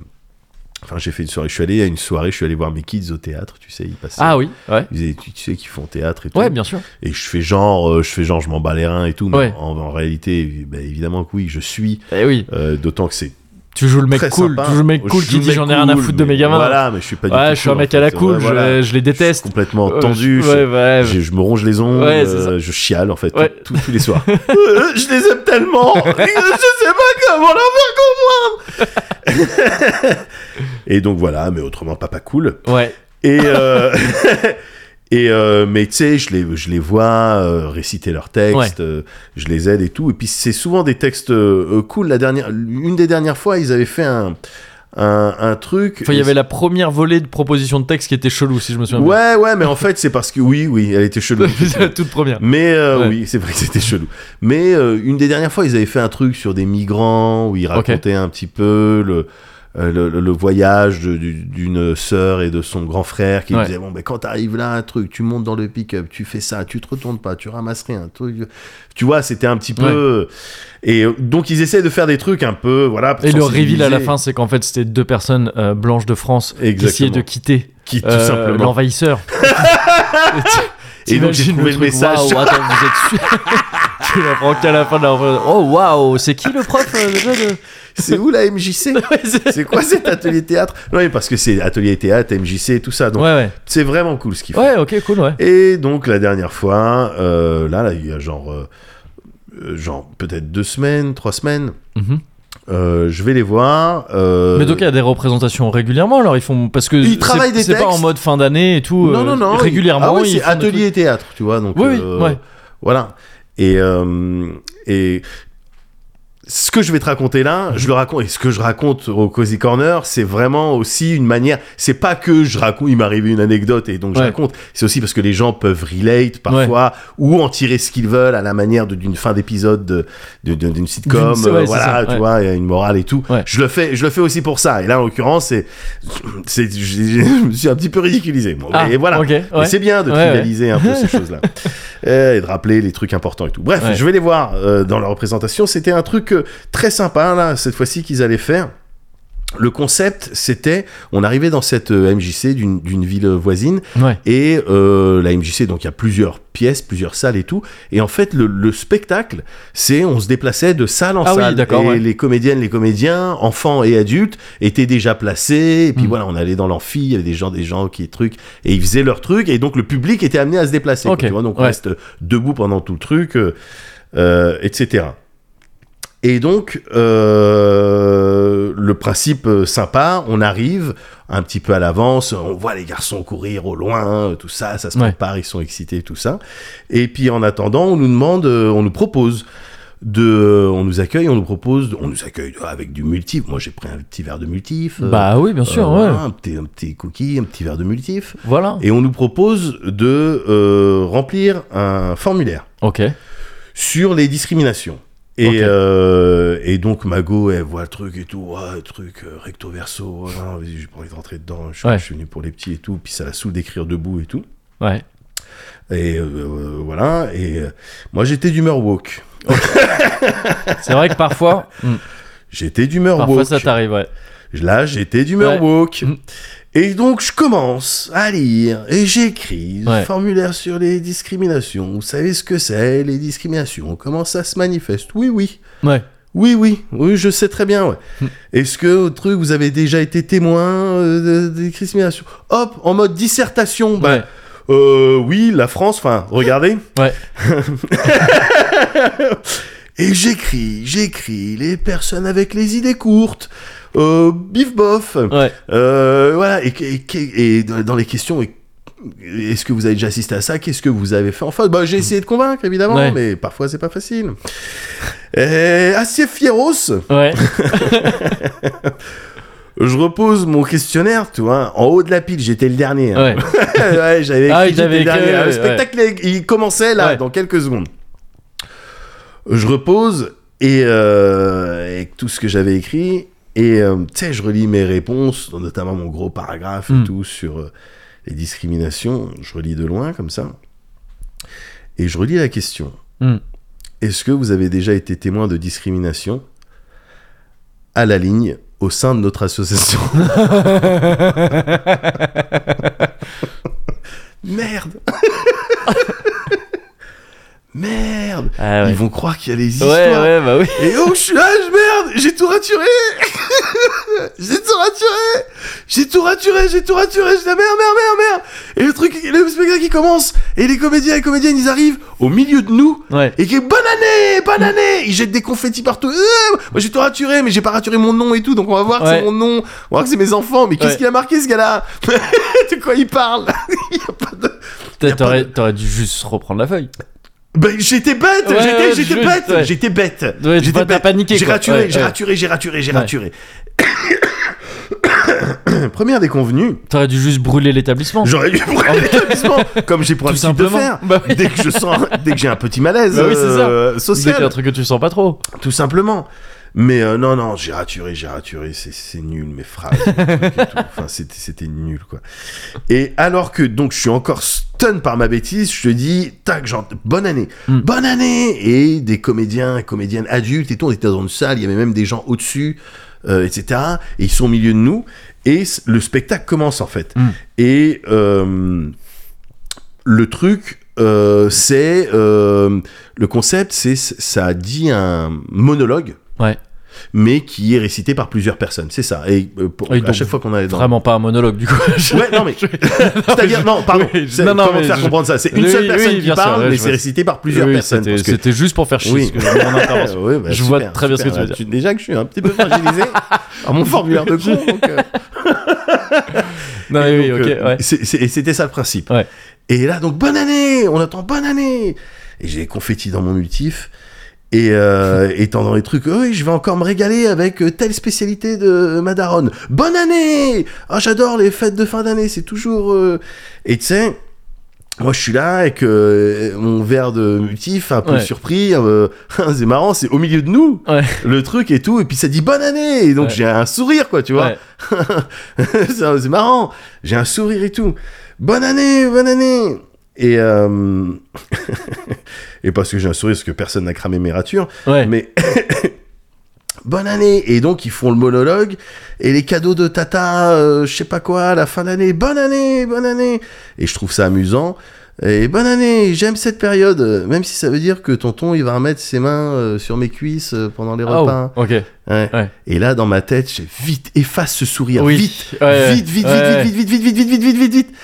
S2: Enfin, j'ai fait une soirée. Je suis allé à une soirée. Je suis allé voir mes kids au théâtre. Tu sais, ils passaient.
S1: Ah oui, ouais.
S2: Ils faisaient- tu, tu sais qu'ils font théâtre et tout.
S1: Ouais, bien sûr.
S2: Et je fais genre, euh, je fais genre, je m'en bats les reins et tout. Mais
S1: Ouais.
S2: en, en réalité, bah, évidemment que oui, je suis.
S1: Eh oui,
S2: euh, D'autant que c'est
S1: tu joues le mec
S2: très
S1: cool,
S2: sympa.
S1: tu joues le mec
S2: Je
S1: cool
S2: joue
S1: qui
S2: le
S1: dit
S2: mec
S1: j'en ai rien à
S2: cool,
S1: foutre de
S2: mais
S1: mes gamins.
S2: Voilà, mais je suis pas du
S1: ouais,
S2: tout
S1: je suis un
S2: cool,
S1: mec
S2: en
S1: à la
S2: fait.
S1: cool,
S2: Ouais,
S1: je,
S2: voilà.
S1: je les
S2: Je suis
S1: déteste.
S2: complètement
S1: Euh,
S2: tendu. je-
S1: ouais, ouais.
S2: je, je me ronge les ongles,
S1: Ouais, c'est
S2: euh, je chiale en fait
S1: Ouais.
S2: tout- tous les soirs. Euh, je les aime tellement, je sais pas comment leur faire comprendre. et donc voilà, mais autrement papa cool.
S1: Ouais.
S2: Et euh, et euh, mais tu sais, je les je les vois euh, réciter leurs textes, euh, je les aide et tout. Et puis c'est souvent des textes euh, euh, cool. La dernière, une des dernières fois, ils avaient fait un un, un truc.
S1: Enfin, il y avait la première volée de propositions de texte qui était chelou, si je me souviens
S2: Ouais, ouais, mais en fait, c'est parce que oui, oui, elle était chelou.
S1: bien. la toute première.
S2: Mais euh,
S1: Ouais.
S2: oui, c'est vrai que c'était chelou. Mais euh, une des dernières fois, ils avaient fait un truc sur des migrants où ils racontaient un petit peu le. euh, Le, le- le voyage de- du- d'une sœur et de son grand frère qui
S1: Ouais.
S2: disait bon ben quand t'arrives là un truc tu montes dans le pick-up tu fais ça tu te retournes pas tu ramasses rien tu, tu vois c'était un petit peu et euh, donc ils essaient de faire des trucs un peu voilà pour
S1: Et le
S2: sensibiliser.
S1: reveal à la fin, c'est qu'en fait, c'était deux personnes euh, blanches de France qui
S2: Exactement.
S1: essayaient de quitter
S2: qui tout
S1: euh,
S2: simplement
S1: l'envahisseur.
S2: et donc j'ai
S1: T'imagines
S2: trouvé le,
S1: truc,
S2: message
S1: Waouh, attends, vous êtes sûr Tu l'apprends qu'à la fin de la rencontre. Oh waouh, c'est qui le prof euh, déjà de...
S2: c'est où la MJC
S1: Ouais, c'est-
S2: c'est quoi cet atelier théâtre non mais parce que c'est atelier théâtre MJC et tout ça donc
S1: Ouais, ouais.
S2: C'est vraiment cool ce qu'il fait.
S1: Ouais, ok, cool, ouais.
S2: Et donc la dernière fois, euh, là, là, il y a genre, euh, euh, genre peut-être deux semaines, trois semaines,
S1: Mhm.
S2: euh, je vais les voir. euh,
S1: Mais donc il y a des représentations régulièrement alors ils font parce que
S2: Ils
S1: c'est-
S2: travaillent des
S1: c'est pas
S2: textes.
S1: en mode fin d'année et tout
S2: Non,
S1: euh,
S2: non, non. il-
S1: régulièrement
S2: Ah ouais,
S1: ils
S2: c'est
S1: font des
S2: atelier théâtre, tu vois. Donc,
S1: Oui, oui,
S2: euh,
S1: ouais.
S2: Voilà. Et, euh, et ce que je vais te raconter là, je le raconte, et ce que je raconte au Cozy Corner, c'est vraiment aussi une manière. C'est pas que je raconte, il m'est arrivé une anecdote et donc je
S1: Ouais.
S2: raconte. C'est aussi parce que les gens peuvent relate parfois ou en tirer ce qu'ils veulent à la manière de- d'une fin d'épisode de- de- de- d'une sitcom.
S1: D'une- ouais,
S2: euh,
S1: c'est
S2: voilà,
S1: ça,
S2: tu
S1: ouais.
S2: vois, il y a une morale et tout.
S1: Ouais.
S2: Je le fais, je le fais aussi pour ça. Et là, en l'occurrence, c'est, c'est, je, je me suis un petit peu ridiculisé. Moi.
S1: Ah,
S2: et voilà.
S1: ok,
S2: Mais
S1: ouais.
S2: c'est bien de
S1: Ouais, ouais.
S2: trivialiser un peu ces choses-là. Euh, et de rappeler les trucs importants et tout. Bref,
S1: Ouais.
S2: je vais les voir euh, dans leur représentation. C'était un truc euh, très sympa, là, cette fois-ci, qu'ils allaient faire. Le concept, c'était, on arrivait dans cette euh, MJC d'une d'une ville voisine,
S1: trucs. Ouais.
S2: et euh, la MJC, donc il y a plusieurs pièces, plusieurs salles et tout. Et en fait, le, le spectacle, c'est on se déplaçait de salle en
S1: Ah oui,
S2: salle.
S1: d'accord,
S2: et
S1: ouais.
S2: les comédiennes, les comédiens, enfants et adultes, étaient déjà placés. Et puis
S1: Mm.
S2: voilà, on allait dans l'amphi, il y avait des gens, des gens qui trucs, et ils faisaient leur truc. Et donc le public était amené à se déplacer. quoi,
S1: Ok,
S2: tu vois, donc on
S1: ouais.
S2: reste debout pendant tout le truc, euh, euh, etc. Et donc, euh, le principe euh, sympa, on arrive un petit peu à l'avance, on voit les garçons courir au loin, euh, tout ça, ça se
S1: Ouais.
S2: prépare, ils sont excités, tout ça. Et puis en attendant, on nous demande, euh, on nous propose de, on nous accueille, on nous propose, on nous accueille avec du multif. Moi, j'ai pris un petit verre de multif. euh,
S1: bah oui, bien
S2: euh,
S1: sûr,
S2: voilà,
S1: ouais.
S2: un, petit, un petit cookie, un petit verre de multif.
S1: Voilà.
S2: Et on nous propose de euh, remplir un formulaire
S1: OK.
S2: sur les discriminations. Et,
S1: Ok.
S2: euh, et donc Mago, elle voit le truc et tout, ouais, le truc euh, recto verso, ouais, non, vas-y, j'ai pas envie de rentrer dedans, je, suis-
S1: Ouais.
S2: je suis venu pour les petits et tout, puis ça la saoule d'écrire debout et tout.
S1: Ouais.
S2: Et euh, voilà, et euh, moi j'étais d'humeur woke.
S1: C'est vrai que parfois hmm,
S2: J'étais d'humeur
S1: parfois
S2: woke.
S1: ça t'arrive, ouais.
S2: Là, j'étais d'humeur
S1: Ouais.
S2: woke.
S1: Mm.
S2: Et donc, je commence à lire et j'écris le
S1: Ouais.
S2: formulaire sur les discriminations. Vous savez ce que c'est, les discriminations Comment ça se manifeste Oui, oui.
S1: Ouais.
S2: Oui, oui, oui, je sais très bien. ouais.
S1: Mm.
S2: Est-ce que, au truc, vous avez déjà été témoin euh, de- des discriminations Hop, en mode dissertation. Bah,
S1: Ouais.
S2: euh, oui, la France, enfin, regardez.
S1: Ouais.
S2: Et j'écris, j'écris, les personnes avec les idées courtes, euh, bif bof,
S1: Ouais.
S2: euh, voilà, et, et- et- et dans dans les questions, et- est-ce que vous avez déjà assisté à ça Qu'est-ce que vous avez fait en face bah, J'ai essayé de convaincre, évidemment,
S1: Ouais.
S2: mais parfois c'est pas facile. Et assez fieros,
S1: Ouais.
S2: je repose mon questionnaire, tu vois, en haut de la pile, j'étais le dernier.
S1: Ouais.
S2: hein. ouais, j'avais
S1: Ah,
S2: écrit,
S1: il avait
S2: j'étais
S1: écrit,
S2: dernier.
S1: ouais,
S2: Le
S1: ouais.
S2: spectacle, il commençait là,
S1: Ouais.
S2: dans quelques secondes. Je repose et euh, avec tout ce que j'avais écrit. Et euh, tu sais, je relis mes réponses, notamment mon gros paragraphe
S1: Mm.
S2: et tout sur euh, les discriminations. Je relis de loin comme ça. Et je relis la question.
S1: Mm.
S2: Est-ce que vous avez déjà été témoin de discrimination à la ligne au sein de notre association Merde Merde
S1: Ah ouais.
S2: Ils vont croire qu'il y a des
S1: Ouais,
S2: histoires.
S1: ouais, bah oui.
S2: Et oh, je suis là, je merde J'ai tout raturé J'ai tout raturé J'ai tout raturé, j'ai tout raturé, j'ai la merde, merde, merde, merde Et le truc, le spectacle qui commence, et les comédiens et commédiennes, ils arrivent au milieu de nous,
S1: Ouais.
S2: et qui est bonne année, bonne année Ils jettent des confettis partout. Euh, moi j'ai tout raturé, mais j'ai pas raturé mon nom et tout, donc on va voir que
S1: Ouais.
S2: c'est mon nom, on va voir que c'est mes enfants, mais qu'est-ce
S1: Ouais.
S2: qu'il a marqué ce gars-là De quoi il parle Il y a pas de...
S1: T'as-
S2: Y a pas
S1: T'aurais t'aurais dû juste reprendre la feuille.
S2: Ben, j'étais bête,
S1: Ouais,
S2: j'étais,
S1: ouais,
S2: j'étais
S1: juste,
S2: bête,
S1: ouais.
S2: j'étais bête,
S1: Ouais,
S2: j'étais
S1: t'as pas paniqué,
S2: J'ai
S1: quoi.
S2: raturé,
S1: Ouais,
S2: j'ai
S1: ouais.
S2: raturé, j'ai raturé, j'ai
S1: Ouais.
S2: raturé. Première déconvenue,
S1: T'aurais dû juste brûler l'établissement.
S2: j'aurais dû prendre l'établissement comme j'ai pour
S1: Oh. Tout
S2: habitude de
S1: simplement.
S2: faire.
S1: Bah oui.
S2: Dès que je sens, dès que j'ai un petit malaise
S1: Bah oui, c'est ça.
S2: euh,
S1: Dès qu'il y a
S2: social,
S1: un truc que tu sens pas trop.
S2: tout simplement. Mais euh, non, non, j'ai raturé, j'ai raturé, c'est, c'est nul mes phrases. mes trucs et tout. Enfin, c'était, c'était nul quoi. Et alors que donc je suis encore stun par ma bêtise, je te dis, tac, genre, bonne année,
S1: Mm.
S2: bonne année Et des comédiens, comédiennes adultes et tout, on était dans une salle, il y avait même des gens au-dessus, euh, etc. Et ils sont au milieu de nous, et c- le spectacle commence en fait.
S1: Mm.
S2: Et euh, le truc, euh, c'est. euh, le concept, c'est ça dit un monologue.
S1: Ouais.
S2: Mais qui est récité par plusieurs personnes, c'est ça. Et euh, pour-
S1: Et
S2: à
S1: donc,
S2: chaque fois qu'on a dans,
S1: Vraiment pas un monologue, du coup. Je-
S2: Ouais, non, mais. C'est-à-dire, non, pardon.
S1: Oui,
S2: c'est-
S1: non, non,
S2: comment
S1: mais
S2: te faire
S1: je-
S2: comprendre ça C'est une
S1: Oui,
S2: seule
S1: oui,
S2: personne
S1: oui,
S2: qui
S1: bien sûr,
S2: parle,
S1: ouais,
S2: mais
S1: je
S2: c'est
S1: vois.
S2: récité par plusieurs
S1: Oui,
S2: personnes.
S1: C'était
S2: parce que-
S1: c'était juste pour faire chier.
S2: Oui.
S1: parce que dans mon intervention.
S2: Ouais, bah,
S1: Je
S2: super,
S1: vois très bien ce que
S2: super.
S1: tu veux
S2: Tu- Déjà que je suis un petit peu fragilisé à mon formulaire de con. donc, euh,
S1: Non,
S2: et
S1: oui,
S2: donc,
S1: ok,
S2: euh,
S1: ouais.
S2: c'est- c'est- et c'était ça le principe.
S1: Ouais.
S2: Et là, donc, bonne année On attend bonne année Et j'ai des confettis dans mon multif. Et, euh, étant dans les trucs, Oh oui, je vais encore me régaler avec euh, telle spécialité de Madaron. Bonne année Ah, j'adore les fêtes de fin d'année, c'est toujours. euh, Et tu sais, moi je suis là avec euh, mon verre de multif, un peu
S1: Ouais.
S2: surpris. euh, c'est marrant, c'est au milieu de nous
S1: Ouais.
S2: le truc et tout. Et puis ça dit bonne année Et donc
S1: Ouais.
S2: j'ai un sourire, quoi, tu vois.
S1: Ouais.
S2: Ça, c'est marrant. J'ai un sourire et tout. Bonne année, bonne année. Et euh, et parce que j'ai un sourire, parce que personne n'a cramé mes ratures.
S1: Ouais.
S2: Mais bonne année. Et donc ils font le monologue et les cadeaux de Tata, euh, je sais pas quoi, à la fin d'année. Bonne année, bonne année. Et je trouve ça amusant. Et bonne année, j'aime cette période, euh, même si ça veut dire que tonton il va remettre ses mains euh, sur mes cuisses euh, pendant les
S1: Oh,
S2: repas.
S1: ok.
S2: Ouais.
S1: Ouais.
S2: Et là, dans ma tête, j'ai vite efface ce sourire,
S1: Oui.
S2: vite,
S1: Ouais,
S2: vite, vite,
S1: ouais, ouais.
S2: vite, vite, vite, vite, vite, vite, vite, vite, vite, vite.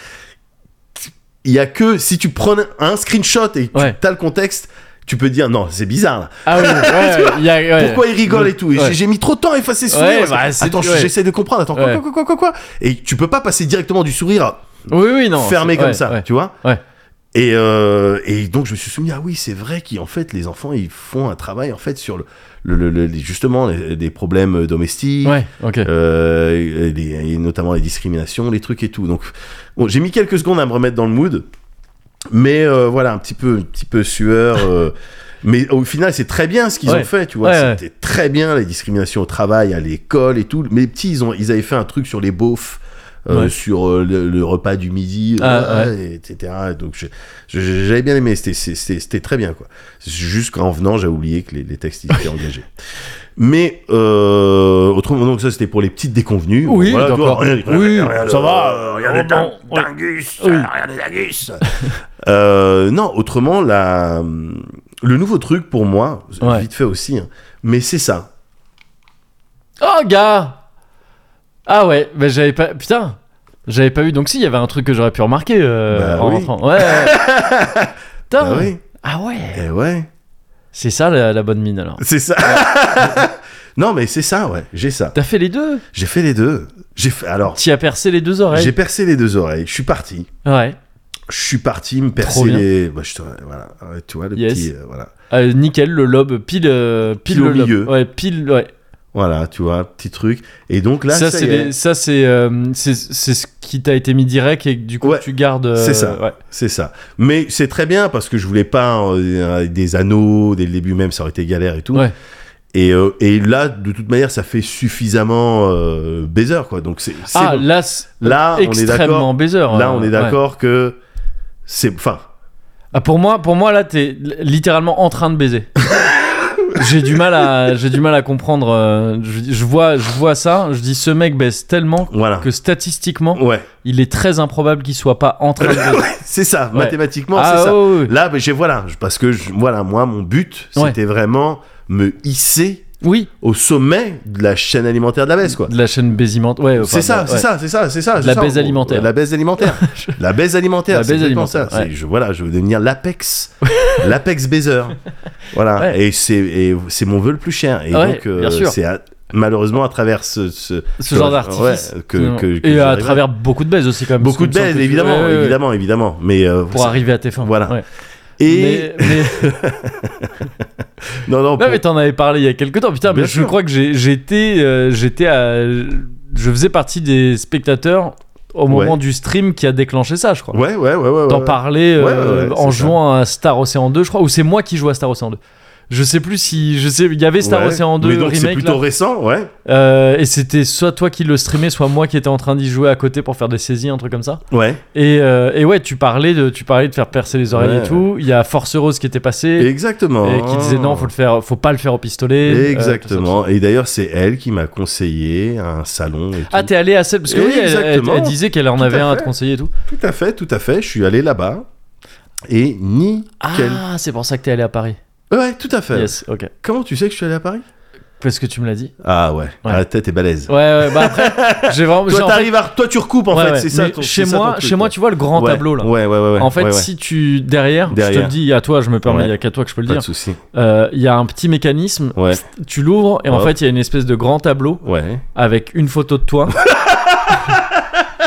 S2: Il y a que si tu prends un screenshot et que
S1: Ouais.
S2: tu as le contexte, tu peux dire non, c'est bizarre. Là.
S1: Ah oui, ouais, ouais, il y a- ouais.
S2: Pourquoi il rigole et tout Et
S1: Ouais.
S2: j'ai- J'ai mis trop de temps à effacer ce
S1: Ouais,
S2: sourire. parce
S1: bah,
S2: que-
S1: c'est-
S2: Attends,
S1: ouais.
S2: j'essaie de comprendre. Attends, quoi,
S1: Ouais.
S2: quoi, quoi, quoi, quoi, quoi Et tu peux pas passer directement du sourire à
S1: Oui, oui, non.
S2: fermé
S1: c'est-
S2: comme
S1: ouais,
S2: ça,
S1: ouais.
S2: tu vois
S1: Ouais.
S2: Et, euh, et donc je me suis souvenu, ah oui, c'est vrai qu'en fait les enfants ils font un travail en fait sur le, le- le- le- les- justement les- des problèmes domestiques,
S1: Ouais, ok.
S2: euh, et, les- et notamment les discriminations, les trucs et tout. Donc bon, j'ai mis quelques secondes à me remettre dans le mood, mais euh, voilà un petit peu, un petit peu sueur. euh, mais au final c'est très bien ce qu'ils
S1: Ouais.
S2: ont fait, tu vois.
S1: Ouais, ouais.
S2: C'était très bien les discriminations au travail, à l'école et tout. Mes petits ils ont, ils avaient fait un truc sur les beaufs. euh,
S1: Ouais.
S2: sur euh, le, le repas du midi, euh,
S1: Ah,
S2: etc. Donc je- je- je- j'avais bien aimé, c'était- c'est- c'était c'était très bien quoi. C'est Juste qu'en venant, j'ai oublié que les, les textes ils étaient engagés. Mais euh, autrement, donc ça c'était pour les petites déconvenues.
S1: Oui,
S2: Voilà, tu vois,
S1: d'accord.
S2: rien- rien-
S1: Oui,
S2: rien de-
S1: ça va,
S2: euh, Rien de
S1: on-
S2: ding-
S1: on-
S2: dingus,
S1: oui.
S2: euh, rien de dingus. Euh, non, autrement, la, le nouveau truc pour moi,
S1: Ouais.
S2: vite fait aussi, hein, mais c'est ça.
S1: Oh, gars Ah ouais, bah j'avais pas. Putain J'avais pas eu. Donc, si, il y avait un truc que j'aurais pu remarquer euh,
S2: Bah
S1: en
S2: oui.
S1: rentrant. Ouais, Ouais. Putain
S2: Bah oui,
S1: Ah ouais
S2: eh ouais.
S1: C'est ça la, la bonne mine alors.
S2: C'est ça. non, mais c'est ça, ouais. J'ai ça.
S1: T'as fait les deux
S2: J'ai fait les deux. J'ai fait. Alors,
S1: T'y as percé les deux oreilles
S2: j'ai percé les deux oreilles. Je suis parti.
S1: Ouais.
S2: Je suis parti me
S1: Trop
S2: percer
S1: bien.
S2: les. Bah, je te- Voilà. Ouais, Tu vois le
S1: Yes.
S2: petit. euh, voilà.
S1: Euh, nickel, le lobe, pile, euh, pile,
S2: Pile au
S1: le lobe.
S2: milieu.
S1: Ouais, pile, ouais.
S2: Voilà, tu vois, petit truc. Et donc là,
S1: ça,
S2: ça,
S1: c'est
S2: y est.
S1: des- ça, c'est euh, c'est c'est ce qui t'a été mis direct et que du coup
S2: Ouais,
S1: tu gardes. euh,
S2: c'est ça.
S1: ouais.
S2: C'est ça. Mais c'est très bien parce que je voulais pas euh, des anneaux dès le début même, ça aurait été galère et tout.
S1: Ouais.
S2: Et, euh, et là, de toute manière, ça fait suffisamment euh, baiser, quoi. Donc c'est c'est
S1: Ah,
S2: bon.
S1: là, c'est
S2: là, on est d'accord.
S1: extrêmement baiser.
S2: Là, on
S1: euh,
S2: est
S1: ouais.
S2: d'accord que c'est. Enfin,
S1: Ah, pour moi, pour moi, là, t'es l- littéralement en train de baiser. j'ai du mal à, j'ai du mal à comprendre. euh, je, je vois, je vois ça. Je dis, ce mec baisse tellement
S2: voilà.
S1: que statistiquement,
S2: Ouais,
S1: il est très improbable qu'il soit pas en train de baiser.
S2: c'est ça.
S1: Ouais.
S2: Mathématiquement,
S1: ah
S2: c'est ça.
S1: ouais, ouais, ouais.
S2: Là, ben, j'ai voilà, je- parce que je- voilà, moi, mon but,
S1: Ouais.
S2: c'était vraiment me hisser
S1: oui,
S2: au sommet de la chaîne alimentaire de la baisse, quoi.
S1: de la chaîne baisimante. Ouais, enfin, bah,
S2: c'est ça,
S1: ouais.
S2: c'est ça, c'est ça, c'est ça. c'est
S1: la
S2: ça,
S1: baisse
S2: en gros.
S1: alimentaire.
S2: La baisse alimentaire. la baisse alimentaire.
S1: La
S2: c'est
S1: baisse
S2: exactement
S1: alimentaire,
S2: Ça. C'est-
S1: ouais.
S2: Je, voilà, je veux devenir l'apex, l'apex baiser. Voilà.
S1: Ouais.
S2: Et c'est et c'est mon vœu le plus cher. Et
S1: Ouais,
S2: donc, euh,
S1: bien sûr.
S2: c'est à- malreusement à travers ce, ce,
S1: Ce genre d'artifice.
S2: ouais, que, que- que
S1: et à
S2: j'arrive
S1: travers beaucoup de baises aussi, quand même.
S2: beaucoup de
S1: parce qu'il
S2: baises,
S1: me semble que tu-
S2: évidemment,
S1: ouais, ouais, ouais.
S2: évidemment, évidemment. Mais euh,
S1: Pour
S2: ça-
S1: arriver à tes fins.
S2: Voilà.
S1: Ouais.
S2: et
S1: Mais- mais-
S2: non, non,
S1: Non
S2: pour-
S1: mais t'en avais parlé il y a quelques temps, putain,
S2: Bien
S1: mais je
S2: sûr.
S1: crois que j'ai- j'étais euh, j'étais à je faisais partie des spectateurs au moment
S2: Ouais.
S1: du stream qui a déclenché ça, je crois.
S2: ouais, ouais, ouais, ouais, ouais.
S1: T'en
S2: ouais.
S1: parlais euh,
S2: Ouais, ouais, ouais,
S1: en
S2: c'est
S1: jouant à Star Ocean 2, je crois ou c'est moi qui joue à Star Ocean 2. Je sais plus si je sais il y avait Star
S2: Ouais.
S1: Ocean 2
S2: Mais donc c'est
S1: remake
S2: plutôt
S1: là.
S2: récent, ouais.
S1: Euh, et c'était soit toi qui le streamais soit moi qui étais en train d'y jouer à côté pour faire des saisies un truc comme ça.
S2: Ouais.
S1: Et, euh, et ouais, tu parlais de tu parlais de faire percer les oreilles
S2: Ouais.
S1: et tout, il y a Force Rose qui était passé
S2: Exactement.
S1: et qui disait non, faut le faire faut pas le faire au pistolet. euh, tout ça, tout ça.
S2: Oh. Exactement. et d'ailleurs, c'est elle qui m'a conseillé un salon. Et tout.
S1: Ah, t'es allé à celle parce que
S2: Oui,
S1: oui, elle- elle,
S2: exactement.
S1: elle disait qu'elle en
S2: Tout à
S1: avait un à
S2: fait.
S1: te conseiller et tout.
S2: tout à fait, tout à fait. Je suis allé là-bas et nickel.
S1: Ah, c'est pour ça que t'es allé à Paris.
S2: Ouais, tout à fait.
S1: Yes, ok.
S2: Comment tu sais que je suis allé à Paris
S1: Parce que tu me l'as dit.
S2: Ah ouais.
S1: Ouais.
S2: Ah, la tête est balèze.
S1: Ouais, ouais. Bah après, j'ai vraiment. j'ai-
S2: Toi,
S1: en fait-
S2: t'arrives à... Toi, tu recoupes en
S1: ouais,
S2: fait.
S1: ouais,
S2: C'est ça.
S1: mais
S2: ton-
S1: Chez
S2: c'est ça
S1: moi,
S2: ton truc,
S1: chez moi,
S2: ouais.
S1: tu vois le grand
S2: Ouais,
S1: tableau là.
S2: Ouais, ouais, ouais. ouais,
S1: en fait,
S2: ouais, ouais.
S1: si tu derrière, je te
S2: Derrière.
S1: le dis à toi, je me permets, il
S2: Ouais.
S1: y a qu'à toi que je peux le
S2: Pas de
S1: dire.
S2: souci.
S1: Euh, Il y a un petit mécanisme.
S2: Ouais.
S1: Tu l'ouvres et en
S2: Hop.
S1: fait, il y a une espèce de grand tableau
S2: Ouais.
S1: avec une photo de toi.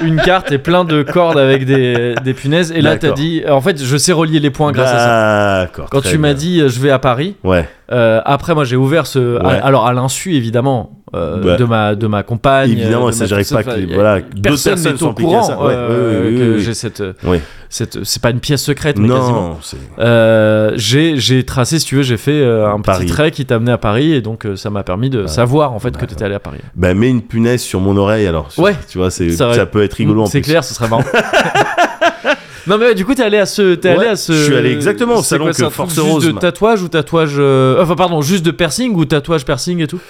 S1: Une carte et plein de cordes avec des, des punaises. Et là, t'as
S2: D'accord.
S1: dit. En fait, je sais relier les points grâce à ça.
S2: D'accord.
S1: Quand
S2: très
S1: tu m'as
S2: bien.
S1: dit euh, je vais à Paris,
S2: Ouais.
S1: euh, après moi j'ai ouvert ce.
S2: Ouais.
S1: à- alors à l'insu évidemment euh,
S2: Bah.
S1: de ma de ma compagne.
S2: Évidemment,
S1: euh, de
S2: ça,
S1: ma-
S2: j'arrive pas
S1: enfin,
S2: que-
S1: y a-
S2: voilà, d'autres
S1: personne
S2: personnes
S1: n'est
S2: sont
S1: au
S2: impliquées à ça.
S1: courant
S2: Ouais,
S1: euh,
S2: ouais, ouais,
S1: que
S2: ouais, ouais.
S1: j'ai cette
S2: Oui.
S1: cette c'est pas une pièce secrète mais quasiment.
S2: Non. c'est-
S1: Euh, j'ai j'ai tracé si tu veux j'ai fait euh, un
S2: Paris.
S1: petit trait qui t'a amené à Paris et donc euh, ça m'a permis de savoir en fait que t'étais allé à Paris.
S2: Bah, mets une punaise sur mon oreille alors.
S1: Ouais.
S2: Tu vois, c'est
S1: Ça va-
S2: ça peut être rigolo en plus.
S1: C'est clair, ce serait marrant. Non mais ouais, du coup t'es allé à ce t'es allé
S2: Ouais,
S1: à ce
S2: je suis allé exactement au
S1: c'est
S2: salon
S1: quoi,
S2: que
S1: c'est un truc
S2: Force
S1: juste
S2: Rose
S1: de
S2: m'a-
S1: tatouage ou tatouage euh, enfin pardon juste de piercing ou tatouage piercing et tout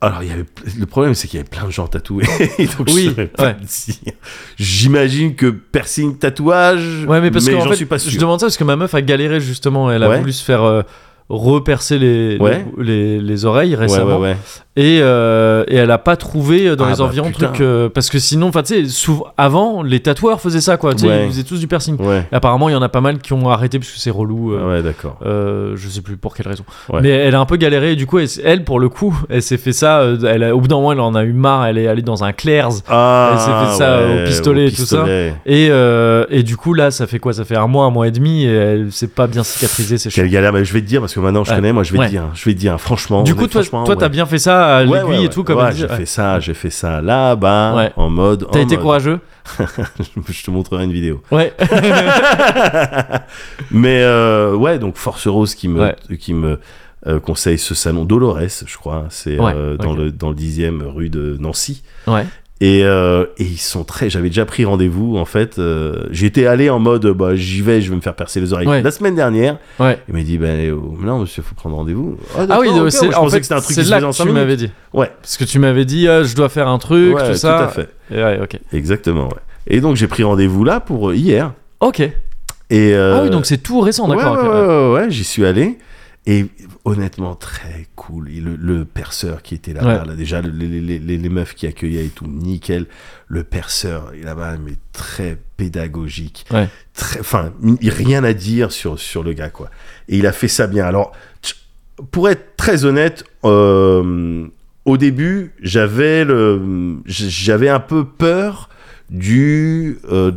S2: Alors, il y avait... le problème, c'est qu'il y avait plein de gens tatoués. Et donc, je
S1: Oui,
S2: saurais pas
S1: ouais.
S2: te dire. J'imagine que piercing, tatouage.
S1: Ouais, mais parce que
S2: Euh, j'en
S1: fait,
S2: suis pas
S1: je
S2: sûr.
S1: demande ça parce que ma meuf a galéré justement. Elle a
S2: Ouais.
S1: voulu se faire euh, repercer les,
S2: Ouais.
S1: les, les- les oreilles
S2: Ouais,
S1: récemment.
S2: ouais, ouais.
S1: Et, euh, et elle a pas trouvé euh, dans
S2: Ah
S1: les
S2: bah,
S1: environs
S2: putain.
S1: truc. euh, parce que sinon, enfin, tu sais, souvent- avant, les tatoueurs faisaient ça quoi. Tu sais,
S2: Ouais.
S1: ils faisaient tous du piercing.
S2: Ouais,
S1: Et apparemment, il y en a pas mal qui ont arrêté parce que c'est relou. euh,
S2: ouais, d'accord.
S1: euh, je sais plus pour quelle raison.
S2: Ouais.
S1: Mais elle a un peu galéré. Et du coup, elle, elle, pour le coup, elle s'est fait ça. euh, Elle a- au bout d'un moment, elle en a eu marre. Elle est allée dans un Claire's.
S2: Ah,
S1: Elle s'est fait ça au pistolet et tout ça.
S2: tout ça.
S1: Et, euh, et du coup, là, ça fait quoi Ça fait un mois, un mois et demi, et elle s'est pas bien cicatrisée, c'est chaud.
S2: Quelle galère, mais je vais te dire, parce que maintenant je
S1: Ouais.
S2: connais, moi je vais
S1: Ouais.
S2: te dire, hein, je vais te dire, hein, franchement.
S1: Du
S2: on
S1: coup,
S2: est-
S1: toi,
S2: franchement,
S1: toi, t'as
S2: ouais.
S1: bien fait ça à
S2: Ouais,
S1: l'aiguille
S2: ouais, ouais.
S1: et tout, comme
S2: Ouais,
S1: elle dit.
S2: j'ai
S1: Ouais.
S2: fait ça, j'ai fait ça là-bas,
S1: Ouais.
S2: en mode.
S1: T'as
S2: en
S1: été
S2: mode.
S1: courageux
S2: Je te montrerai une vidéo.
S1: Ouais.
S2: Mais euh, ouais, donc Force Rose qui me,
S1: Ouais.
S2: qui me euh, conseille ce salon Dolores, je crois. C'est
S1: Ouais,
S2: euh, dans,
S1: ok.
S2: le, dans le 10e rue de Nancy.
S1: ouais.
S2: Et, euh, et ils sont très. J'avais déjà pris rendez-vous en fait. euh, J'étais allé en mode bah, j'y vais, je vais me faire percer les oreilles.
S1: Ouais.
S2: La semaine dernière,
S1: Ouais.
S2: il m'a dit ben non monsieur, faut prendre rendez-vous.
S1: Ah oui,
S2: d'accord, ok,
S1: c'est
S2: moi, je
S1: en
S2: pensais
S1: fait,
S2: que c'était un truc
S1: c'est
S2: qui se
S1: là
S2: faisait en
S1: que
S2: cinq
S1: tu
S2: minutes.
S1: m'avais dit.
S2: Ouais.
S1: Parce que tu m'avais dit, euh, je dois faire un truc,
S2: Ouais,
S1: tout ça.
S2: tout à fait.
S1: Et ouais, ok.
S2: Exactement. ouais. Et donc j'ai pris rendez-vous là pour euh, hier.
S1: Ok.
S2: Et euh,
S1: Ah oui, donc c'est tout récent,
S2: Ouais,
S1: d'accord.
S2: ouais,
S1: ok,
S2: ouais,
S1: ouais.
S2: ouais, ouais, j'y suis allé. Et honnêtement, très cool. Et le, le perceur qui était là-bas,
S1: Ouais.
S2: là, déjà, le- les, les- les- les meufs qui accueillaient et tout, nickel. Le perceur est là-bas, mais très pédagogique.
S1: Ouais.
S2: Très, enfin, n- rien à dire sur, sur le gars, quoi. Et il a fait ça bien. Alors, tch- pour être très honnête, euh, au début, j'avais le, j- j'avais un peu peur du, euh,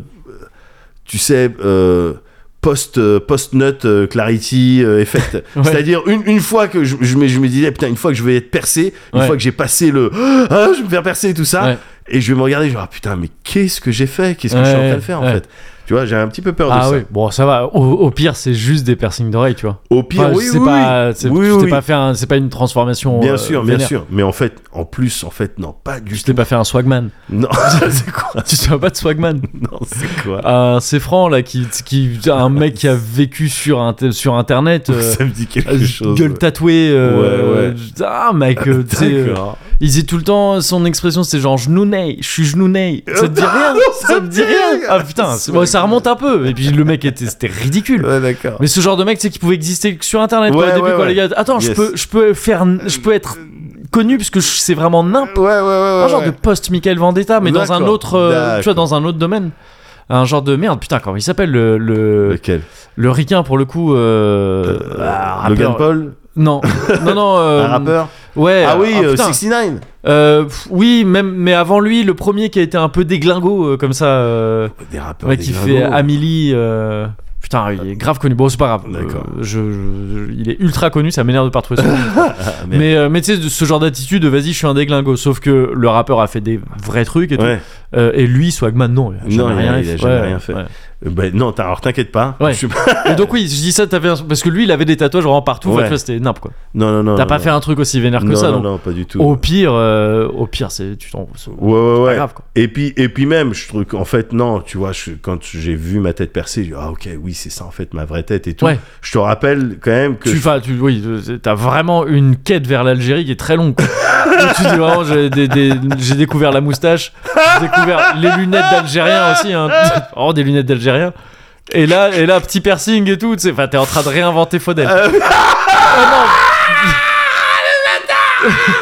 S2: tu sais, euh, post post nut clarity euh, effect.
S1: Ouais.
S2: C'est-à-dire une, une fois que je, je me, je me disais putain une fois que je vais être percé, une
S1: Ouais.
S2: fois que j'ai passé le ah, je vais me faire percer et tout ça
S1: Ouais.
S2: et je vais me regarder je vais dire, ah, putain mais qu'est-ce que j'ai fait Qu'est-ce que je suis en
S1: Ouais,
S2: train de faire en
S1: ouais.
S2: fait Tu vois, j'ai un petit peu peur de
S1: Ah
S2: ça.
S1: oui, bon, ça va. Au, au pire, c'est juste des piercings d'oreilles, tu vois.
S2: Au pire,
S1: Enfin,
S2: oui,
S1: c'est
S2: oui,
S1: pas,
S2: oui.
S1: c'est
S2: Oui,
S1: tu t'es
S2: oui.
S1: pas fait, un- c'est pas une transformation.
S2: Bien
S1: euh,
S2: sûr, bien
S1: vénère.
S2: sûr. Mais en fait, en plus, en fait, non, pas du
S1: Tu t'es
S2: tout.
S1: pas fait un swagman.
S2: Non,
S1: c'est quoi Ah, Tu te fais pas de swagman.
S2: non, c'est quoi
S1: Un c'est franc là qui, qui un mec qui a vécu sur int- sur internet. euh,
S2: Ça me dit quelque
S1: euh,
S2: chose.
S1: gueule tatouée euh,
S2: Ouais, ouais.
S1: ah mec euh, tu sais, euh,
S2: D'accord.
S1: il disait tout le temps son expression c'est genre genouneille je suis genouneille ça te dit rien ça, te dit rien ah putain c'est- bon, ça remonte un peu et puis le mec était c'était ridicule
S2: Ouais, d'accord.
S1: mais ce genre de mec, c'est qui pouvait exister que sur internet quoi,
S2: Ouais,
S1: au début,
S2: ouais,
S1: quoi,
S2: ouais.
S1: les gars. Attends, je
S2: Yes.
S1: peux, je peux faire, je peux être connu parce que je- c'est vraiment n'importe
S2: Ouais, ouais, ouais. ouais,
S1: un genre
S2: ouais.
S1: de post Michael Vendetta, mais dans un
S2: D'accord,
S1: autre, euh, tu vois,
S2: d'accord.
S1: dans un autre domaine, un genre de merde. Putain, comment il s'appelle le le,
S2: Lequel
S1: le ricain pour le coup euh, ah, rappeur.
S2: Logan Paul
S1: Non, non, non. euh,
S2: Un rappeur
S1: Ouais.
S2: Ah oui, euh,
S1: putain.
S2: 69
S1: Euh, pff, oui, même, mais avant lui, le premier qui a été un peu déglingo euh, comme ça. euh,
S2: Des rappeurs.
S1: Ouais,
S2: des
S1: qui
S2: gringos.
S1: fait Amélie. euh, Putain, il est grave connu. Bon, c'est pas grave.
S2: D'accord.
S1: Euh, je- je- je- il est ultra connu, ça m'énerve de pas retrouver son nom.
S2: Ah, merde.
S1: mais euh, mais tu sais, de- ce genre d'attitude de vas-y, je suis un déglingo. Sauf que le rappeur a fait des vrais trucs et
S2: Ouais.
S1: tout. Euh, et lui, Swagman, non. Il a jamais
S2: Non, il a-
S1: rien
S2: il a
S1: fait.
S2: jamais
S1: Ouais,
S2: rien fait.
S1: ouais.
S2: Euh, bah, non, t'as- alors t'inquiète pas.
S1: Ouais.
S2: Je suis pas-
S1: Et donc, oui, je dis ça, t'as fait un- parce que lui, il avait des tatouages vraiment partout.
S2: Ouais.
S1: Enfin, tu vois, C'était n'importe quoi.
S2: Non, non, non.
S1: T'as
S2: non,
S1: pas
S2: non.
S1: fait un truc aussi vénère que
S2: Non,
S1: ça.
S2: non,
S1: donc,
S2: non, pas du tout.
S1: au pire, euh, au pire, c'est tu t'en. c'est
S2: Ouais, ouais,
S1: pas
S2: ouais.
S1: grave, quoi.
S2: Et puis, et puis même, je trouve qu'en fait, non, tu vois, je- quand j'ai vu ma tête percée, j'ai dit, ah ok, oui, c'est ça en fait ma vraie tête et tout.
S1: Ouais.
S2: Je te rappelle quand même que.
S1: tu,
S2: je-
S1: enfin, tu, oui, euh, t'as vraiment une quête vers l'Algérie qui est très longue. quoi. tu dis vraiment, j'ai, des- des- j'ai découvert la moustache, j'ai découvert les lunettes d'Algérien aussi. Hein. Oh, des lunettes d'Algérien. Et là, et là, petit piercing et tout. tu sais. Enfin, t'es en train de réinventer Faudel.
S2: Euh,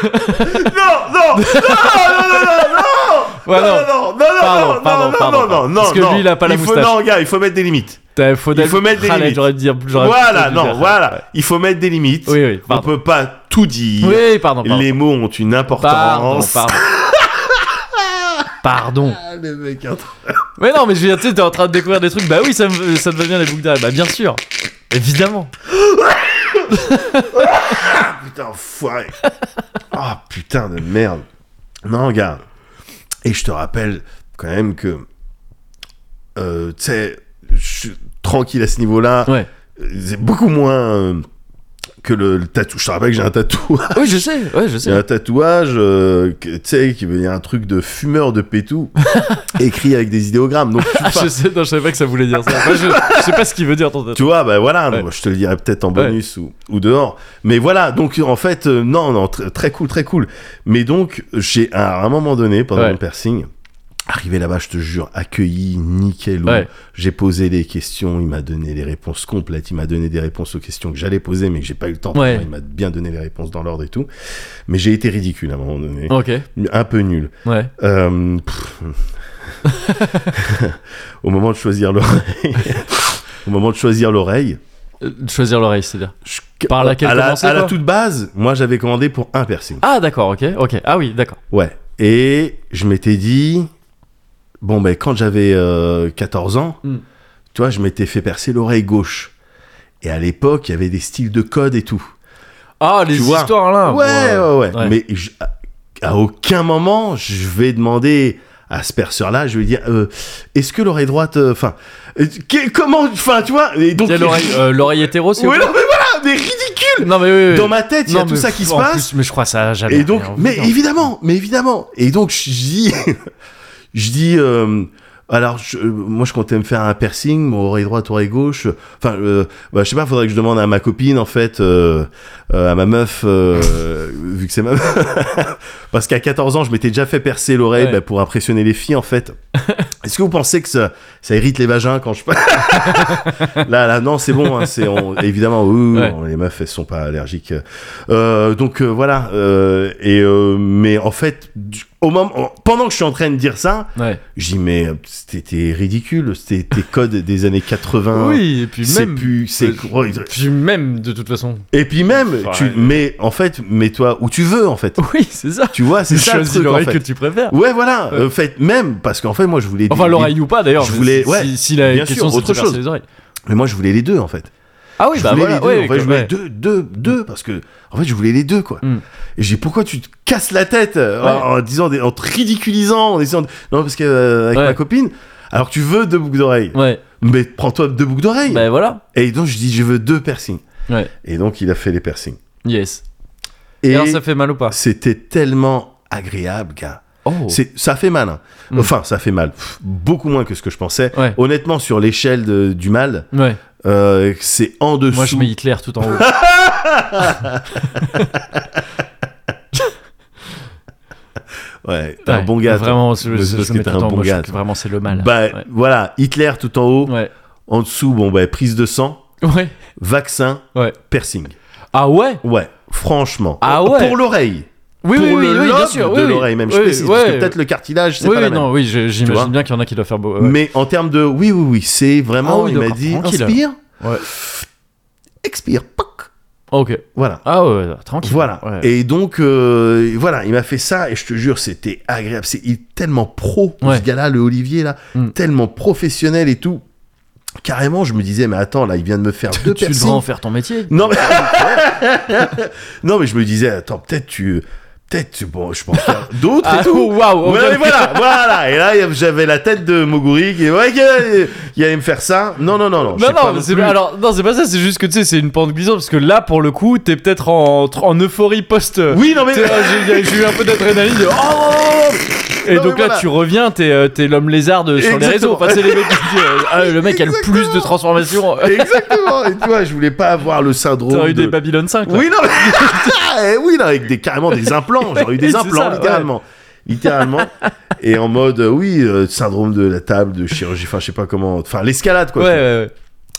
S2: Non, non, non,
S1: Ouais, non.
S2: non, non, non, non,
S1: Pardon,
S2: non,
S1: pardon,
S2: non,
S1: pardon,
S2: non,
S1: pardon.
S2: non,
S1: Parce que
S2: non.
S1: lui, il a pas la
S2: Il faut-
S1: moustache.
S2: Non, regarde, il faut mettre des limites.
S1: T'as Faudel.
S2: Il faut mettre des
S1: Râlait,
S2: limites.
S1: J'aurais dû dire. j'aurais
S2: Voilà,
S1: plutôt dû
S2: non,
S1: dire-
S2: voilà. Il faut mettre des limites.
S1: Oui, oui,
S2: On
S1: pardon.
S2: peut pas tout dire.
S1: Oui, pardon. pardon.
S2: Les mots ont une
S1: Pardon,
S2: importance.
S1: pardon. Pardon.
S2: Ah, le mec, un truc.
S1: Mais non, mais je veux dire, tu sais, t'es en train de découvrir des trucs. Bah oui, ça, me- ça te va bien les boucles d'oreilles. Bah bien sûr. Évidemment.
S2: Putain, enfoiré. Ah, putain de merde. Non, regarde. Et je te rappelle quand même que. euh, tu sais, je suis tranquille à ce niveau-là.
S1: Ouais.
S2: Euh, C'est beaucoup moins euh, que le, le tatou. Je te rappelle que j'ai un tatou.
S1: Ah Oui, je sais. Ouais, je sais.
S2: J'ai un tatouage, euh, que- tu sais, qui veut dire un truc de fumeur de pétou, écrit avec des idéogrammes. Donc, je suis
S1: Ah,
S2: pas-
S1: je sais, non, je savais pas que ça voulait dire ça. Moi, je, je sais pas ce qu'il veut dire ton
S2: Tu
S1: tatou.
S2: vois, bah voilà,
S1: Ouais.
S2: donc, je te le dirai peut-être en
S1: Ouais.
S2: bonus ou, ou dehors. Mais voilà, donc en fait, euh, non, non, tr- très cool, très cool. Mais donc, j'ai à un moment donné, pendant
S1: Ouais.
S2: mon piercing, arrivé là-bas, je te jure, accueilli, nickel.
S1: Ouais.
S2: J'ai posé les questions, il m'a donné les réponses complètes, il m'a donné des réponses aux questions que j'allais poser, mais que j'ai pas eu le temps. de
S1: Ouais.
S2: faire. Il m'a bien donné les réponses dans l'ordre et tout. Mais j'ai été ridicule à un moment donné,
S1: Ok,
S2: un peu nul.
S1: ouais.
S2: Euh, pff. au moment de choisir l'oreille, au moment de choisir l'oreille,
S1: Euh, Choisir l'oreille, c'est-à-dire.
S2: je-
S1: Par laquelle
S2: à la,
S1: commencer,
S2: à la
S1: quoi
S2: toute base, moi j'avais commandé pour un piercing.
S1: Ah, d'accord, ok, ok. Ah oui, d'accord.
S2: Ouais. Et je m'étais dit, bon ben quand j'avais euh, 14 ans,
S1: Mm.
S2: tu vois, je m'étais fait percer l'oreille gauche. Et à l'époque, il y avait des styles de code et tout.
S1: Ah, les
S2: Tu vois.
S1: histoires là.
S2: Ouais, ouais, ouais,
S1: ouais.
S2: Mais je- à- à aucun moment, je vais demander à ce perceur-là, je vais dire, euh, est-ce que l'oreille droite, euh, enfin, euh, que- comment, enfin, tu vois, et donc.
S1: Il y a l'oreille, euh, l'oreille hétéro, c'est
S2: Ouais,
S1: ou
S2: non, mais voilà, mais ridicule.
S1: pas Non, mais oui, oui, oui.
S2: Dans ma tête, il y a
S1: Non,
S2: tout
S1: mais
S2: ça qui
S1: pff,
S2: se
S1: en
S2: passe.
S1: plus, mais je crois ça jamais.
S2: Et donc,
S1: rien,
S2: mais
S1: non.
S2: évidemment, mais évidemment. Et donc, je dis, je dis, euh, alors, je- euh, moi, je comptais me faire un piercing, mon oreille droite, oreille gauche. Enfin, euh, bah, je sais pas, faudrait que je demande à ma copine, en fait, euh, euh, à ma meuf, euh, vu que c'est ma meuf. Parce qu'à 14 ans, je m'étais déjà fait percer l'oreille
S1: Ouais.
S2: bah, pour impressionner les filles, en fait. Est-ce que vous pensez que ça, ça irrite les vagins quand je Là, là, non, c'est bon. hein, c'est on- évidemment, oui, oui,
S1: Ouais.
S2: on- les meufs, elles sont pas allergiques. Euh, donc euh, voilà. euh, et euh, mais en fait, du- au moment, pendant que je suis en train de dire ça,
S1: Ouais.
S2: je dis mais euh, c'était ridicule. C'était tes codes des années 80.
S1: Oui, et puis
S2: C'est
S1: même.
S2: plus, c'est
S1: euh, Puis même, de toute façon.
S2: et puis même,
S1: Enfin,
S2: tu
S1: ouais.
S2: mets en fait, mets-toi où tu veux en fait.
S1: Oui, c'est ça.
S2: Tu vois, c'est
S1: Tu
S2: ça le
S1: choisis
S2: truc en
S1: l'oreille que
S2: fait.
S1: tu préfères.
S2: Ouais, voilà.
S1: Ouais.
S2: En fait, même parce qu'en fait, moi, je voulais.
S1: Enfin,
S2: les-
S1: l'oreille ou pas d'ailleurs.
S2: Je
S1: mais
S2: voulais-
S1: si-
S2: ouais.
S1: Si, si la
S2: Bien
S1: question c'est
S2: sûr,
S1: de
S2: autre
S1: traverser
S2: chose.
S1: les oreilles.
S2: Mais moi, je voulais les deux en fait.
S1: Ah oui,
S2: je
S1: bah
S2: voulais
S1: voilà.
S2: les deux.
S1: ouais,
S2: en fait, je voulais
S1: ouais.
S2: deux, deux, deux, parce que en fait, je voulais les deux, quoi.
S1: Mm.
S2: Et j'ai dit, pourquoi tu te casses la tête euh, en, en disant, des, en te ridiculisant, en essayant, de- non, parce que euh, avec
S1: Ouais.
S2: ma copine. Alors tu veux deux boucles d'oreilles,
S1: Ouais,
S2: mais prends-toi deux boucles d'oreilles.
S1: bah voilà.
S2: Et donc je dis, je veux deux piercings.
S1: Ouais.
S2: Et donc il a fait les piercings.
S1: Yes. Et,
S2: Et
S1: alors ça fait mal ou pas
S2: c'était tellement agréable, gars.
S1: Oh.
S2: C'est, ça fait mal. hein.
S1: Mm.
S2: Enfin, ça fait mal. Pff, beaucoup moins que ce que je pensais.
S1: Ouais.
S2: Honnêtement, sur l'échelle de- du mal,
S1: Ouais.
S2: euh, c'est en dessous.
S1: Moi je mets Hitler tout en haut.
S2: Ouais, t'es un
S1: Ouais,
S2: bon gars. toi.
S1: Vraiment, je,
S2: Mais
S1: je,
S2: c'est
S1: je
S2: parce que
S1: mets
S2: t'es
S1: tout
S2: un
S1: en
S2: bon
S1: haut, je
S2: gars,
S1: trouve que
S2: toi.
S1: Vraiment, c'est le mal.
S2: Bah, Voilà, Hitler tout en haut.
S1: ouais.
S2: En dessous, bon, bah, prise de sang,
S1: ouais. Ouais.
S2: vaccin,
S1: Ouais.
S2: piercing.
S1: Ah ouais
S2: Ouais, franchement.
S1: Ah
S2: Euh,
S1: ouais.
S2: Pour l'oreille.
S1: Oui,
S2: pour
S1: oui, oui,
S2: le
S1: oui, bien
S2: lobe
S1: sûr.
S2: de
S1: oui, oui.
S2: l'oreille, même.
S1: Oui,
S2: je précise, parce
S1: ouais.
S2: que peut-être le cartilage, c'est
S1: Oui,
S2: pas
S1: oui,
S2: la même.
S1: non, oui, je-
S2: Tu vois
S1: j'imagine bien qu'il y en a qui doivent faire beau. ouais.
S2: Mais en termes de oui, oui, oui, c'est vraiment,
S1: Ah oui,
S2: il m'a
S1: d'accord,
S2: dit
S1: tranquille.
S2: inspire,
S1: Ouais.
S2: expire, poc.
S1: Ok.
S2: Voilà.
S1: Ah ouais, ouais, tranquille.
S2: Voilà.
S1: Ouais.
S2: Et donc, euh, voilà, il m'a fait ça et je te jure, c'était agréable. C'est il est tellement pro,
S1: Ouais.
S2: ce gars-là, le Olivier, là,
S1: Mm.
S2: tellement professionnel et tout. Carrément, je me disais, mais attends, là, il vient de me faire deux
S1: tu devrais
S2: piercings.
S1: en faire ton métier.
S2: Non mais... non mais je me disais attends peut-être tu peut-être tu- bon je pense faire d'autres et
S1: Ah,
S2: tout.
S1: waouh, ok.
S2: Ouais, mais voilà, voilà. Et là, il y a- j'avais la tête de Moguri qui ouais, qu'il- il allait me faire ça. Non, non, non, non. je
S1: Non,
S2: sais pas
S1: non, mais c'est
S2: plus.
S1: alors, non, c'est pas ça, c'est juste que tu sais, c'est une pente glissante parce que là, pour le coup, t'es peut-être en, en euphorie post. euh,
S2: Oui, non, mais.
S1: Tu sais, J'ai j'ai eu un peu d'adrénaline. de, Oh et
S2: Non,
S1: donc
S2: mais
S1: là,
S2: voilà.
S1: tu reviens, t'es euh, t'es l'homme lézard de- sur les
S2: Exactement.
S1: réseaux. Enfin, c'est les mecs qui disent euh, Ah, le mec a le plus de
S2: Exactement.
S1: transformations.
S2: Exactement. Et tu vois, je voulais pas avoir le syndrome.
S1: T'as eu
S2: Oh, de-
S1: des Babylon 5. là.
S2: Oui, non, mais... Eh oui, non, avec des, carrément des implants. J'aurais eu
S1: Oui,
S2: des
S1: c'est
S2: implants,
S1: ça, ouais.
S2: littéralement. Littéralement. Et en mode, euh, oui, euh, syndrome de la table, de chirurgie, enfin, je sais pas comment. Enfin, l'escalade,
S1: Ouais,
S2: quoi.
S1: ouais,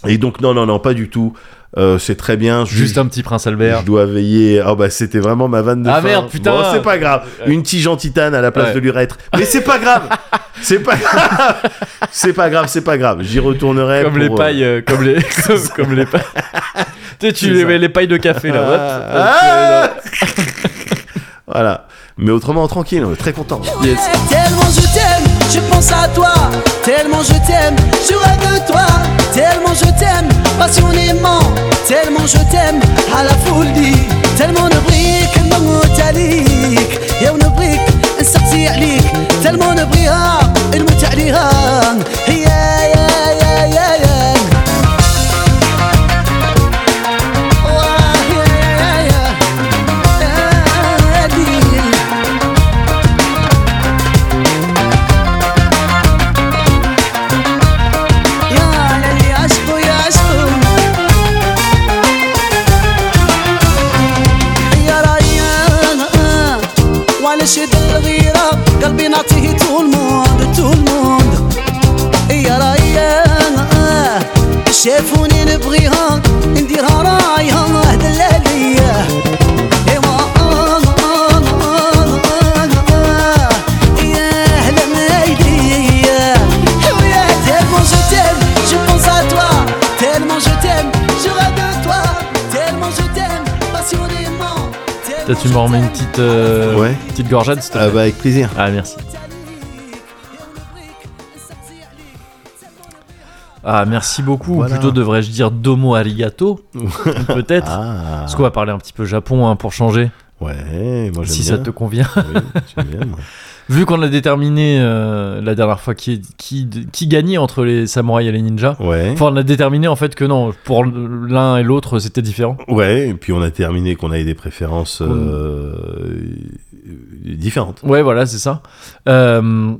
S1: ouais.
S2: Et donc, non, non, non, pas du tout. Euh, c'est très bien. Je-
S1: Juste un petit prince Albert.
S2: Je dois veiller. Ah bah c'était vraiment ma vanne de
S1: Ah
S2: fin.
S1: merde, putain.
S2: Bon, c'est pas grave. Une tige en titane à la place
S1: Ouais.
S2: de l'urètre. Mais c'est pas grave. c'est pas grave. c'est pas grave, c'est pas grave. J'y retournerai.
S1: Comme
S2: pour,
S1: les
S2: euh,
S1: pailles, euh, comme les, comme, comme les pailles. tu sais, tu
S2: C'est
S1: les,
S2: ça.
S1: mets les pailles de café là. hop.
S2: Ah. Voilà. Mais autrement tranquille, on est très content.
S1: Yes.
S5: Tellement je t'aime, je pense à toi. Tellement je t'aime, je rêve de toi. Tellement je t'aime, passionnément. Tellement je t'aime, à la folie. Tellement نبغيك نموت عليك يا ونبغيك نسقسي عليك تellement نبغيها نموت عليها يا يا يا يا يا واه يا يا يا يا دي. يا على اللي عشقه يا عشقه يا ريان وعلى شد الغيرة قلبي نعطيه طول موند طول موند يا ريان شافوني نبغيها نديرها رايها هدلها ليا ايوا آه، آه، آه، آه، آه. يا أهلا مايديا. ويا tellement je t'aime, Je pense à toi, tellement je t'aime, je rêve de toi, tellement je t'aime, passionnément.
S1: Toi,
S5: tellement
S1: tu m'en remets une petite, euh,
S2: Ouais.
S1: petite gorgeade, s'il te plaît.
S2: Ah bah avec plaisir.
S1: Ah, merci. Ah, merci beaucoup.
S2: Voilà.
S1: Ou plutôt, devrais-je dire domo arigato Peut-être.
S2: Ah.
S1: Parce qu'on va parler un petit peu japon hein, pour changer,
S2: Ouais, moi j'aime
S1: si
S2: bien.
S1: ça te convient.
S2: Oui, j'aime bien, moi.
S1: Vu qu'on a déterminé euh, la dernière fois qui, qui, qui gagnait entre les samouraïs et les ninjas,
S2: Ouais.
S1: enfin, on a déterminé en fait que non, pour l'un et l'autre, c'était différent.
S2: Ouais, et puis on a terminé qu'on avait des préférences euh, différentes.
S1: Ouais, voilà, c'est ça. Euh,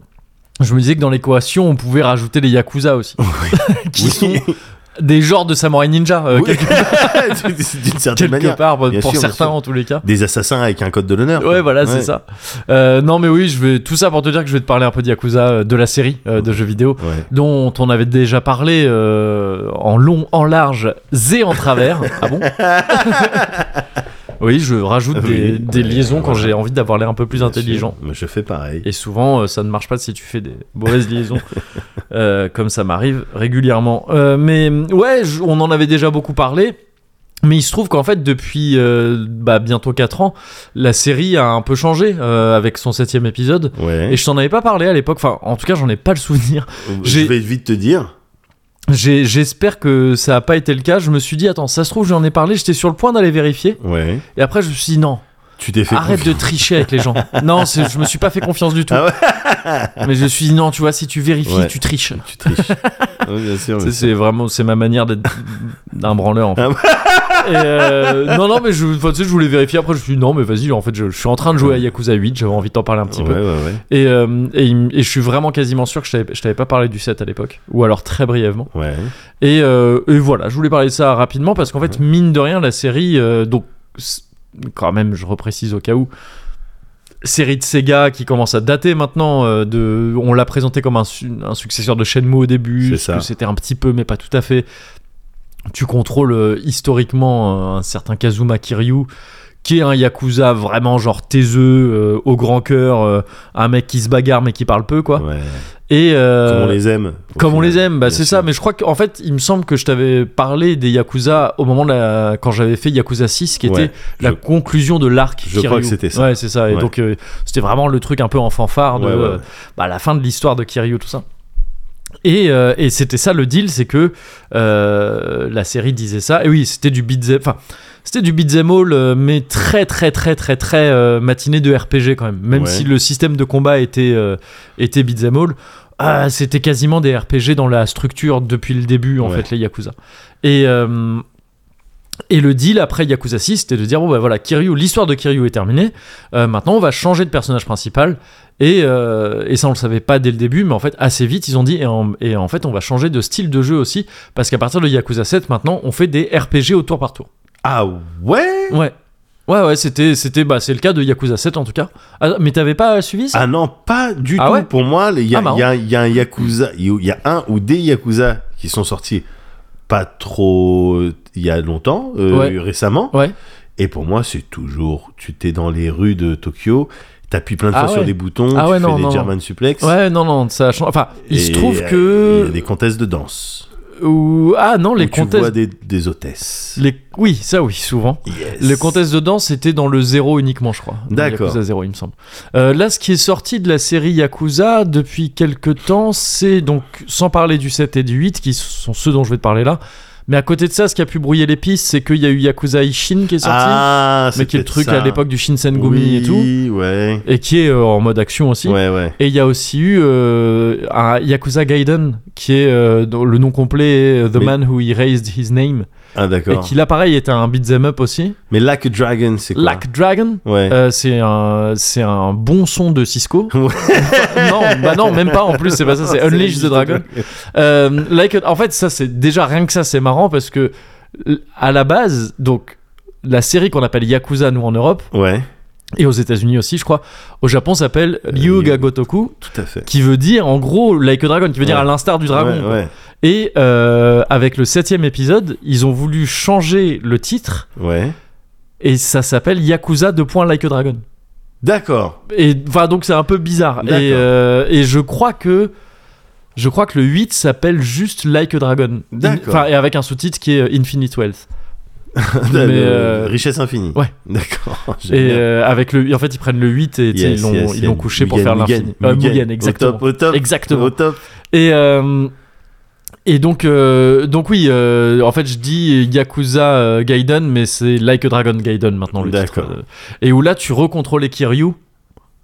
S1: je me disais que dans l'équation, on pouvait rajouter les yakuza aussi, qui
S2: Oui.
S1: sont des genres de samouraï ninja euh,
S2: Oui.
S1: quelque,
S2: D'une certaine
S1: quelque
S2: manière.
S1: part, euh, pour
S2: Bien sûr, bien
S1: certains
S2: sûr.
S1: en tous les cas.
S2: Des assassins avec un code de l'honneur.
S1: Ouais, voilà, c'est ça. Euh, non, mais oui, je vais tout ça pour te dire que je vais te parler un peu de Yakuza, euh, de la série euh, de jeux vidéo
S2: Ouais.
S1: dont on avait déjà parlé euh, en long, en large et en travers. ah bon Oui, je rajoute des,
S2: Oui,
S1: des
S2: ouais,
S1: liaisons quand
S2: voilà.
S1: j'ai envie d'avoir l'air un peu plus
S2: Bien
S1: intelligent.
S2: sûr, mais je fais pareil.
S1: Et souvent, euh, ça ne marche pas si tu fais des mauvaises liaisons, euh, comme ça m'arrive régulièrement. Euh, mais ouais, je- on en avait déjà beaucoup parlé. Mais il se trouve qu'en fait, depuis euh, bah, bientôt 4 ans, la série a un peu changé euh, avec son septième épisode.
S2: Ouais.
S1: Et je t'en avais pas parlé à l'époque, enfin en tout cas j'en ai pas le souvenir.
S2: je
S1: j'ai-
S2: vais vite te dire.
S1: J'ai- J'espère que ça a pas été le cas. Je me suis dit, attends, ça se trouve j'en ai parlé, j'étais sur le point d'aller vérifier.
S2: Ouais.
S1: Et après je me suis dit, non,
S2: Tu t'es fait.
S1: Arrête
S2: confier.
S1: de tricher avec les gens. Non, c'est- je me suis pas fait confiance du tout.
S2: Ah
S1: Mais je me suis dit, non, tu vois, si tu vérifies,
S2: Ouais.
S1: tu triches.
S2: Tu triches. Ouais, bien sûr.
S1: C'est-
S2: bien sûr.
S1: C'est vraiment, c'est ma manière d'être d'un branleur.
S2: Ah
S1: En fait. Et, euh, non, non, mais je, enfin, tu sais, je voulais vérifier. Après, je me suis dit, non, mais vas-y, en fait, je, je suis en train de jouer à Yakuza 8. J'avais envie de t'en parler un petit
S2: ouais,
S1: peu.
S2: ouais, ouais.
S1: Et, euh, et il m- et je suis vraiment quasiment sûr que je t'avais- je t'avais pas parlé du 7 à l'époque. Ou alors très brièvement.
S2: Ouais.
S1: Et, euh, et voilà, je voulais parler de ça rapidement parce qu'en fait, mine de rien, la série, euh, donc s- quand même, je reprécise au cas où, série de Sega qui commence à dater maintenant. euh, de, on l'a présenté comme un, su- un successeur de Shenmue au début,
S2: C'est
S1: parce
S2: ça.
S1: que c'était un petit peu, mais pas tout à fait. Tu contrôles euh, historiquement euh, un certain Kazuma Kiryu qui est un yakuza vraiment genre taiseux euh, au grand cœur euh, un mec qui se bagarre mais qui parle peu quoi
S2: ouais.
S1: et Ah. euh,
S2: Comme on les aime. au
S1: comme on
S2: final.
S1: les aime, bah
S2: Bien
S1: c'est
S2: sûr.
S1: ça. Mais je crois qu'en fait, il me semble que je t'avais parlé des Yakuza au moment de la... quand j'avais fait Yakuza 6, qui
S2: Ouais,
S1: était la
S2: je-
S1: conclusion de l'arc.
S2: je
S1: Kiryu.
S2: crois que c'était ça.
S1: Ouais, c'est ça. Et
S2: Ouais.
S1: donc, euh, c'était vraiment le truc un peu en fanfare de
S2: Ouais, ouais, ouais.
S1: euh, bah, la fin de l'histoire de Kiryu, tout ça. Et, euh, et c'était ça le deal, c'est que euh, la série disait ça. Et oui, c'était du beat'em, enfin, c'était du beat'em all, euh, mais très très très très très euh, matinée de RPG quand même. Même
S2: Ouais.
S1: si le système de combat était euh, était beat'em all, ah, c'était quasiment des RPG dans la structure depuis le début en
S2: Ouais.
S1: fait les Yakuza. Et euh, et le deal après Yakuza 6, c'était de dire bon bah voilà, Kiryu, l'histoire de Kiryu est terminée. Euh, maintenant, on va changer de personnage principal. Et, euh, et ça, on le savait pas dès le début, mais en fait, assez vite, ils ont dit et en, et en fait, on va changer de style de jeu aussi, parce qu'à partir de Yakuza 7, maintenant, on fait des RPG au tour par tour.
S2: Ah ouais
S1: Ouais. Ouais, ouais, c'était, c'était, bah, c'est le cas de Yakuza 7 en tout cas. Ah, mais t'avais pas suivi ça
S2: Ah non, pas du
S1: Ah
S2: tout.
S1: ouais
S2: Pour moi, il y, a-
S1: Ah, marrant.
S2: il y a- il y a un Yakuza, il y a un ou des Yakuza qui sont sortis pas trop il y a longtemps, euh,
S1: Ouais.
S2: récemment.
S1: Ouais.
S2: Et pour moi, c'est toujours, tu t'es dans les rues de Tokyo, t'appuies plein de
S1: Ah
S2: fois
S1: ouais.
S2: sur des boutons,
S1: Ah
S2: tu
S1: ouais,
S2: fais
S1: non,
S2: des
S1: non,
S2: German suplex.
S1: Ouais, non, non, ça change. Enfin, il se
S2: et,
S1: trouve
S2: euh,
S1: que.
S2: Il y a des comtesses de danse.
S1: ou- Ah non, les
S2: où Tu vois
S1: comtesses.
S2: des, des hôtesses.
S1: Les... Oui, ça oui, souvent.
S2: Yes.
S1: Les comtesses de danse, c'était dans le 0 uniquement, je crois. Dans
S2: D'accord.
S1: Yakuza 0, il me semble. Euh, là, ce qui est sorti de la série Yakuza depuis quelques temps, c'est donc, sans parler du 7 et du 8, qui sont ceux dont je vais te parler là, mais à côté de ça, ce qui a pu brouiller les pistes, c'est qu'il y a eu Yakuza Ishin qui est sorti,
S2: Ah, c'est
S1: mais qui est le
S2: peut-être
S1: truc
S2: ça.
S1: à l'époque du Shinsengumi
S2: oui,
S1: et tout,
S2: ouais.
S1: et qui est euh, en mode action aussi.
S2: Ouais, ouais.
S1: Et il y a aussi eu euh, un Yakuza Gaiden, qui est euh, dont le nom complet est The
S2: Mais-
S1: Man Who Erased His Name,
S2: Ah,
S1: et
S2: d'accord.
S1: qui là pareil était un beat'em up aussi.
S2: Mais Lack Dragon, c'est quoi
S1: Lack Dragon,
S2: Ouais.
S1: Euh, c'est un c'est un bon son de Cisco.
S2: Ouais.
S1: non, bah non, même pas en plus, c'est pas ça, c'est
S2: Ah,
S1: Unleash the Dragon. Euh, like, en fait, ça c'est déjà rien que ça, c'est marrant parce que l- à la base, donc la série qu'on appelle Yakuza nous en Europe
S2: Ouais,
S1: et aux États-Unis aussi, je croga au Japon s'appelle
S2: Ryu.
S1: Ryuga Gotoku
S2: tout à fait.
S1: qui veut dire en gros Like a Dragon, qui veut dire
S2: Ouais.
S1: à l'instar du dragon.
S2: Ouais, ouais.
S1: Et euh, avec le septième épisode, ils ont voulu changer le titre
S2: ouais.
S1: et ça s'appelle Yakuza de point Like a Dragon.
S2: D'accord.
S1: Et enfin, donc c'est un peu bizarre.
S2: D'accord.
S1: Et, euh, et je crois que. Je crois que le 8 s'appelle juste Like a Dragon.
S2: D'accord.
S1: Enfin, et avec un sous-titre qui est euh, Infinite Wealth.
S2: De- de-
S1: euh,
S2: Richesse infinie.
S1: ouais.
S2: D'accord.
S1: Et
S2: génial.
S1: euh, avec le, en fait, ils prennent le 8 et tu sais,
S2: Yes,
S1: ils l'ont
S2: yes,
S1: ils l'ont
S2: yes.
S1: couché pour
S2: Mugen,
S1: faire
S2: Mugen,
S1: l'infini. Euh,
S2: Mugen,
S1: Mugen, exactement.
S2: Au top, au top.
S1: Exactement.
S2: Au top.
S1: Et, euh, et donc, euh, donc oui, euh, en fait, je dis Yakuza euh, Gaiden, mais c'est Like a Dragon Gaiden maintenant le titre.
S2: D'accord.
S1: Euh, Et où là, tu recontrôles Kiryu.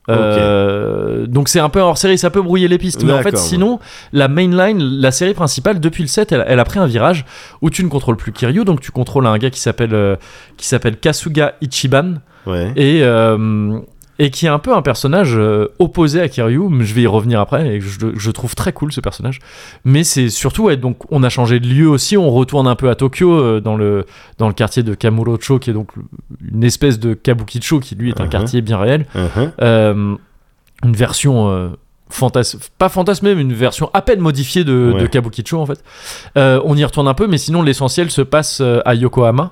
S1: Euh, Donc c'est un peu hors série, ça peut brouiller les pistes. Mais en fait,
S2: D'accord, ouais.
S1: sinon, la mainline, la série principale depuis le 7, elle, elle a pris un virage où tu ne contrôles plus Kiryu, donc tu contrôles un gars qui s'appelle euh, qui s'appelle Kasuga Ichiban
S2: Ouais.
S1: et euh, et qui est un peu un personnage euh, opposé à Kiryu, mais je vais y revenir après, et je, je trouve très cool ce personnage. Mais c'est surtout, ouais, donc on a changé de lieu aussi, on retourne un peu à Tokyo, euh, dans, le, dans le quartier de Kamurocho, qui est donc une espèce de Kabukicho, qui lui est un
S2: Mhm.
S1: quartier bien réel.
S2: Uh-huh.
S1: Euh, une version euh, fantas- pas fantasmée, mais une version à peine modifiée de,
S2: Ouais.
S1: de Kabukicho en fait. Euh, on y retourne un peu, mais sinon l'essentiel se passe euh, à Yokohama,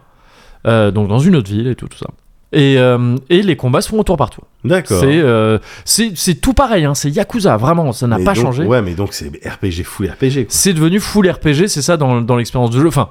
S1: euh, donc dans une autre ville et tout, tout ça. Et, euh, et les combats se font au tour par tour.
S2: D'accord.
S1: C'est euh, c'est- c'est tout pareil, hein, c'est Yakuza, vraiment, ça n'a
S2: Mais
S1: pas
S2: donc-
S1: changé.
S2: Ouais, mais donc c'est RPG, full RPG. quoi.
S1: C'est devenu full RPG, c'est ça dans, dans l'expérience de jeu. Enfin,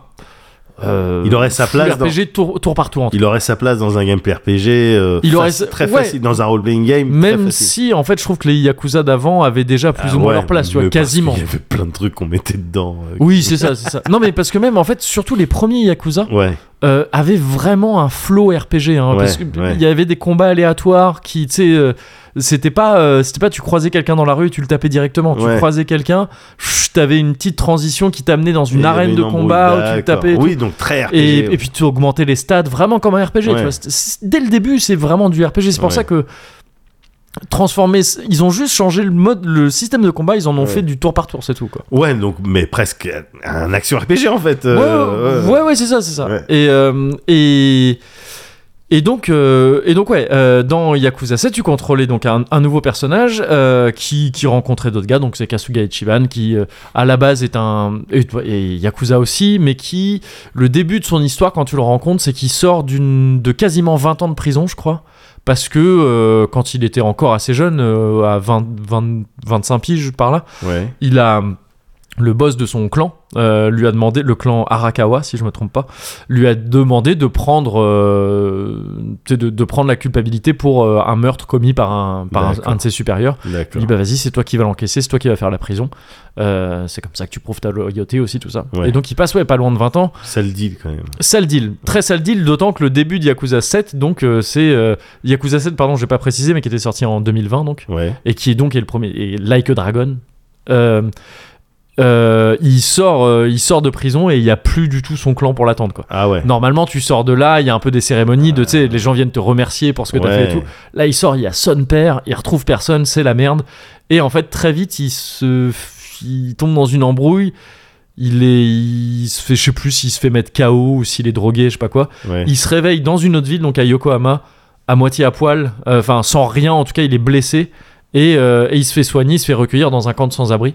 S1: euh,
S2: Il aurait sa
S1: full
S2: place dans-
S1: RPG tour, tour par tour en tout
S2: Il aurait sa place dans un gameplay RPG. euh,
S1: Il aurait
S2: faci-
S1: sa-
S2: Très
S1: ouais.
S2: facile. Dans un role-playing game. très
S1: Même
S2: facile.
S1: si, en fait, je trouve que les Yakuza d'avant avaient déjà plus
S2: Ah
S1: ou moins
S2: ouais,
S1: leur place, tu
S2: mais
S1: vois,
S2: parce qu'il
S1: quasiment.
S2: Il y avait plein de trucs qu'on mettait dedans. euh,
S1: Oui, c'est ça, c'est ça. Non, mais parce que même, en fait, surtout les premiers Yakuza,
S2: Ouais.
S1: euh, avait vraiment un flow RPG. hein,
S2: Ouais,
S1: parce que
S2: ouais.
S1: il y avait des combats aléatoires qui, tu sais, euh, c'était pas, euh, c'était pas tu croisais quelqu'un dans la rue et tu le tapais directement.
S2: Ouais.
S1: Tu croisais quelqu'un, chut, t'avais une petite transition qui t'amenait dans une
S2: Il y avait
S1: arène de combat où tu le
S2: embrouille,
S1: tapais. et
S2: d'accord. Oui, donc très RPG.
S1: et,
S2: ouais.
S1: et puis tu augmentais les stats vraiment comme un RPG. tu
S2: Ouais.
S1: vois. C'est- c'est- dès le début, c'est vraiment du RPG. C'est pour
S2: Ouais.
S1: ça que transformer, ils ont juste changé le mode, le système de combat. Ils en ont
S2: Ouais.
S1: fait du tour par tour, c'est tout quoi.
S2: Ouais, donc, mais presque un action RPG en fait. euh,
S1: ouais, ouais, ouais, c'est ça, c'est ça.
S2: Ouais.
S1: Et, euh, et, et donc, euh, et donc ouais, euh, dans Yakuza 7, tu contrôlais donc un, un nouveau personnage euh, qui, qui rencontrait d'autres gars. Donc c'est Kasuga Ichiban qui, euh, à la base, est un et, et Yakuza aussi, mais qui le début de son histoire quand tu le rencontres, c'est qu'il sort d'une de quasiment 20 ans de prison, je crois. Parce que euh, quand il était encore assez jeune, euh, à 20, 20, 25 piges par là,
S2: ouais.
S1: il a le boss de son clan euh, lui a demandé le clan Arakawa si je me trompe pas lui a demandé de prendre euh, tu sais, de, de prendre la culpabilité pour euh, un meurtre commis par un par un-
S2: D'accord.
S1: un de ses supérieurs il
S2: D'accord.
S1: dit bah vas-y c'est toi qui vas l'encaisser c'est toi qui vas faire la prison Euh, c'est comme ça que tu prouves ta loyauté aussi tout ça
S2: Ouais.
S1: et donc il passe ouais pas loin de 20 ans
S2: Ça le dit quand même.
S1: Sale deal, très sale deal, d'autant que le début de Yakuza 7, donc euh, c'est euh, Yakuza 7, pardon, j'ai pas précisé, mais qui était sorti en 2020, donc
S2: Ouais.
S1: et qui est donc est le premier, et Like a Dragon. euh, euh, il sort, euh, il sort de prison et il n'y a plus du tout son clan pour l'attendre quoi.
S2: Ah ouais.
S1: Normalement, tu sors de là, il y a un peu des cérémonies, de, tu sais, les gens viennent te remercier pour ce que t'as
S2: Ouais.
S1: fait et tout. Là, il sort, il y a son père, il retrouve personne, c'est la merde. Et en fait, très vite, il se, il tombe dans une embrouille. Il est, il se fait, je sais plus s'il se fait mettre KO ou s'il est drogué, je sais pas quoi.
S2: Ouais.
S1: Il se réveille dans une autre ville, donc à Yokohama, à moitié à poil, euh, enfin sans rien, en tout cas il est blessé, et, euh, et il se fait soigner, il se fait recueillir dans un camp de sans-abri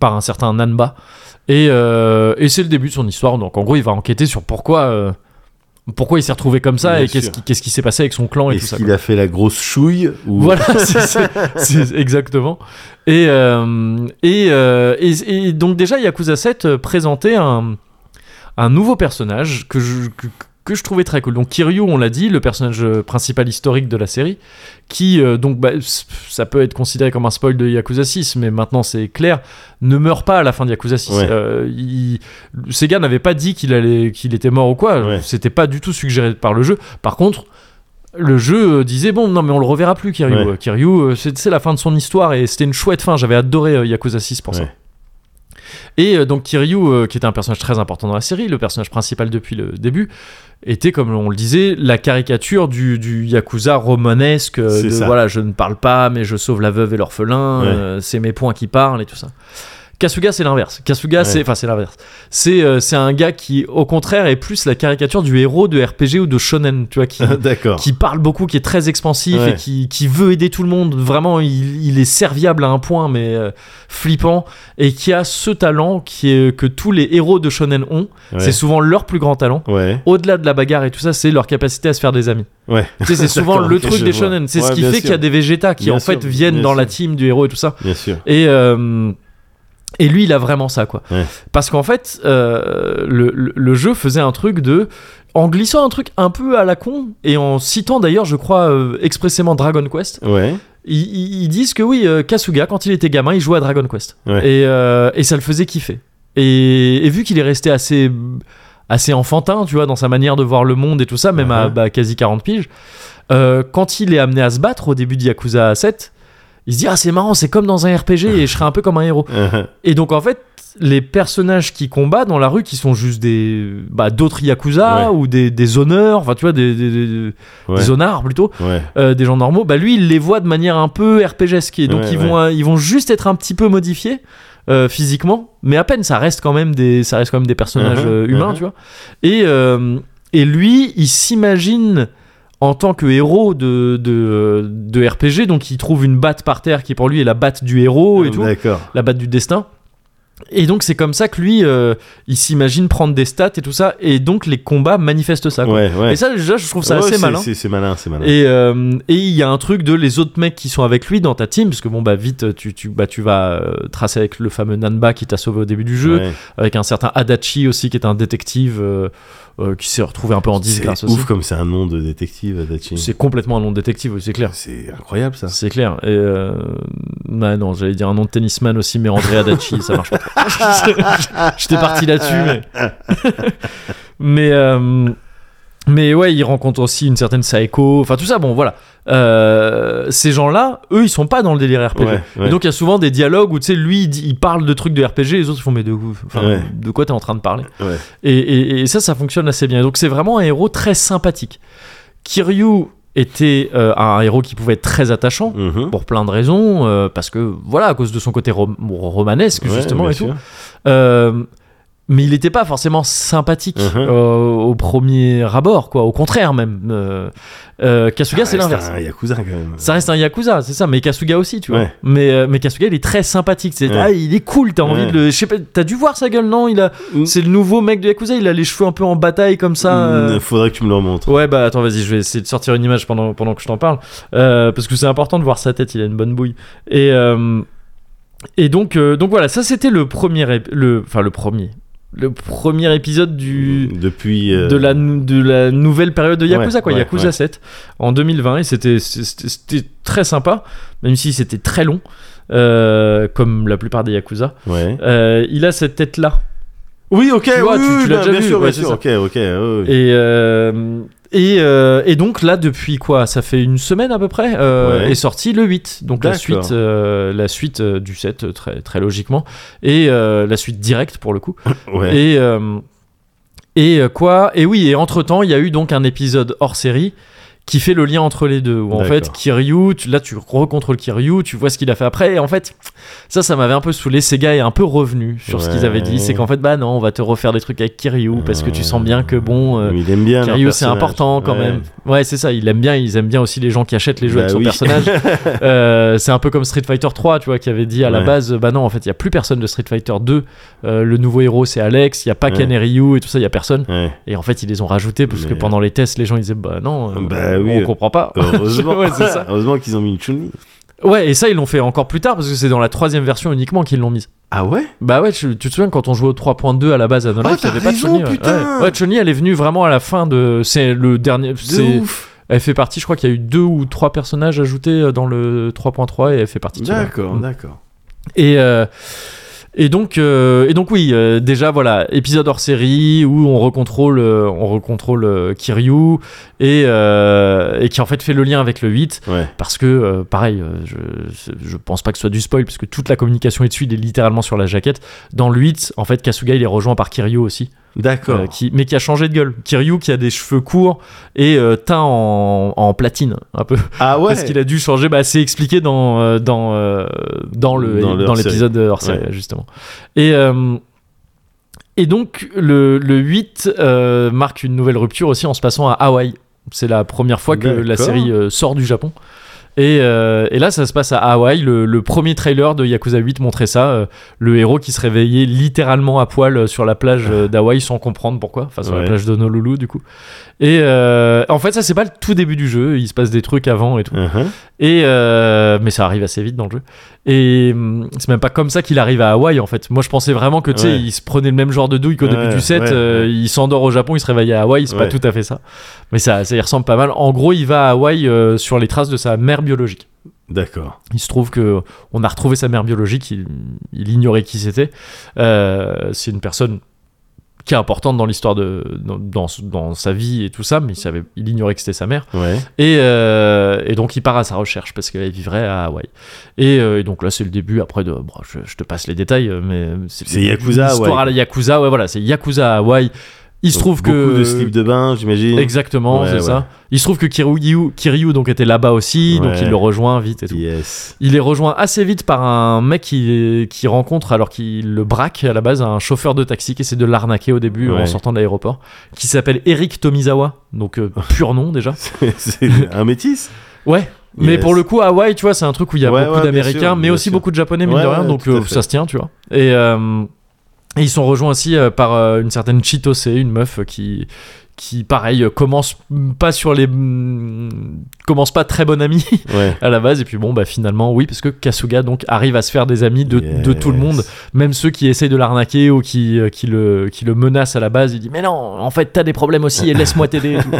S1: par un certain Nanba. Et, euh, et c'est le début de son histoire, donc en gros il va enquêter sur pourquoi, euh, pourquoi il s'est retrouvé comme ça
S2: Bien
S1: et qu'est-ce
S2: sûr.
S1: qui qu'est-ce qui s'est passé avec son clan et tout
S2: Est-ce
S1: ça.
S2: qu'il a fait la grosse chouille ou...
S1: Voilà, c'est- c'est- c'est exactement. Et, euh, et, euh, et- et donc déjà, Yakuza 7 euh, présentait un, un nouveau personnage que je, que, que je trouvais très cool. Donc Kiryu, on l'a dit, le personnage euh, principal historique de la série, qui, euh, donc bah, s- ça peut être considéré comme un spoil de Yakuza 6, mais maintenant c'est clair, ne meurt pas à la fin de Yakuza 6.
S2: Ouais.
S1: Euh, il- Sega n'avait pas dit qu'il allait- qu'il était mort ou quoi,
S2: Ouais.
S1: c'était pas du tout suggéré par le jeu. Par contre, le jeu euh, disait bon non mais on le reverra plus Kiryu
S2: Ouais.
S1: Euh, Kiryu euh, c'est c'est la fin de son histoire et c'était une chouette fin j'avais adoré euh, Yakuza 6 pour ça
S2: Ouais.
S1: et euh, donc Kiryu euh, qui était un personnage très important dans la série le personnage principal depuis le début était comme on le disait la caricature du, du Yakuza romanesque euh,
S2: C'est
S1: de
S2: ça.
S1: voilà je ne parle pas mais je sauve la veuve et l'orphelin
S2: Ouais.
S1: euh, c'est mes poings qui parlent et tout ça Kasuga, c'est l'inverse. Kasuga,
S2: Ouais.
S1: c'est, enfin, c'est l'inverse. C'est, euh, c'est un gars qui, au contraire, est plus la caricature du héros de RPG ou de shonen, tu vois, qui,
S2: D'accord.
S1: qui parle beaucoup, qui est très expansif
S2: Ouais.
S1: et qui, qui veut aider tout le monde. Vraiment, il, il est serviable à un point, mais euh, flippant, et qui a ce talent qui est, euh, que tous les héros de shonen ont.
S2: Ouais.
S1: C'est souvent leur plus grand talent.
S2: Ouais.
S1: Au-delà de la bagarre et tout ça, c'est leur capacité à se faire des amis.
S2: Ouais.
S1: Tu sais, c'est souvent
S2: D'accord,
S1: le
S2: ok,
S1: truc
S2: je
S1: des
S2: vois.
S1: shonen. C'est ce
S2: Ouais,
S1: qui
S2: bien
S1: fait
S2: sûr.
S1: qu'il y a des Vegeta qui
S2: Bien
S1: en
S2: sûr,
S1: fait viennent
S2: bien
S1: dans la
S2: sûr.
S1: team du héros et tout ça.
S2: Bien sûr.
S1: Et, euh, et lui, il a vraiment ça, quoi.
S2: Ouais.
S1: Parce qu'en fait, euh, le, le- le jeu faisait un truc de. En glissant un truc un peu à la con, et en citant d'ailleurs, je crois, euh, expressément Dragon Quest,
S2: Ouais.
S1: ils, ils- ils disent que oui, euh, Kasuga, quand il était gamin, il jouait à Dragon Quest.
S2: Ouais.
S1: Et, euh, et ça le faisait kiffer. Et, et vu qu'il est resté assez, assez enfantin, tu vois, dans sa manière de voir le monde et tout ça, même à
S2: Mhm.
S1: bah, quasi 40 piges, euh, quand il est amené à se battre au début de Yakuza 7, il se dit Ah, c'est marrant, c'est comme dans un RPG et je serai un peu comme un héros.
S2: Uh-huh.
S1: Et donc en fait, les personnages qui combattent dans la rue, qui sont juste des bah, d'autres yakuza
S2: Ouais.
S1: ou des, des honneurs, enfin tu vois des, des, des-
S2: Ouais.
S1: des honnards plutôt,
S2: Ouais.
S1: euh, des gens normaux, bah lui il les voit de manière un peu RPGesque. Et donc
S2: Ouais,
S1: ils
S2: ouais.
S1: vont euh, ils vont juste être un petit peu modifiés. euh, physiquement, mais à peine ça reste quand même des ça reste quand même des personnages
S2: Mhm,
S1: euh, humains,
S2: mhm.
S1: tu vois. Et euh, et lui, il s'imagine en tant que héros de, de de RPG, donc il trouve une batte par terre qui pour lui est la batte du héros et tout
S2: Ah, D'accord.
S1: la batte du destin. Et donc c'est comme ça que lui, euh, il s'imagine prendre des stats et tout ça, et donc les combats manifestent ça. quoi.
S2: Ouais, ouais.
S1: Et ça déjà, je trouve ça
S2: Ouais,
S1: assez
S2: c'est-
S1: malin.
S2: C'est c'est malin, c'est malin.
S1: Et euh, et il y a un truc de les autres mecs qui sont avec lui dans ta team, parce que bon bah vite tu tu bah tu vas euh, tracer avec le fameux Nanba qui t'a sauvé au début du jeu,
S2: Ouais.
S1: avec un certain Adachi aussi qui est un détective euh, euh, qui s'est retrouvé un peu en disgrâce
S2: C'est
S1: aussi.
S2: ouf comme c'est un nom de détective, Adachi.
S1: C'est complètement un nom de détective, oui, c'est clair.
S2: C'est incroyable ça.
S1: C'est clair. Et euh, ouais, non, j'allais dire un nom de tennisman aussi, mais André Adachi, ça marche pas. trop. J'étais parti là-dessus, mais. Mais, euh, mais ouais, ils rencontrent aussi une certaine Saeko. Enfin, tout ça, bon, voilà. Euh, ces gens-là, eux, ils sont pas dans le délire RPG.
S2: Ouais, ouais.
S1: Et donc, il y a souvent des dialogues où, tu sais, lui, il, dit- il parle de trucs de RPG, les autres, ils font, mais de, enfin,
S2: Ouais.
S1: de quoi t'es en train de parler
S2: Ouais.
S1: et, et- et ça, ça fonctionne assez bien. Et donc, c'est vraiment un héros très sympathique. Kiryu était euh, un héros qui pouvait être très attachant.
S2: Mhm.
S1: Pour plein de raisons, euh, parce que voilà, à cause de son côté rom- romanesque,
S2: Ouais,
S1: justement,
S2: bien
S1: et tout.
S2: sûr.
S1: Euh, mais il n'était pas forcément sympathique
S2: Mhm.
S1: euh, au premier abord, quoi. Au contraire, même. Euh, euh, Kasuga, c'est
S2: Ah,
S1: l'inverse.
S2: un Yakuza quand même.
S1: Ça reste un yakuza, c'est ça. Mais Kasuga aussi, tu vois.
S2: Ouais.
S1: Mais euh, mais Kasuga, il est très sympathique. C'est
S2: Ouais.
S1: ah, il est cool. T'as envie
S2: Ouais.
S1: de le. Je sais pas. T'as dû voir sa gueule, non Il a.
S2: Mm.
S1: C'est le nouveau mec de yakuza. Il a les cheveux un peu en bataille comme ça. euh.
S2: Mm, Faudrait que tu me le remontres.
S1: Ouais, bah attends, vas-y, je vais essayer de sortir une image pendant, pendant que je t'en parle. Euh, parce que c'est important de voir sa tête, il a une bonne bouille. Et, euh, et donc, euh, donc voilà, ça c'était le premier. ép- le- Enfin, le premier. Le premier épisode du.
S2: Depuis. euh,
S1: De la, nou- de la nouvelle période de Yakuza,
S2: Ouais,
S1: quoi,
S2: ouais,
S1: Yakuza
S2: ouais.
S1: 7, en 2020, et c'était c'était- c'était très sympa, même si c'était très long, euh, comme la plupart des Yakuza.
S2: Ouais.
S1: Euh, il a cette tête-là,
S2: Oui, ok,
S1: Tu vois,
S2: oui,
S1: tu-
S2: oui,
S1: tu l'as
S2: bien,
S1: déjà
S2: bien
S1: vu,
S2: sûr,
S1: ouais,
S2: bien
S1: c'est
S2: sûr.
S1: ça.
S2: Ok, ok. ouais, ouais.
S1: Et, euh, et, euh, et donc là, depuis quoi Ça fait une semaine à peu près euh,
S2: Ouais.
S1: Est sorti le 8. Donc la
S2: D'accord.
S1: suite, euh, la suite euh, du 7, euh, très, très logiquement. Et euh, la suite directe pour le coup.
S2: Ouais.
S1: Et, euh, et euh, quoi Et oui, et entre-temps, il y a eu donc un épisode hors série qui fait le lien entre les deux. Où en fait,
S2: D'accord.
S1: Kiryu, tu- là tu recontrôles Kiryu, tu vois ce qu'il a fait après. Et en fait, ça, ça m'avait un peu saoulé. Sega est un peu revenu sur ce qu'ils avaient dit.
S2: Ouais.
S1: C'est qu'en fait, bah non, on va te refaire des trucs avec Kiryu parce que tu sens bien que bon. euh,
S2: Mais Il aime bien. leur
S1: Kiryu, c'est
S2: personnage.
S1: important quand
S2: Ouais.
S1: même. Ouais, c'est ça. Il aime bien. Ils aiment bien aussi les gens qui achètent les jeux
S2: Bah
S1: avec son
S2: oui.
S1: personnage. Euh, c'est un peu comme Street Fighter 3, tu vois, qui avait dit à la
S2: Ouais.
S1: base, bah non, en fait, il y a plus personne de Street Fighter 2. Euh, le nouveau héros, c'est Alex. Il y a pas Ken
S2: Ouais.
S1: et Ryu et tout ça. Il y a personne.
S2: Ouais.
S1: Et en fait, ils les ont rajoutés parce que
S2: Mais-
S1: pendant les tests, les gens ils disaient, bah non, euh,
S2: Bah oui,
S1: on
S2: euh,
S1: comprend pas.
S2: Heureusement,
S1: Ouais, c'est ça.
S2: Heureusement qu'ils ont mis une Chun-Li.
S1: Ouais, et ça, ils l'ont fait encore plus tard parce que c'est dans la troisième version uniquement qu'ils l'ont mise.
S2: Ah ouais
S1: Bah ouais, tu, tu te souviens quand on jouait au 3.2 à la base à Don't
S2: Ah,
S1: Like, il y
S2: t'as
S1: avait pas de
S2: raison,
S1: Chun-Li, ouais.
S2: putain
S1: Ouais, ouais Chun-Li, elle est venue vraiment à la fin de. C'est le dernier. c'est-
S2: De ouf
S1: Elle fait partie, je crois qu'il y a eu deux ou trois personnages ajoutés euh, dans le 3.3 et elle fait partie de ceux-là.
S2: D'accord,
S1: Mm.
S2: d'accord.
S1: Et, euh, et, donc, euh, et donc, oui, euh, déjà, voilà, épisode hors série où on recontrôle, euh, on recontrôle euh, Kiryu et, euh, et qui en fait fait le lien avec le 8
S2: Ouais.
S1: parce que, euh, pareil, euh, je, je pense pas que ce soit du spoil parce que toute la communication est dessus, il est littéralement sur la jaquette. Dans le 8, en fait, Kasuga il est rejoint par Kiryu aussi.
S2: D'accord.
S1: Euh, qui, mais qui a changé de gueule. Kiryu qui a des cheveux courts et euh, teint en, en platine, un peu.
S2: ah ouais
S1: Parce qu'il a dû changer, bah, c'est expliqué dans, euh, dans, euh, dans, le,
S2: Dans le
S1: dans
S2: hors-série.
S1: l'épisode hors série,
S2: Ouais.
S1: justement. Et, euh, et donc, le, le 8 euh, marque une nouvelle rupture aussi en se passant à Hawaï. C'est la première fois que la
S2: D'accord.
S1: série euh, sort du Japon. Et, euh, et là, ça se passe à Hawaï. Le, le premier trailer de Yakuza 8 montrait ça. euh, le héros qui se réveillait littéralement à poil euh, sur la plage euh, d'Hawaï sans comprendre pourquoi. Enfin, sur la
S2: Ouais.
S1: plage d'Honolulu, du coup. Et euh, en fait, ça, c'est pas le tout début du jeu. Il se passe des trucs avant et tout.
S2: Uh-huh.
S1: Et euh, mais ça arrive assez vite dans le jeu. Et hum, c'est même pas comme ça qu'il arrive à Hawaï en fait. Moi je pensais vraiment que tu sais,
S2: Ouais.
S1: il se prenait le même genre de douille qu'au début
S2: Ouais,
S1: du set.
S2: ouais,
S1: euh,
S2: ouais.
S1: Il s'endort au Japon, il se réveille à Hawaï. C'est pas
S2: Ouais.
S1: tout à fait ça. Mais ça, ça y ressemble pas mal. En gros, il va à Hawaï euh, sur les traces de sa mère biologique.
S2: D'accord.
S1: Il se trouve que on a retrouvé sa mère biologique. Il, il ignorait qui c'était. Euh, c'est une personne qui est importante dans l'histoire de dans, dans, dans sa vie et tout ça, mais il savait, il ignorait que c'était sa mère.
S2: Ouais.
S1: Et, euh, et donc il part à sa recherche parce qu'elle vivrait à Hawaï. Et, euh, et donc là c'est le début. Après, de, bon, je, je te passe les détails, euh, mais
S2: C'est Yakuza à
S1: Histoire
S2: Hawaï.
S1: à la Yakuza, ouais, voilà, c'est Yakuza à Hawaï. Il se
S2: Donc,
S1: trouve que
S2: Beaucoup de slips de bain, j'imagine.
S1: exactement,
S2: Ouais,
S1: c'est
S2: ouais.
S1: ça. Il se trouve que Kiryu, Kiryu donc était là-bas aussi, donc
S2: Ouais.
S1: il le rejoint vite et tout.
S2: Yes.
S1: Il est rejoint assez vite par un mec qui, qui rencontre, alors qu'il le braque à la base, un chauffeur de taxi qui essaie de l'arnaquer au début en
S2: Ouais.
S1: sortant de l'aéroport, qui s'appelle Eric Tomizawa, donc euh, pur nom déjà.
S2: c'est un métis
S1: Ouais, mais
S2: Yes.
S1: pour le coup, Hawaï, tu vois, c'est un truc où il y a
S2: Ouais,
S1: beaucoup
S2: ouais, bien
S1: d'Américains,
S2: sûr,
S1: mais
S2: bien
S1: aussi
S2: sûr.
S1: beaucoup de Japonais, mine
S2: Ouais,
S1: de rien,
S2: ouais,
S1: donc
S2: tout à
S1: euh,
S2: fait.
S1: ça se tient, tu vois. Et, euh, et ils sont rejoints aussi euh, par euh, une certaine Chitose, une meuf euh, qui qui pareil euh, commence pas sur les mm, commence pas très bon ami
S2: Ouais.
S1: à la base et puis bon bah finalement oui parce que Kasuga donc arrive à se faire des amis de, de tout le
S2: Yes.
S1: monde même ceux qui essayent de l'arnaquer ou qui, euh, qui, le, qui le menacent à la base il dit mais non en fait t'as des problèmes aussi et laisse-moi t'aider et, tout.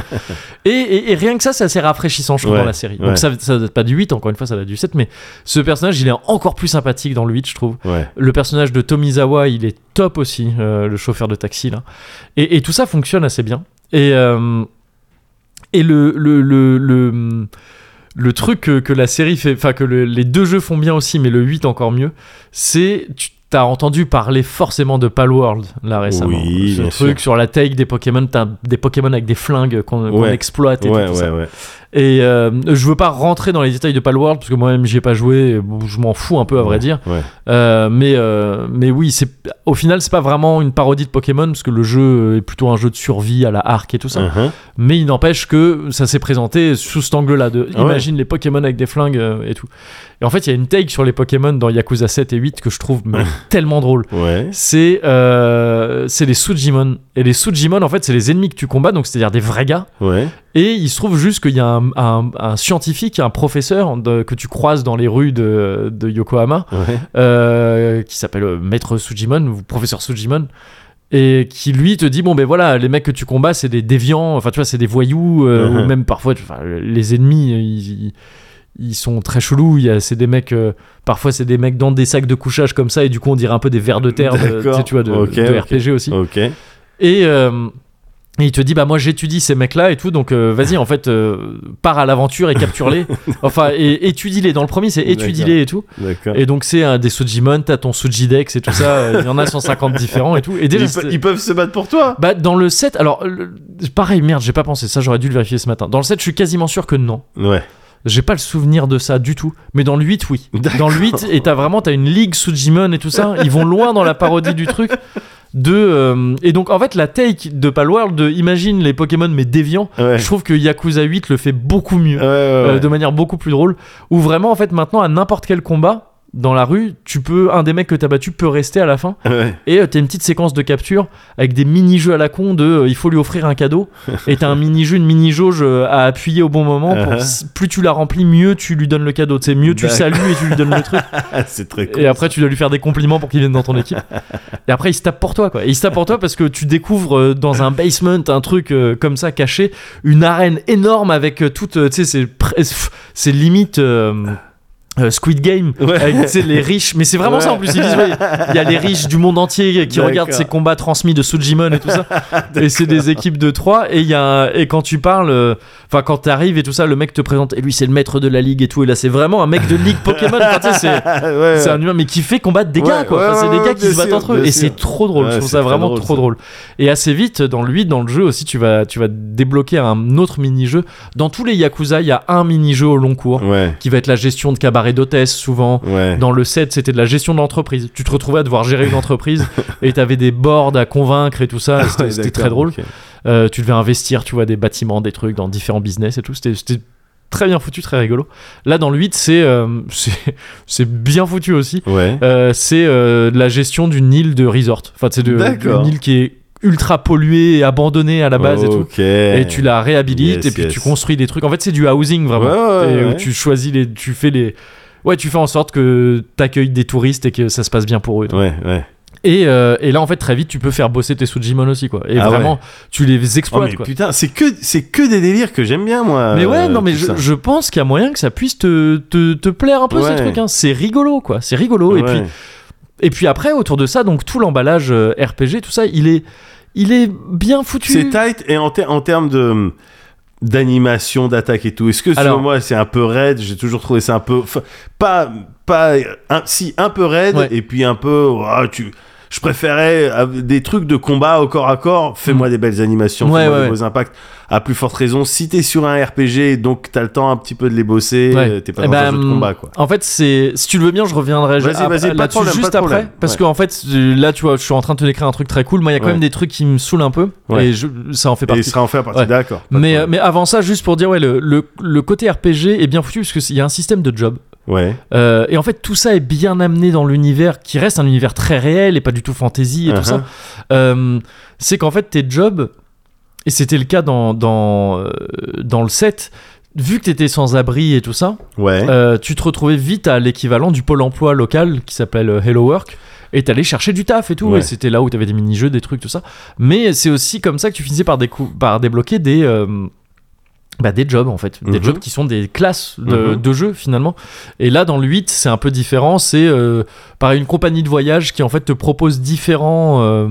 S1: Et- et- et rien que ça c'est assez rafraîchissant je trouve
S2: Ouais,
S1: dans la série
S2: ouais.
S1: donc ça, ça date pas du 8 encore une fois ça date du 7 mais ce personnage il est encore plus sympathique dans le 8 je trouve
S2: Ouais.
S1: le personnage de Tomizawa, il est top aussi, euh, le chauffeur de taxi là. Et, et tout ça fonctionne assez bien. Et, euh, et le, le, le, le, le truc que, que la série fait, enfin que le- les deux jeux font bien aussi, mais le 8 encore mieux, c'est. Tu t'as entendu parler forcément de Palworld là récemment.
S2: Oui,
S1: Ce
S2: bien
S1: truc
S2: sûr.
S1: sur la tech des Pokémon, t'as des Pokémon avec des flingues qu'on qu'on
S2: Ouais.
S1: exploite et
S2: Ouais,
S1: tout,
S2: ouais,
S1: tout ça.
S2: ouais.
S1: Et euh, je veux pas rentrer dans les détails de Palworld parce que moi-même j'y ai pas joué, et bon, je m'en fous un peu à vrai dire.
S2: Ouais.
S1: Euh, mais, euh, mais oui, c'est, au final, c'est pas vraiment une parodie de Pokémon, parce que le jeu est plutôt un jeu de survie à la arc et tout ça.
S2: Uh-huh.
S1: Mais il n'empêche que ça s'est présenté sous cet angle-là, de
S2: Ah ouais.
S1: imagine les Pokémon avec des flingues euh, et tout. Et en fait, il y a une take sur les Pokémon dans Yakuza 7 et 8 que je trouve mais, tellement drôle.
S2: Ouais.
S1: C'est, euh, c'est les Sujimon. Et les Sujimon, en fait, c'est les ennemis que tu combats, donc c'est-à-dire des vrais gars.
S2: Ouais.
S1: Et il se trouve juste qu'il y a un, un- un scientifique, un professeur de- que tu croises dans les rues de, de Yokohama,
S2: Ouais.
S1: euh, qui s'appelle euh, Maître Sujimon ou Professeur Sujimon et qui lui te dit bon ben voilà les mecs que tu combats c'est des déviants enfin tu vois c'est des voyous euh,
S2: Mhm.
S1: ou même parfois tu- enfin, les ennemis ils, ils- ils sont très chelous il y a- c'est des mecs euh, parfois c'est des mecs dans des sacs de couchage comme ça et du coup on dirait un peu des vers de terre de, tu,
S2: D'accord.
S1: sais, tu vois de,
S2: Ok,
S1: de
S2: ok.
S1: RPG aussi
S2: Ok.
S1: et, euh, et il te dit bah moi j'étudie ces mecs là et tout donc euh, vas-y en fait euh, pars à l'aventure et capture-les enfin et étudie-les dans le premier c'est étudie-les et tout
S2: D'accord.
S1: et donc c'est un des Sujimon, t'as ton Sujidex et tout ça, euh, il y en a 150 différents et tout. Et déjà,
S2: ils, pe-
S1: c'était-
S2: ils peuvent se battre pour toi.
S1: bah, dans le 7, alors le- pareil, merde, j'ai pas pensé, ça j'aurais dû le vérifier ce matin. Dans le 7, je suis quasiment sûr que non.
S2: Ouais.
S1: J'ai pas le souvenir de ça du tout. Mais dans le 8, oui. Dans le 8, et t'as vraiment t'as une ligue Sujimon et tout ça, ils vont loin dans la parodie du truc. De, euh, et donc en fait la take de Palworld de imagine les Pokémon mais déviants
S2: Ouais.
S1: je trouve que Yakuza 8 le fait beaucoup mieux
S2: Ouais, ouais,
S1: euh,
S2: ouais.
S1: de manière beaucoup plus drôle. Où vraiment, en fait, maintenant, à n'importe quel combat dans la rue, tu peux, un des mecs que t'as battu peut rester à la fin.
S2: Ouais.
S1: Et euh, t'as une petite séquence de capture avec des mini-jeux à la con de euh, il faut lui offrir un cadeau. Et t'as un mini-jeu, une mini-jauge euh, à appuyer au bon moment. pour-
S2: Uh-huh.
S1: si- plus tu la remplis, mieux tu lui donnes le cadeau. Tu sais, mieux tu
S2: D'accord.
S1: salues et tu lui donnes le truc.
S2: Ah, c'est très cool.
S1: Et après, tu dois lui faire des compliments pour qu'il vienne dans ton équipe. Et après, il se tape pour toi, quoi. Et il se tape pour toi parce que tu découvres euh, dans un basement un truc euh, comme ça caché, une arène énorme avec euh, toute, euh, tu sais, c'est pr- pff, c'est limite. euh, euh, Squid Game,
S2: Ouais.
S1: avec tu sais, les riches, mais c'est vraiment
S2: Ouais.
S1: ça en plus. Ils disent, ouais, il y a les riches du monde entier qui
S2: D'accord.
S1: regardent ces combats transmis de Sujimon et tout ça. et c'est des équipes de 3 Et, il y a un- et quand tu parles, euh, enfin, quand t'arrives et tout ça, le mec te présente, et lui, c'est le maître de la ligue et tout. Et là, c'est vraiment un mec de ligue Pokémon. Enfin, tu sais, c'est-
S2: Ouais,
S1: c'est un humain mais qui fait combattre des
S2: Ouais,
S1: gars quoi
S2: ouais,
S1: Enfin, c'est
S2: ouais,
S1: des gars
S2: ouais,
S1: qui
S2: bien
S1: se battent
S2: sûr,
S1: entre eux
S2: bien
S1: et
S2: sûr.
S1: c'est trop drôle
S2: Ouais,
S1: je trouve
S2: c'est
S1: ça
S2: très
S1: vraiment
S2: drôle,
S1: trop
S2: ça.
S1: drôle et assez vite dans le 8 dans le jeu aussi tu vas tu vas débloquer un autre mini-jeu dans tous les Yakuza il y a un mini-jeu au long cours
S2: Ouais.
S1: qui va être la gestion de cabaret d'hôtesse souvent
S2: Ouais.
S1: dans le 7, c'était de la gestion d'entreprise. Tu te retrouvais à devoir gérer une entreprise et t'avais des boards à convaincre et tout ça. C'était
S2: Ouais,
S1: c'était
S2: d'accord,
S1: très drôle.
S2: ok.
S1: Euh, tu devais investir, tu vois, des bâtiments, des trucs dans différents business et tout. C'était- C'était très bien foutu, très rigolo. Là, dans le 8, c'est euh, c'est- c'est bien foutu aussi.
S2: Ouais.
S1: Euh, c'est euh, de la gestion d'une île de resort. Enfin, c'est de-
S2: D'accord.
S1: d'une île qui est ultra polluée et abandonnée à la base et tout.
S2: Ok.
S1: Et tu la réhabilites
S2: Yes,
S1: et puis
S2: yes.
S1: tu construis des trucs. En fait, c'est du housing vraiment.
S2: Ouais, ouais,
S1: Et
S2: ouais.
S1: Où tu choisis les, tu fais les, ouais, tu fais en sorte que t'accueilles des touristes et que ça se passe bien pour eux. Et, tout.
S2: Ouais, ouais.
S1: Et, euh, et là, en fait, très vite, tu peux faire bosser tes Sujimon aussi quoi. Et
S2: Ah
S1: vraiment,
S2: ouais.
S1: tu les
S2: Oh,
S1: exploites
S2: mais
S1: quoi.
S2: putain, c'est que, c'est que des délires que j'aime bien, moi.
S1: Mais ouais,
S2: euh,
S1: non, mais
S2: tout
S1: je,
S2: ça.
S1: je pense qu'il y a moyen que ça puisse te, te, te plaire un peu ces
S2: Ouais.
S1: trucs. Hein. C'est rigolo, quoi. C'est rigolo. Et, puis,
S2: Ouais.
S1: et puis après, autour de ça, donc tout l'emballage euh, RPG, tout ça, il est, il est bien foutu.
S2: C'est tight, et en, ter- en termes de d'animation, d'attaque et tout. Est-ce que
S1: Alors-
S2: selon moi c'est un peu raide J'ai toujours trouvé ça un peu enfin, pas pas un- si un peu raide
S1: Ouais.
S2: et puis un peu ah, tu je préférais euh, des trucs de combat au corps à corps. Fais-moi des belles animations,
S1: Mm. Ouais,
S2: fais-moi
S1: ouais,
S2: des
S1: ouais.
S2: beaux impacts. À plus forte raison, si t'es sur un RPG, donc t'as le temps un petit peu de les bosser.
S1: Ouais.
S2: euh, T'es pas
S1: Eh
S2: dans
S1: ben,
S2: un jeu de combat quoi.
S1: En fait, c'est si tu le veux bien, je reviendrai
S2: Vas-y,
S1: ju- ap-
S2: vas-y, pas de
S1: là-dessus
S2: problème,
S1: juste
S2: pas de
S1: après
S2: problème.
S1: parce
S2: Ouais.
S1: que en fait, euh, là tu vois, je suis en train de te décrire un truc très cool, moi il y a quand
S2: Ouais.
S1: même des trucs qui me saoulent un peu
S2: Ouais.
S1: et je- ça en fait
S2: Et il
S1: partie.
S2: sera en fait à partir
S1: Ouais.
S2: d'accord. pas de
S1: Mais, euh,
S2: problème.
S1: mais avant ça, juste pour dire, ouais, le, le, le côté RPG est bien foutu parce qu'il y a un système de job.
S2: ouais,
S1: Euh, et en fait, tout ça est bien amené dans l'univers qui reste un univers très réel et pas du tout fantasy et tout
S2: Uh-huh.
S1: ça. Euh, c'est qu'en fait, tes jobs, Et c'était le cas dans, dans, euh, dans le set. Vu que t'étais sans abri et tout ça,
S2: Ouais.
S1: euh, tu te retrouvais vite à l'équivalent du pôle emploi local qui s'appelle euh, Hello Work. Et t'allais chercher du taf et tout.
S2: Ouais.
S1: Et c'était là où t'avais des mini-jeux, des trucs, tout ça. Mais c'est aussi comme ça que tu finissais par, décou- par débloquer des. euh, bah, des jobs en fait, des
S2: Mhm.
S1: jobs qui sont des classes de,
S2: Mhm.
S1: de jeux finalement. Et là dans le 8 c'est un peu différent, c'est euh, par une compagnie de voyage qui en fait te propose différents, euh,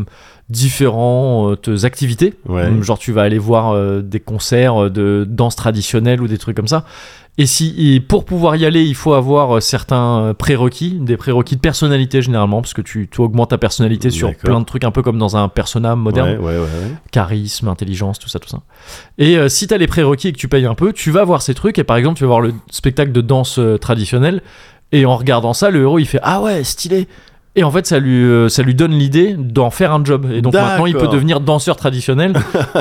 S1: différentes euh, activités.
S2: Ouais.
S1: Donc, Hum, Genre tu vas aller voir euh, des concerts de danse traditionnelle ou des trucs comme ça. Et si et pour pouvoir y aller, il faut avoir euh, certains euh, prérequis, des prérequis de personnalité généralement, parce que tu, tu augmentes ta personnalité sur
S2: D'accord.
S1: plein de trucs, un peu comme dans un persona moderne,
S2: Ouais, ouais, ouais, ouais.
S1: charisme, intelligence, tout ça, tout ça. Et euh, si t'as les prérequis et que tu payes un peu, tu vas voir ces trucs, et par exemple tu vas voir le spectacle de danse euh, traditionnelle, et en regardant ça, le héros il fait ah ouais stylé. Et en fait, ça lui, euh, ça lui donne l'idée d'en faire un job. Et donc maintenant, il peut
S2: D'accord.
S1: devenir danseur traditionnel.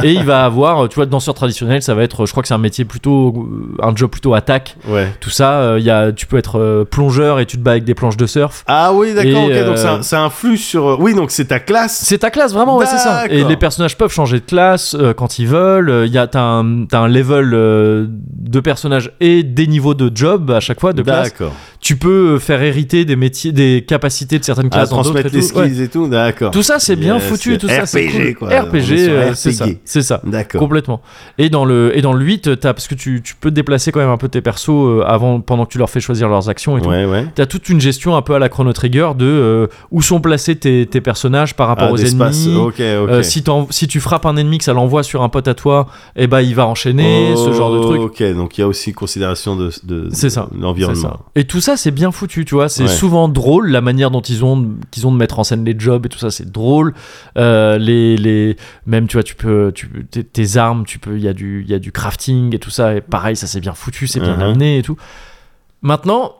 S1: et il va avoir, euh, tu vois, danseur traditionnel, ça va être, euh, je crois que c'est un métier plutôt, euh, un job plutôt attaque
S2: Ouais.
S1: tout ça euh, y a, tu peux être euh, plongeur et tu te bats avec des planches de surf
S2: Ah oui, d'accord,
S1: Et,
S2: ok,
S1: euh,
S2: donc ça, ça influe sur... euh, Oui, donc c'est ta classe
S1: c'est ta classe vraiment ouais c'est ça et
S2: D'accord.
S1: les personnages peuvent changer de classe euh, quand ils veulent euh, y a t'as un, t'as un level euh, de personnages et des niveaux de job à chaque fois de classe
S2: D'accord.
S1: tu peux euh, faire hériter des métiers des capacités de certaines
S2: À
S1: classes dans d'autres
S2: transmettre
S1: et
S2: les
S1: tout.
S2: skills
S1: Ouais.
S2: et tout, d'accord.
S1: Tout ça c'est
S2: Yes,
S1: bien foutu et
S2: yes.
S1: tout ça c'est cool.
S2: RPG, quoi. On
S1: RPG
S2: est sur
S1: euh, c'est ça
S2: RPG.
S1: c'est ça
S2: D'accord.
S1: Complètement. Et dans le, et dans le 8, t'as- parce que tu, tu peux déplacer quand même un peu tes persos euh, avant, pendant que tu leur fais choisir leurs actions et tout.
S2: Ouais, ouais.
S1: T'as toute une gestion un peu à la Chrono Trigger de euh, où sont placés tes, tes personnages par rapport
S2: Ah,
S1: aux
S2: d'espace,
S1: ennemis.
S2: ok, ok.
S1: Euh, si, t'en- si tu frappes un ennemi que ça l'envoie sur un pote à toi, eh ben il va enchaîner, ce genre de truc.
S2: Ok, donc il y a aussi considération de, de,
S1: C'est ça,
S2: de
S1: C'est
S2: l'environnement.
S1: ça. Et tout ça, c'est bien foutu, tu vois. C'est
S2: Oh, Ouais.
S1: souvent drôle la manière dont ils ont, qu'ils ont de mettre en scène les jobs et tout ça, c'est drôle. Euh, les, les, même, tu vois, tu peux, tu, peux- tes, tes armes, tu peux, il y a du, il y a du crafting et tout ça. Et pareil, ça c'est bien foutu, c'est bien
S2: Mhm.
S1: amené et tout. Maintenant,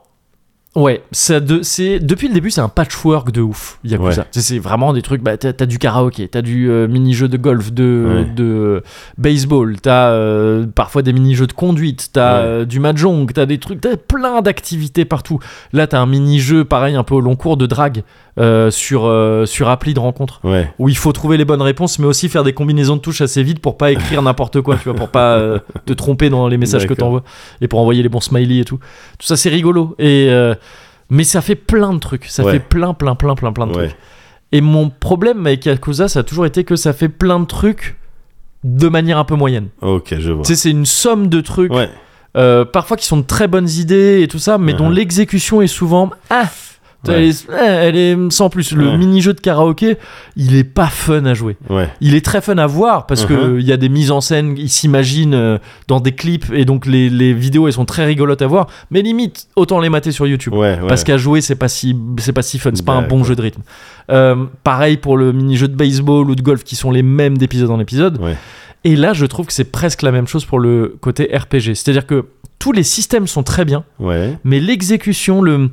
S1: ouais, ça de, c'est depuis le début, c'est un patchwork de ouf. Yakuza,
S2: Ouais.
S1: C'est- c'est vraiment des trucs. Bah, t'as, t'as du karaoké, t'as du euh, mini-jeu de golf, de,
S2: Ouais.
S1: de baseball, t'as euh, parfois des mini-jeux de conduite, t'as
S2: Ouais.
S1: euh, du mahjong, t'as des trucs, t'as plein d'activités partout. Là, t'as un mini-jeu pareil un peu au long cours de drague euh, sur, euh, sur appli de rencontre
S2: Ouais,
S1: où il faut trouver les bonnes réponses, mais aussi faire des combinaisons de touches assez vite pour pas écrire n'importe quoi, tu vois, pour pas euh, te tromper dans les messages que
S2: D'accord.
S1: t'envoies et pour envoyer les bons smileys et tout. Tout ça, c'est rigolo. Et euh, mais ça fait plein de trucs, ça
S2: Ouais.
S1: fait plein, plein, plein, plein, plein de trucs.
S2: ouais.
S1: Et mon problème avec Yakuza, ça a toujours été que ça fait plein de trucs de manière un peu moyenne.
S2: Ok, je vois.
S1: Tu sais, c'est une somme de trucs,
S2: Ouais,
S1: euh, parfois qui sont de très bonnes idées et tout ça, mais dont
S2: Mhm.
S1: l'exécution est souvent. Ah, elle,
S2: Ouais.
S1: est, elle est sans plus. Le
S2: Ouais.
S1: mini-jeu de karaoké, il est pas fun à jouer.
S2: ouais.
S1: Il est très fun à voir parce que
S2: Mhm.
S1: il y a des mises en scène, il s'imagine euh, dans des clips et donc les, les vidéos elles sont très rigolotes à voir. Mais limite autant les mater sur YouTube.
S2: Ouais, ouais.
S1: Parce qu'à jouer, c'est pas si, c'est pas si fun, c'est pas un bon
S2: D'accord.
S1: jeu de rythme. Euh, pareil pour le mini-jeu de baseball ou de golf qui sont les mêmes d'épisode en épisode.
S2: Ouais.
S1: Et là, je trouve que c'est presque la même chose pour le côté RPG. C'est-à-dire que tous les systèmes sont très bien,
S2: Ouais,
S1: mais l'exécution, le,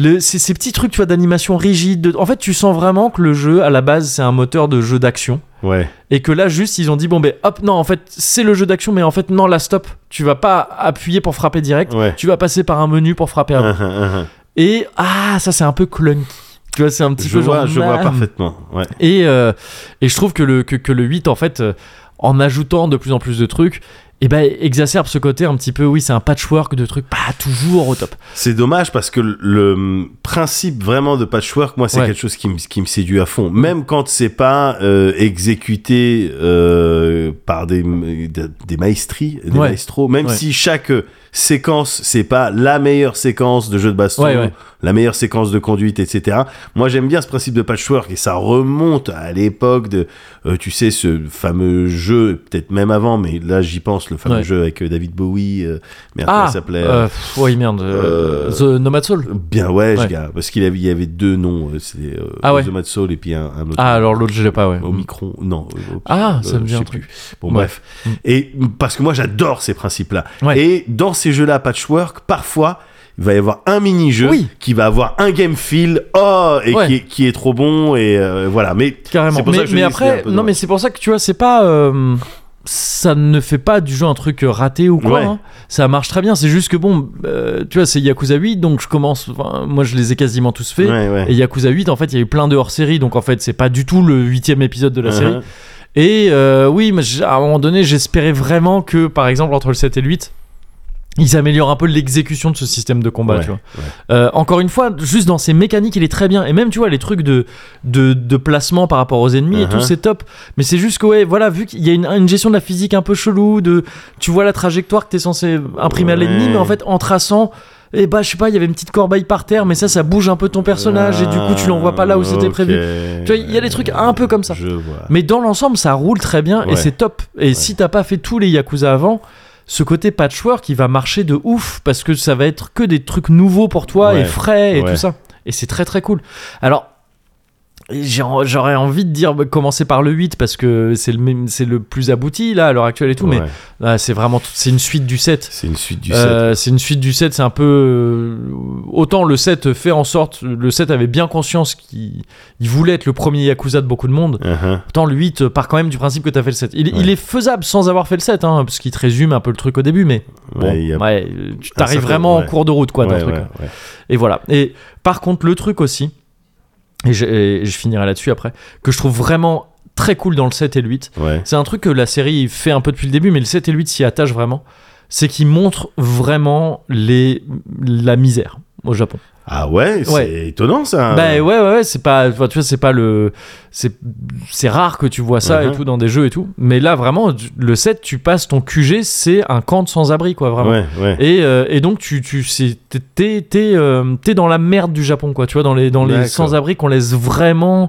S1: le, ces, ces petits trucs, tu vois, d'animation rigide. de- en fait, tu sens vraiment que le jeu, à la base, c'est un moteur de jeu d'action.
S2: ouais.
S1: Et que là, juste, ils ont dit, bon, ben, hop, non, en fait, c'est le jeu d'action, mais en fait, non, là, stop. Tu vas pas appuyer pour frapper direct.
S2: Ouais.
S1: Tu vas passer par un menu pour frapper avant.
S2: Uh-huh, uh-huh.
S1: Et ah, ça c'est un peu clunky. Tu vois, c'est un petit
S2: Je
S1: peu genre.
S2: vois, je vois
S1: man.
S2: parfaitement. Ouais.
S1: Et, euh, et je trouve que le, que, que le 8, en fait, euh, en ajoutant de plus en plus de trucs, eh ben, exacerbe ce côté un petit peu. Oui, c'est un patchwork de trucs pas toujours au top.
S2: C'est dommage parce que le principe vraiment de patchwork, moi, c'est
S1: Ouais.
S2: quelque chose qui me, qui me séduit à fond. Même quand c'est pas euh, exécuté euh, par des, des maestries, des
S1: Ouais.
S2: maestros, même
S1: Ouais.
S2: si chaque séquence, c'est pas la meilleure séquence de jeu de baston,
S1: Ouais, ouais.
S2: la meilleure séquence de conduite, etc. Moi, j'aime bien ce principe de patchwork et ça remonte à l'époque de, euh, tu sais, ce fameux jeu, peut-être même avant, mais là, j'y pense, le fameux
S1: Ouais.
S2: jeu avec euh, David Bowie, euh, merde, comment
S1: ah,
S2: il s'appelait
S1: euh, pff, ouais, merde. euh, The Nomad Soul.
S2: Bien ouais, je
S1: Ouais.
S2: gars, parce qu'il avait, il y avait deux noms, euh, c'était euh,
S1: Ah ouais.
S2: The Mad Soul et puis un, un autre.
S1: Ah, alors l'autre, je l'ai pas, ouais.
S2: au micron, non. euh, au-
S1: Ah,
S2: euh,
S1: ça me
S2: je
S1: vient
S2: sais
S1: un truc.
S2: plus. Bon
S1: Ouais.
S2: bref,
S1: Mm.
S2: et parce que moi j'adore ces principes-là.
S1: Ouais.
S2: Et dans ces jeux-là patchwork, parfois il va y avoir un mini-jeu
S1: Oui.
S2: qui va avoir un game feel, oh et
S1: Ouais.
S2: qui, est, qui est trop bon et euh, voilà. Mais
S1: Carrément.
S2: C'est pour
S1: mais
S2: ça que je
S1: mais
S2: dis que c'est un
S1: après,
S2: peu
S1: non,
S2: dommage.
S1: mais c'est pour ça que tu vois, c'est pas. euh, ça ne fait pas du jeu un truc euh, raté ou quoi.
S2: Ouais.
S1: hein. Ça marche très bien. C'est juste que bon, euh, tu vois, c'est Yakuza 8, donc je commence. enfin, Moi, je les ai quasiment tous faits.
S2: ouais, ouais.
S1: Et Yakuza 8, en fait, il y a eu plein de hors-série, donc en fait, c'est pas du tout le huitième épisode de la
S2: Uh-huh.
S1: série. Et euh, oui, mais j'- à un moment donné, j'espérais vraiment que, par exemple, entre le 7 et le 8, ils améliorent un peu l'exécution de ce système de combat,
S2: Ouais,
S1: tu vois.
S2: ouais.
S1: Euh, encore une fois, juste dans ses mécaniques, il est très bien. Et même, tu vois, les trucs de, de, de placement par rapport aux ennemis et
S2: Uh-huh.
S1: tout, c'est top. Mais c'est juste que, ouais, voilà, vu qu'il y a une, une gestion de la physique un peu chelou, de, tu vois la trajectoire que t'es censé imprimer à l'ennemi,
S2: Ouais.
S1: mais en fait, en traçant. Et bah, je sais pas, il y avait une petite corbeille par terre, mais ça, ça bouge un peu ton personnage, et du coup, tu l'envoies pas là où c'était
S2: Ah, Ok.
S1: prévu. Tu vois, il y a des trucs un peu comme ça.
S2: Je vois.
S1: Mais dans l'ensemble, ça roule très bien
S2: Ouais.
S1: et c'est top. Et si t'as pas fait tous les Yakuza avant, ce côté patchwork, il va marcher de ouf parce que ça va être que des trucs nouveaux pour toi
S2: Ouais.
S1: et frais et
S2: Ouais.
S1: tout ça. Et c'est très très cool. Alors, j'ai en- j'aurais envie de dire bah, commencer par le 8 parce que c'est le, même- c'est le plus abouti là à l'heure actuelle et tout,
S2: Ouais.
S1: mais ah, c'est vraiment tout- c'est une suite du 7.
S2: c'est une suite du set.
S1: Euh, c'est une suite du 7, c'est un peu. euh, Autant le 7 fait en sorte. Le 7 avait bien conscience qu'il il voulait être le premier Yakuza de beaucoup de monde.
S2: Uh-huh.
S1: Pourtant, le 8 euh, part quand même du principe que t'as fait le 7. Il,
S2: Ouais.
S1: il est faisable sans avoir fait le 7, hein, parce qu'il te résume un peu le truc au début, mais bon,
S2: Ouais, il y a-
S1: ouais, euh, tu
S2: un
S1: t'arrives
S2: certain-
S1: vraiment
S2: ouais.
S1: en cours de route, quoi, dans
S2: ouais,
S1: le truc. hein.
S2: ouais, ouais.
S1: Et voilà. Et par contre, le truc aussi, et je, et je finirai là-dessus après, que je trouve vraiment très cool dans le 7 et le 8,
S2: Ouais.
S1: c'est un truc que la série fait un peu depuis le début, mais le 7 et le 8 s'y attachent vraiment, c'est qu'ils montrent vraiment les, la misère au Japon.
S2: Ah ouais, c'est
S1: Ouais.
S2: étonnant ça.
S1: Bah ouais ouais ouais c'est pas enfin, tu vois c'est pas le c'est c'est rare que tu vois ça
S2: Mhm.
S1: et tout dans des jeux et tout mais là vraiment tu- le 7 tu passes ton QG c'est un camp de sans abri quoi vraiment
S2: Ouais, ouais.
S1: et, euh, et donc tu tu c'est- t'es t'es- t'es, euh, t'es dans la merde du Japon quoi tu vois dans les dans les
S2: D'accord.
S1: sans abri qu'on laisse vraiment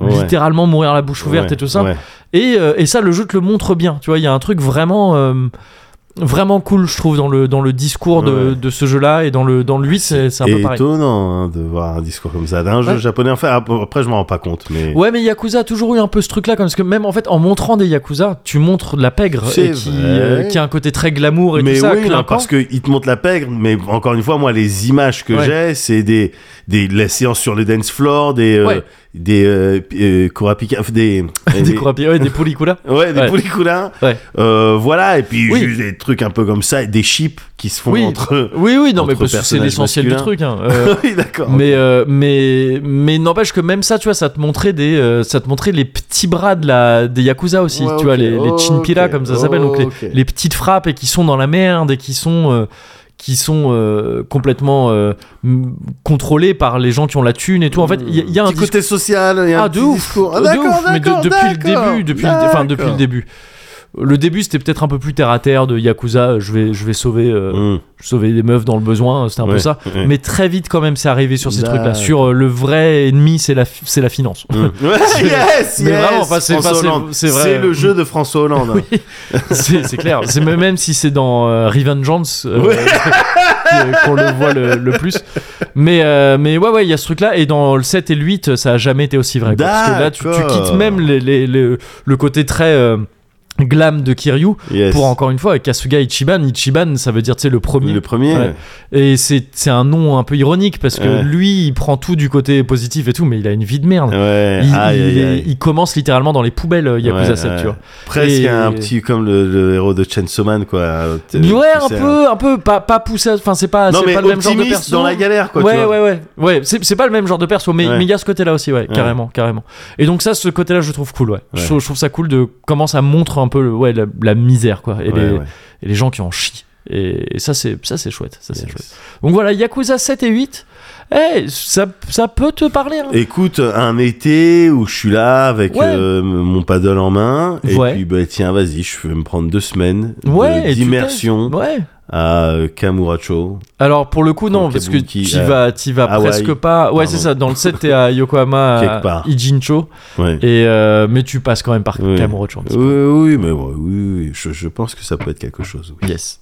S2: Ouais.
S1: littéralement mourir la bouche ouverte
S2: Ouais,
S1: et tout ça
S2: ouais.
S1: et, euh, et ça, le jeu te le montre bien. Tu vois, il y a un truc vraiment, euh, vraiment cool, je trouve, dans le, dans le discours de,
S2: Ouais.
S1: de ce jeu-là et dans le, dans le 8, c'est c'est un peu pareil.
S2: étonnant hein, de voir un discours comme ça d'un jeu
S1: Ouais.
S2: japonais. Enfin, ap- après, je m'en rends pas compte, mais.
S1: Ouais, mais Yakuza a toujours eu un peu ce truc-là, comme parce que même en fait, en montrant des Yakuza, tu montres de la pègre
S2: C'est
S1: et qui,
S2: vrai.
S1: euh, qui a un côté très glamour et
S2: mais
S1: tout ça,
S2: oui, non,
S1: clinquant.
S2: parce qu'il te montre la pègre, mais encore une fois, moi, les images que
S1: Ouais.
S2: j'ai, c'est des, des, la séance sur le dance floor, des, euh,
S1: Ouais.
S2: des, euh, p- euh, kurapika- des,
S1: des Kurapi- ouais, des Polikula.
S2: Ouais, des
S1: Ouais.
S2: poulicoulins.
S1: Ouais.
S2: Euh, voilà, et puis
S1: Oui.
S2: juste des trucs un peu comme ça, et des chips qui se font
S1: Oui.
S2: entre eux.
S1: Oui, oui, non,
S2: Entre
S1: mais parce que c'est
S2: personnages
S1: l'essentiel du
S2: masculins.
S1: truc. hein. Euh,
S2: oui, d'accord.
S1: mais, euh, mais mais n'empêche que même ça, tu vois, ça te montrait des, euh, ça te montrait les petits bras de la des yakuza aussi,
S2: Ouais,
S1: tu
S2: ok.
S1: vois, les, les
S2: Oh,
S1: chinpira
S2: ok.
S1: comme ça s'appelle, donc les,
S2: Oh, ok.
S1: les petites frappes et qui sont dans la merde et qui sont euh, qui sont euh, complètement euh, m- contrôlées par les gens qui ont la thune et tout. En fait, il y, a- il y a un
S2: petit côté social, il y a un
S1: ah, de
S2: petit
S1: ouf,
S2: discours. Ah,
S1: de
S2: d'accord,
S1: ouf, mais de-
S2: d'accord,
S1: depuis le
S2: d'accord,
S1: début, depuis, le, enfin, depuis le
S2: d'accord.
S1: début. Le début, c'était peut-être un peu plus terre à terre de Yakuza. euh, Je vais, je vais sauver, euh,
S2: Mmh.
S1: sauver des meufs dans le besoin. euh, C'était un peu
S2: Ouais,
S1: ça.
S2: ouais.
S1: Mais très vite, quand même, c'est arrivé sur ces
S2: D'accord.
S1: trucs-là. Sur euh, le vrai ennemi, c'est la, fi- c'est la finance.
S2: Mmh. Ouais, yes,
S1: Mais
S2: yes,
S1: vraiment, enfin, c'est-
S2: François
S1: enfin, c'est-
S2: Hollande.
S1: c'est vrai.
S2: C'est le jeu de François Hollande. hein.
S1: c'est c'est clair. C'est même, même si c'est dans euh, Revengeance euh,
S2: Ouais.
S1: que- qu'on le voit le, le plus. Mais euh, mais ouais ouais, il y a ce truc là et dans le 7 et le 8, ça a jamais été aussi vrai quoi. parce que là tu, tu
S2: D'accord.
S1: quittes même les, les- les- le côté très euh, glam de Kiryu
S2: Yes.
S1: pour encore une fois Kasuga Ichiban. Ichiban, ça veut dire tu sais le premier.
S2: Le premier.
S1: Ouais. Et c'est c'est un nom un peu ironique parce que
S2: Ouais.
S1: lui, il prend tout du côté positif et tout, mais il a une vie de merde.
S2: Ouais,
S1: Il,
S2: aïe,
S1: il
S2: aïe,
S1: est-
S2: aïe.
S1: il commence littéralement dans les poubelles euh, Yakuza
S2: Ouais,
S1: 7,
S2: ouais.
S1: tu vois.
S2: Presque
S1: Et-
S2: un petit comme le, le héros de Chainsaw Man, quoi. Tu
S1: ouais, un
S2: sais, hein.
S1: peu, un peu, pas, pas poussé, enfin c'est pas,
S2: Non,
S1: c'est
S2: mais
S1: pas le même genre de
S2: optimiste
S1: perso.
S2: dans la galère, quoi. tu
S1: ouais,
S2: vois.
S1: ouais, ouais, ouais, c'est c'est pas le même genre de perso, mais mais il
S2: Ouais.
S1: y a ce côté-là aussi, ouais,
S2: Ouais.
S1: carrément, carrément. Et donc ça, ce côté-là, je trouve cool, ouais. Je,
S2: Ouais.
S1: trouve, je trouve ça cool de comment ça montre un peu, le- ouais, la, la misère, quoi, et,
S2: Ouais,
S1: les,
S2: ouais.
S1: et les gens qui en chient. Et, et ça, c'est ça, c'est chouette, ça, c'est
S2: Yes.
S1: chouette. Donc voilà, Yakuza 7 et 8, eh, ça, ça peut te parler. hein.
S2: Écoute, un été où je suis là avec
S1: Ouais.
S2: euh, mon paddle en main, et
S1: Ouais.
S2: puis bah, tiens, vas-y, je vais me prendre deux semaines de-
S1: Ouais, et tu
S2: d'immersion
S1: Ouais.
S2: à euh, Kamurocho.
S1: Alors pour le coup non
S2: Donc,
S1: parce que
S2: Kabuki,
S1: t'y
S2: euh,
S1: vas t'y vas
S2: Hawaï.
S1: presque pas ouais c'est
S2: Pardon.
S1: ça dans le set t'es à Yokohama
S2: Quelque
S1: à
S2: part.
S1: Ijincho
S2: Ouais.
S1: et euh, mais tu passes quand même par
S2: Ouais.
S1: Kamurocho un petit peu.
S2: Oui, oui, mais ouais, oui, oui, je, je pense que ça peut être quelque chose. oui.
S1: yes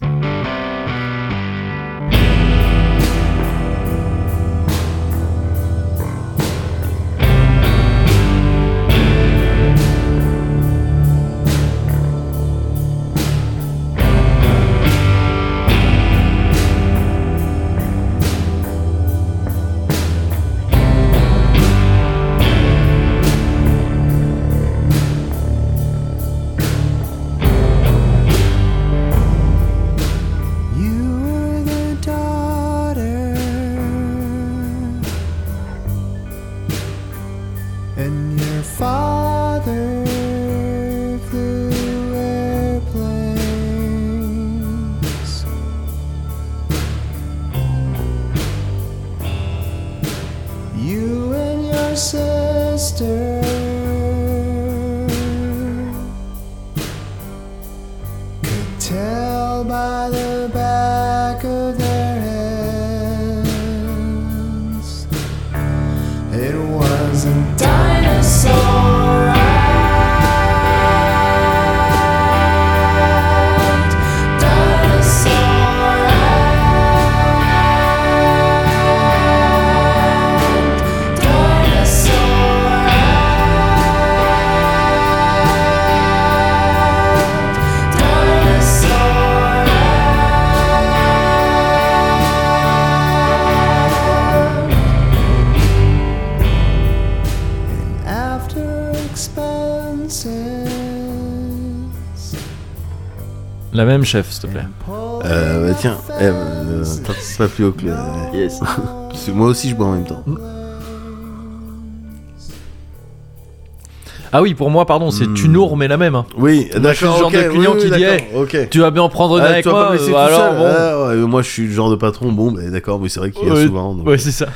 S5: sister. Could tell by the back of their hands, it was a dinosaur. ride. Dinosaur ride. Dinosaur ride. Dinosaur after expenses.
S1: La même chef, s'il te plaît.
S2: Euh, bah tiens, eh, euh, attends, c'est pas plus haut que le. Yes. moi aussi, je bois en même temps.
S1: Ah oui, pour moi, pardon, c'est
S2: Hmm.
S1: tu nous remets la même. hein.
S2: Oui,
S1: je suis
S2: d'accord.
S1: le genre
S2: ok,
S1: de client
S2: oui, oui,
S1: qui dit, eh,
S2: d'accord, ok.
S1: Tu vas bien en prendre une
S2: Ah,
S1: avec
S2: tu vas
S1: moi.
S2: pas me laisser
S1: euh,
S2: tout
S1: alors
S2: seul.
S1: bon.
S2: Ah, ouais, moi, je suis le genre de patron. Bon, bah, d'accord, mais c'est vrai qu'il y a
S1: Ouais,
S2: souvent. donc- euh,
S1: Ouais, c'est ça.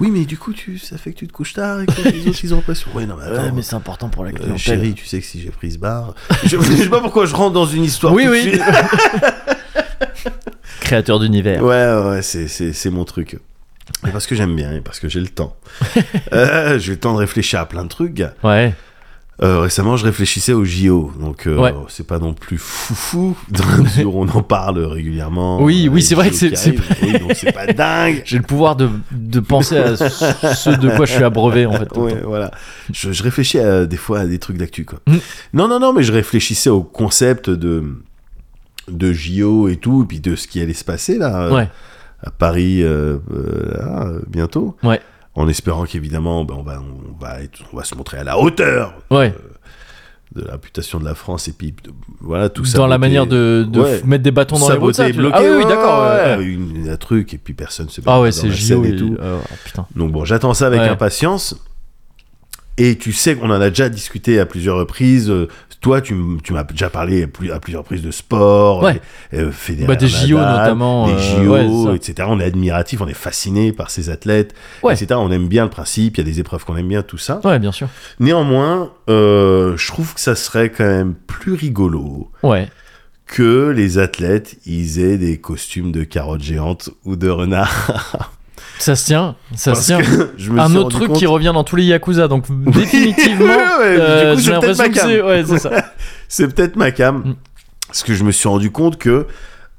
S2: Oui, mais du coup, tu, ça fait que tu te couches tard et que les autres, ils ont l'impression. Ouais, non, mais attends.
S1: c'est important pour la
S2: euh, chérie, tu sais que si j'ai pris ce bar, je, je sais pas pourquoi je rentre dans une histoire.
S1: Oui,
S2: tout de
S1: oui.
S2: suite.
S1: Créateur d'univers.
S2: Ouais, ouais, c'est, c'est, c'est mon truc. Et parce que j'aime bien et parce que j'ai le temps. Euh, j'ai le temps de réfléchir à plein de trucs. gars.
S1: Ouais.
S2: Euh, récemment, je réfléchissais au JO, donc euh,
S1: Ouais.
S2: c'est pas non plus foufou, dans la mesure où on en parle régulièrement.
S1: Oui,
S2: Euh,
S1: oui,
S2: les
S1: c'est vrai que
S2: JO
S1: c'est-
S2: qui
S1: c'est
S2: arrivent. Oui, donc c'est pas dingue.
S1: J'ai le pouvoir de, de penser à ce ce de quoi je suis abreuvé, en fait. tout le
S2: Ouais,
S1: temps.
S2: voilà. Je, je réfléchis à- des fois à des trucs d'actu, quoi.
S1: Mm.
S2: Non, non, non, mais je réfléchissais au concept de de JO et tout, et puis de ce qui allait se passer là euh,
S1: Ouais.
S2: à Paris euh, euh, là, euh, bientôt.
S1: Ouais.
S2: En espérant qu'évidemment, ben, on va on va être- on va se montrer à la hauteur
S1: Ouais.
S2: de la réputation de la France et puis de- voilà tout ça.
S1: Dans la manière de, de
S2: Ouais.
S1: f- mettre des bâtons dans les roues. de ça,
S2: saboter,
S1: tu veux-
S2: bloquer.
S1: Ah oui, oui,
S2: ouais,
S1: d'accord. ouais,
S2: ouais,
S1: ouais.
S2: une- un truc et puis personne se.
S1: Ah
S2: met
S1: ouais,
S2: dans
S1: c'est
S2: la
S1: JO
S2: scène
S1: et
S2: et tout.
S1: euh, oh, putain.
S2: Donc bon, j'attends ça avec
S1: Ouais.
S2: impatience. Et tu sais qu'on en a déjà discuté à plusieurs reprises. Euh, Toi, tu, m- tu m'as déjà parlé à plus- à plusieurs reprises de sport,
S1: Ouais.
S2: et, euh, Federer,
S1: Bah, des JO
S2: Nadal,
S1: notamment,
S2: des
S1: euh,
S2: JO,
S1: ouais, c'est ça.
S2: etc. On est admiratif, on est fasciné par ces athlètes,
S1: Ouais.
S2: etc. On aime bien le principe, il y a des épreuves qu'on aime bien, tout ça.
S1: Ouais, bien sûr.
S2: Néanmoins, euh, je trouve que ça serait quand même plus rigolo
S1: Ouais.
S2: que les athlètes ils aient des costumes de carottes géantes ou de renard.
S1: Ça se tient. Ça
S2: Parce
S1: se tient.
S2: que je me
S1: Un
S2: suis
S1: autre
S2: rendu
S1: truc
S2: compte-
S1: qui revient dans tous les Yakuza, donc définitivement,
S2: ouais, ouais,
S1: euh,
S2: du coup,
S1: j'ai
S2: c'est peut-être
S1: l'impression
S2: ma
S1: que
S2: cam.
S1: c'est... Ouais, c'est ça.
S2: C'est peut-être ma cam.
S1: Mm.
S2: Parce que je me suis rendu compte que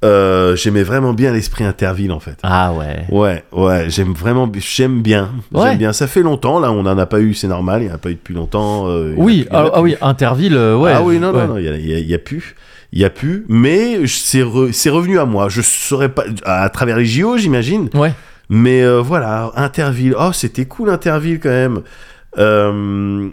S2: euh, j'aimais vraiment bien l'esprit Interville, en fait.
S1: Ah ouais.
S2: Ouais, ouais, j'aime vraiment, j'aime bien,
S1: Ouais.
S2: j'aime bien. Ça fait longtemps, là, on en a pas eu, c'est normal, il n'y en a pas eu depuis longtemps. euh, il y en a
S1: Oui,
S2: plus, il y en a
S1: ah, ah
S2: plus.
S1: oui, Interville, euh, ouais.
S2: ah oui, non,
S1: ouais.
S2: non, non, il y a- il y, a- il y a plus, il y a plus. Mais je- c'est re- c'est revenu à moi. Je saurais pas à, travers les JO, j'imagine.
S1: Ouais.
S2: Mais euh, voilà, Interville. Oh, c'était cool Interville quand même. Euh,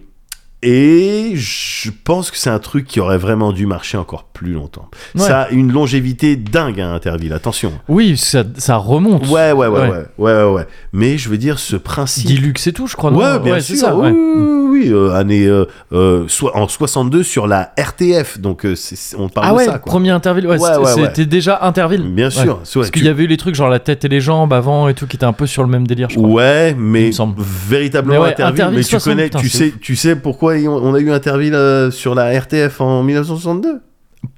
S2: et je pense que c'est un truc qui aurait vraiment dû marcher encore plus longtemps.
S1: Ouais.
S2: Ça a une longévité dingue à Interville, attention.
S1: Oui, ça, ça remonte.
S2: Ouais, ouais, ouais,
S1: Ouais.
S2: ouais, ouais, ouais, ouais. Mais je veux dire, ce principe.
S1: Dilux et tout, je crois. non
S2: ouais, bien
S1: ouais, c'est
S2: sûr.
S1: Ça,
S2: oui,
S1: ouais. Mm.
S2: oui, oui, euh, année, euh, euh, soit en 62 sur la RTF. Donc, euh, c'est- c'est- on parle
S1: Ah
S2: de
S1: ouais,
S2: ça, quoi.
S1: premier Interville, ouais,
S2: Ouais,
S1: c'était-
S2: ouais, ouais.
S1: c'était déjà Interville.
S2: Bien
S1: Ouais.
S2: sûr. c'est- ouais,
S1: Parce qu'il
S2: tu-
S1: y avait eu les trucs genre la tête et les jambes avant et tout qui étaient un peu sur le même délire, je crois.
S2: Ouais,
S1: Il
S2: mais
S1: me semble.
S2: véritablement
S1: Mais ouais,
S2: Interville,
S1: Interville
S2: mais
S1: 60,
S2: tu connais,
S1: putain,
S2: tu
S1: c'est
S2: sais, tu sais pourquoi on on a eu Interville euh, sur la RTF en 1962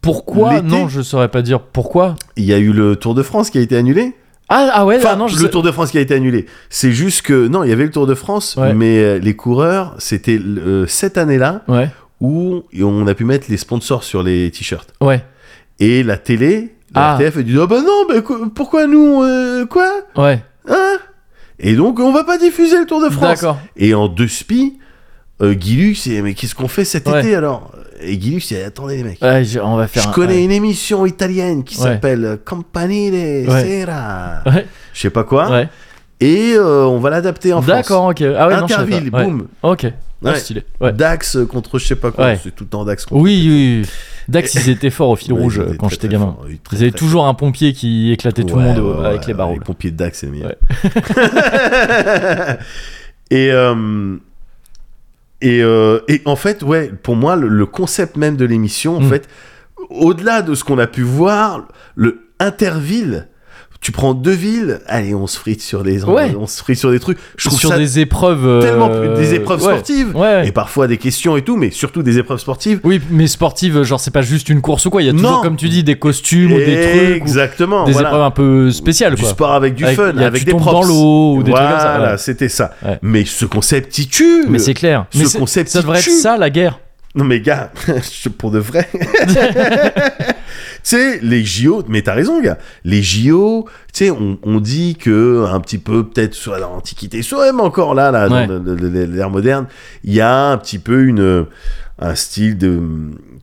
S1: Pourquoi
S2: L'été
S1: Non, je saurais pas dire pourquoi.
S2: Il y a eu le Tour de France qui a été annulé.
S1: Ah, ah ouais, ah
S2: Enfin,
S1: non, je
S2: le
S1: sais-
S2: Tour de France qui a été annulé. C'est juste que non, il y avait le Tour de France,
S1: Ouais.
S2: mais euh, les coureurs, c'était euh, cette année-là
S1: Ouais,
S2: où on a pu mettre les sponsors sur les t-shirts.
S1: ouais,
S2: Et la télé,
S1: Ah.
S2: la RTF, elle dit Ah bah non, bah, quoi- pourquoi nous euh, Quoi
S1: ouais.
S2: Hein Et donc, on va pas diffuser le Tour de France.
S1: D'accord.
S2: Et en deux spi, euh, Guy Lux, il dit Mais qu'est-ce qu'on fait cet
S1: Ouais.
S2: été alors Et Guy Lux, il dit Attendez les mecs.
S1: Ouais, j'ai- on va faire.
S2: Je
S1: un-
S2: connais une émission italienne qui
S1: Ouais.
S2: s'appelle euh, Campanile
S1: Ouais.
S2: Sera.
S1: Ouais,
S2: Je sais pas quoi.
S1: ouais.
S2: Et euh, on va l'adapter en
S1: D'accord,
S2: France.
S1: ok. Ah ouais, non, je savais
S2: Interville,
S1: pas. Ouais.
S2: boum.
S1: Ok. Ah,
S2: Ouais.
S1: Stylé. Ouais.
S2: Dax contre je sais pas quoi.
S1: Ouais.
S2: C'est tout le temps Dax contre.
S1: Oui, oui. oui. Dax, ils étaient forts au fil
S2: Ouais,
S1: rouge
S2: ils étaient
S1: euh, quand
S2: très,
S1: j'étais
S2: très
S1: gamin.
S2: forts. Ils étaient très,
S1: Ils avaient
S2: très
S1: toujours un pompier qui éclatait tout le
S2: Ouais,
S1: monde
S2: ouais,
S1: euh,
S2: ouais,
S1: avec les
S2: ouais,
S1: barreaux.
S2: Les pompiers de Dax, c'est les meilleurs.
S1: Ouais.
S2: et, euh, et, euh, et en fait, ouais, pour moi, le, le concept même de l'émission, en
S1: Mm.
S2: fait, au-delà de ce qu'on a pu voir, le Interville, tu prends deux villes, allez, on se frite sur des,
S1: Ouais.
S2: on se frite sur des trucs. Je trouve
S1: sur
S2: ça
S1: des épreuves. euh,
S2: tellement des épreuves
S1: ouais.
S2: sportives
S1: Ouais.
S2: et parfois des questions et tout, mais surtout des épreuves sportives.
S1: Oui, mais sportives, genre c'est pas juste une course ou quoi. Il y a toujours,
S2: Non.
S1: comme tu dis, des costumes ou des trucs. ou
S2: Exactement.
S1: des
S2: voilà.
S1: épreuves un peu spéciales,
S2: du
S1: quoi.
S2: sport avec du
S1: Avec-
S2: fun,
S1: il y a,
S2: avec
S1: tu
S2: des
S1: tombes
S2: props.
S1: dans l'eau ou des
S2: voilà,
S1: trucs comme ça. ouais.
S2: c'était ça.
S1: Ouais.
S2: Mais ce concept, il tue.
S1: Mais c'est clair.
S2: ce
S1: mais c'est-
S2: concept
S1: ça
S2: qui
S1: devrait être
S2: tue.
S1: ça la guerre.
S2: Non mais gars, je- pour de vrai. tu sais, les JO, mais t'as raison gars. Les JO, tu sais, on, on dit que un petit peu peut-être soit dans l'Antiquité, soit même encore là, là,
S1: Ouais.
S2: dans le- le- le- l'ère moderne, il y a un petit peu une un style de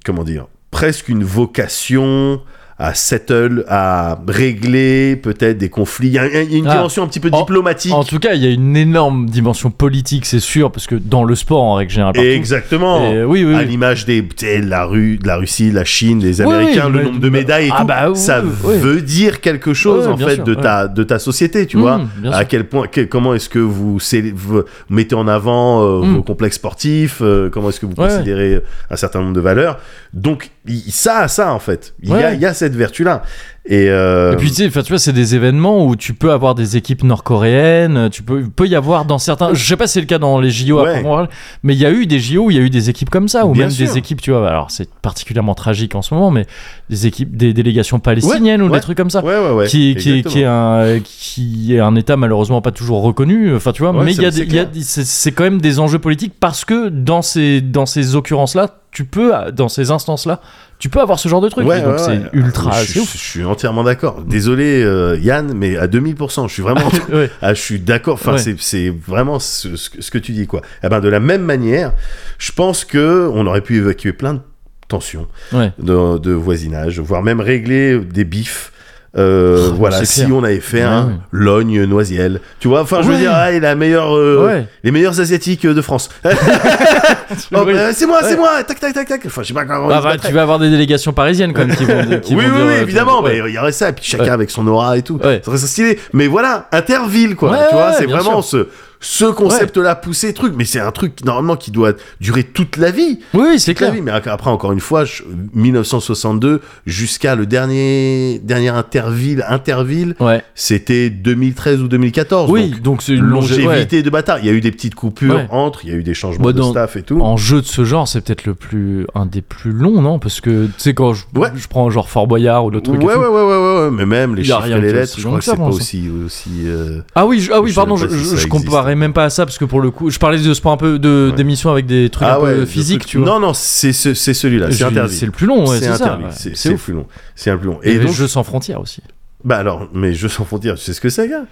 S2: comment dire, presque une vocation à settle, à régler peut-être des conflits. Il y a, il y a une
S1: Ah.
S2: dimension un petit peu
S1: En-
S2: diplomatique.
S1: En tout cas, il y a une énorme dimension politique, c'est sûr, parce que dans le sport en règle générale. partout,
S2: Exactement.
S1: et, euh, oui, oui,
S2: à
S1: oui.
S2: l'image des tu sais, la rue de la Russie, de la Chine, des
S1: Oui,
S2: Américains,
S1: oui,
S2: le
S1: mais-
S2: nombre de médailles et
S1: Ah
S2: tout,
S1: bah oui,
S2: ça
S1: oui.
S2: veut dire quelque chose
S1: Ouais,
S2: en
S1: bien
S2: fait
S1: sûr,
S2: de
S1: ouais.
S2: ta de ta société, tu
S1: Mmh,
S2: vois.
S1: bien
S2: À
S1: sûr.
S2: quel point, que- comment est-ce que vous, célé- vous mettez en avant euh,
S1: Mmh.
S2: vos complexes sportifs, euh, comment est-ce que vous
S1: Ouais, ouais.
S2: considérez euh, un certain nombre de valeurs. Donc il- ça, ça en fait, il y, a,
S1: Ouais.
S2: il y a cette vertu là. Et, euh,
S1: Et puis tu sais, enfin, tu vois, c'est des événements où tu peux avoir des équipes nord-coréennes, tu peux, il peut y avoir dans certains, je sais pas si c'est le cas dans les JO, à
S2: Ouais.
S1: proprement parler, mais il y a eu des JO où il y a eu des équipes comme ça, ou
S2: Bien
S1: même
S2: sûr.
S1: des équipes, tu vois, alors c'est particulièrement tragique en ce moment, mais des équipes, des délégations palestiniennes ou
S2: ouais,
S1: des trucs comme ça.
S2: ouais, ouais, ouais,
S1: qui, qui,
S2: exactement.
S1: qui est un, qui est un État malheureusement pas toujours reconnu, enfin tu vois,
S2: Ouais,
S1: mais
S2: ça,
S1: il y a
S2: c'est
S1: des- il y a
S2: clair.
S1: des- c'est c'est quand même des enjeux politiques parce que dans ces, dans ces occurrences-là, tu peux, dans ces instances-là, tu peux avoir ce genre de truc.
S2: Ouais,
S1: donc
S2: ouais,
S1: c'est
S2: ouais. Ah,
S1: ultra.
S2: Je,
S1: c'est
S2: je-
S1: ouf.
S2: je suis entièrement d'accord. Désolé euh, Yann, mais à 2000%, je suis vraiment
S1: Ouais.
S2: Ah, je suis d'accord. Enfin,
S1: Ouais.
S2: c'est- c'est vraiment ce, ce que- ce que tu dis, quoi. Eh ben, de la même manière, je pense que on aurait pu évacuer plein de tensions
S1: Ouais.
S2: de, de voisinage, voire même régler des bifs. Euh,
S1: Oh,
S2: voilà,
S1: c'est
S2: si
S1: clair.
S2: on avait fait
S1: Ouais,
S2: un
S1: ouais.
S2: logne noisiel, tu vois. Enfin, je veux
S1: Ouais.
S2: dire, ah, et la meilleure, euh,
S1: Ouais.
S2: les meilleurs asiatiques de France. Oh,
S1: Oui.
S2: bah, c'est moi, c'est
S1: Ouais.
S2: moi. Tac, tac, tac, tac. Enfin, je sais pas comment. on
S1: Bah,
S2: se
S1: bah,
S2: battrait.
S1: tu vas avoir des délégations parisiennes quand même qui vont. qui
S2: oui,
S1: vont
S2: oui,
S1: dire,
S2: oui,
S1: euh,
S2: évidemment,
S1: ouais.
S2: mais il y aurait ça, et puis chacun
S1: Ouais.
S2: avec son aura et tout.
S1: Ouais.
S2: Ça serait ça stylé. Mais voilà, Interville, quoi.
S1: Ouais,
S2: tu vois,
S1: ouais,
S2: c'est
S1: bien
S2: vraiment ce, ce concept-là poussé, truc. Mais c'est un truc, normalement, qui doit durer toute la vie.
S1: Oui, oui, c'est
S2: Toute la
S1: clair.
S2: vie. Mais après, encore une fois, je- 1962 jusqu'à le dernier, dernier Interville, Interville,
S1: Ouais.
S2: c'était 2013 ou 2014.
S1: Oui,
S2: donc,
S1: donc c'est une
S2: longévité
S1: ouais.
S2: de bâtard. Il y a eu des petites coupures
S1: Ouais.
S2: entre, il y a eu des changements
S1: Bah,
S2: de
S1: dans-
S2: staff et tout.
S1: En jeu de ce genre, c'est peut-être le plus un des plus longs, non Parce que tu sais quand je,
S2: Ouais.
S1: je prends genre Fort Boyard ou d'autres
S2: Ouais,
S1: trucs. et
S2: ouais, ouais,
S1: tout.
S2: ouais, ouais, ouais, mais même les
S1: Il y a
S2: chiffres
S1: rien
S2: et les
S1: qui est
S2: lettres,
S1: aussi
S2: je
S1: long
S2: crois
S1: que
S2: que
S1: ça,
S2: c'est pas
S1: pour
S2: aussi, aussi, euh,
S1: Ah oui, je- ah oui,
S2: Je sais
S1: pardon,
S2: même
S1: je,
S2: pas si
S1: je-
S2: ça
S1: je
S2: existe,
S1: comparais
S2: en
S1: même pas à ça parce que pour le coup, je parlais de sport un peu de d'émissions avec des trucs un peu
S2: Ah le
S1: physiques,
S2: truc-
S1: tu vois.
S2: Non, non, c'est ce- c'est celui-là, c'est
S1: Je-
S2: interdit.
S1: C'est le plus long, ouais,
S2: C'est
S1: c'est ça.
S2: interdit,
S1: ouais.
S2: c'est- c'est
S1: C'est
S2: le
S1: ouf.
S2: plus long. C'est un plus long.
S1: Et,
S2: Et
S1: les
S2: donc,
S1: jeux sans frontières aussi.
S2: bah alors, mais Jeux sans frontières, tu sais ce que c'est, gars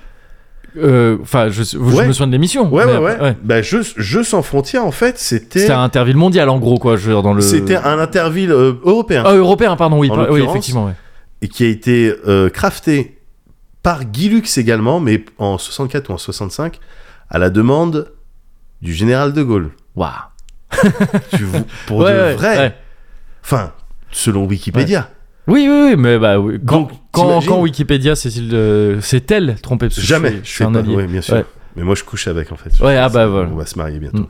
S1: Euh, Enfin, je, je
S2: Ouais.
S1: me souviens de l'émission.
S2: Ouais,
S1: mais
S2: ouais,
S1: après-
S2: ouais. Bah, Jeux, Jeux sans frontières, en fait, c'était.
S1: C'était un interville mondial en gros, quoi. Je veux dire, dans le.
S2: C'était un interville euh, européen
S1: Ah, européen, pardon, oui,
S2: En
S1: pas- oui,
S2: l'occurrence,
S1: effectivement. ouais.
S2: et qui a été euh, crafté par Guy Lux également, mais en 64 ou en 65, à la demande du général de Gaulle.
S1: Waouh.
S2: Tu vois, pour
S1: Ouais,
S2: de
S1: ouais,
S2: vrai.
S1: ouais.
S2: Enfin, selon Wikipédia.
S1: Oui, oui, oui, mais bah, oui. quand,
S2: Donc,
S1: quand,
S2: t'imagines
S1: quand Wikipédia, c'est-il de- c'est-elle trompée parce que je
S2: Jamais.
S1: suis- Je suis un
S2: pas-
S1: allié.
S2: ouais, bien sûr.
S1: Ouais.
S2: Mais moi, je couche avec, en fait.
S1: Ouais, ah bah, voilà.
S2: On va se marier bientôt.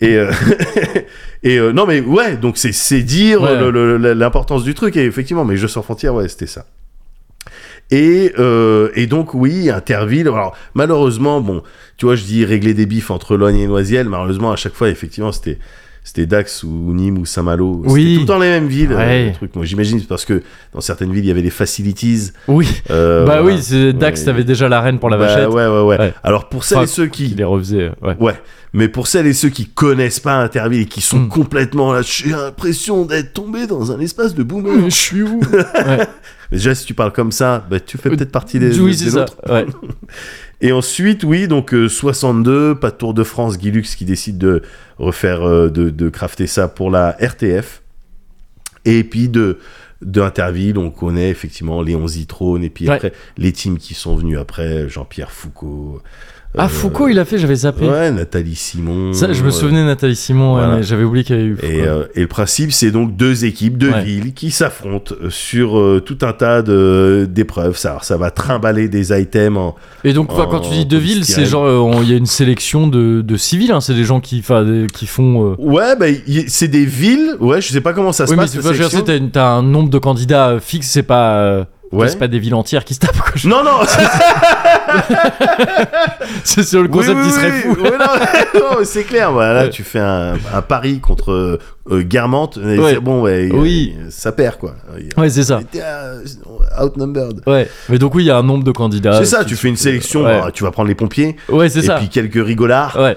S1: Mm.
S2: Et, euh, et euh, non, mais ouais, donc c'est- c'est dire
S1: Ouais.
S2: le- le- le- l'importance du truc. Et effectivement, mais Jeux sans frontières, ouais, c'était ça. Et, euh, et donc, oui, Interville. Alors, malheureusement, bon, tu vois, je dis régler des bifs entre Logne et Noisiel. Malheureusement, à chaque fois, effectivement, c'était. C'était Dax ou Nîmes ou Saint-Malo.
S1: Oui.
S2: C'était tout le temps les mêmes villes.
S1: Ouais.
S2: euh, le truc. Moi, j'imagine, c'est parce que dans certaines villes, il y avait les facilities.
S1: Oui.
S2: euh,
S1: bah
S2: voilà.
S1: oui, c'est Dax,
S2: Ouais.
S1: t'avais déjà la reine pour la
S2: Bah,
S1: vachette.
S2: ouais, ouais, ouais,
S1: Ouais.
S2: Alors pour celles
S1: Enfin,
S2: et ceux qui.
S1: Il les refaisait. euh, Ouais.
S2: Ouais, mais pour celles et ceux qui connaissent pas Interville et qui sont
S1: Mm.
S2: complètement là, j'ai l'impression d'être tombé dans un espace de
S1: Je
S2: boomer.
S1: suis où
S2: Mais déjà, si tu parles comme ça, bah, tu fais peut-être partie des,
S1: Euh, Oui,
S2: des-
S1: c'est
S2: des
S1: ça.
S2: autres.
S1: Ouais.
S2: Et ensuite, oui, donc euh, 62, pas de Tour de France, Guy Lux qui décide de refaire, euh, de, de crafter ça pour la RTF. Et puis de d'Interville, on connaît effectivement Léon Zitrone et puis
S1: Ouais.
S2: après les teams qui sont venus après, Jean-Pierre Foucault.
S1: Ah,
S2: euh,
S1: Foucault, il a fait, j'avais zappé.
S2: Ouais, Nathalie Simon.
S1: Ça, je me
S2: euh,
S1: souvenais de Nathalie Simon, ouais,
S2: voilà.
S1: mais j'avais oublié qu'il y avait eu. Foucault.
S2: Et, euh, et le principe, c'est donc deux équipes, deux
S1: Ouais.
S2: villes qui s'affrontent sur euh, tout un tas de- d'épreuves. Ça, alors, ça va trimballer des items. En...
S1: Et donc, enfin, quand tu dis deux
S2: en
S1: villes,
S2: polystyrène.
S1: c'est genre, euh, on- il y a une sélection de, de civils, hein, c'est des gens qui, enfin, des- qui font. euh,
S2: Ouais, bah, y- c'est des villes. Ouais, je sais pas comment ça se
S1: Oui, mais
S2: passe.
S1: tu
S2: cette
S1: vois, je veux dire,
S2: sélection.
S1: t'as une- t'as un nombre de candidats euh, fixe, c'est pas. euh,
S2: Ouais.
S1: C'est pas des villes entières qui se tapent. quoi. Je-
S2: Non, non,
S1: C'est sur le concept qui serait fou.
S2: Ouais, non, non, mais c'est clair. Voilà, là,
S1: Ouais.
S2: tu fais un, un pari contre euh, euh, Guermantes. et
S1: Ouais.
S2: c'est Bon, ouais, euh,
S1: Oui.
S2: ça perd quoi.
S1: Ouais, c'est ça.
S2: T'es, euh, outnumbered.
S1: Ouais. Mais donc, oui, il y a un nombre de candidats.
S2: c'est ça,
S1: qui-
S2: tu fais une sélection.
S1: Ouais.
S2: bah, tu vas prendre les pompiers
S1: Ouais, c'est
S2: et
S1: ça.
S2: puis quelques rigolards,
S1: Ouais.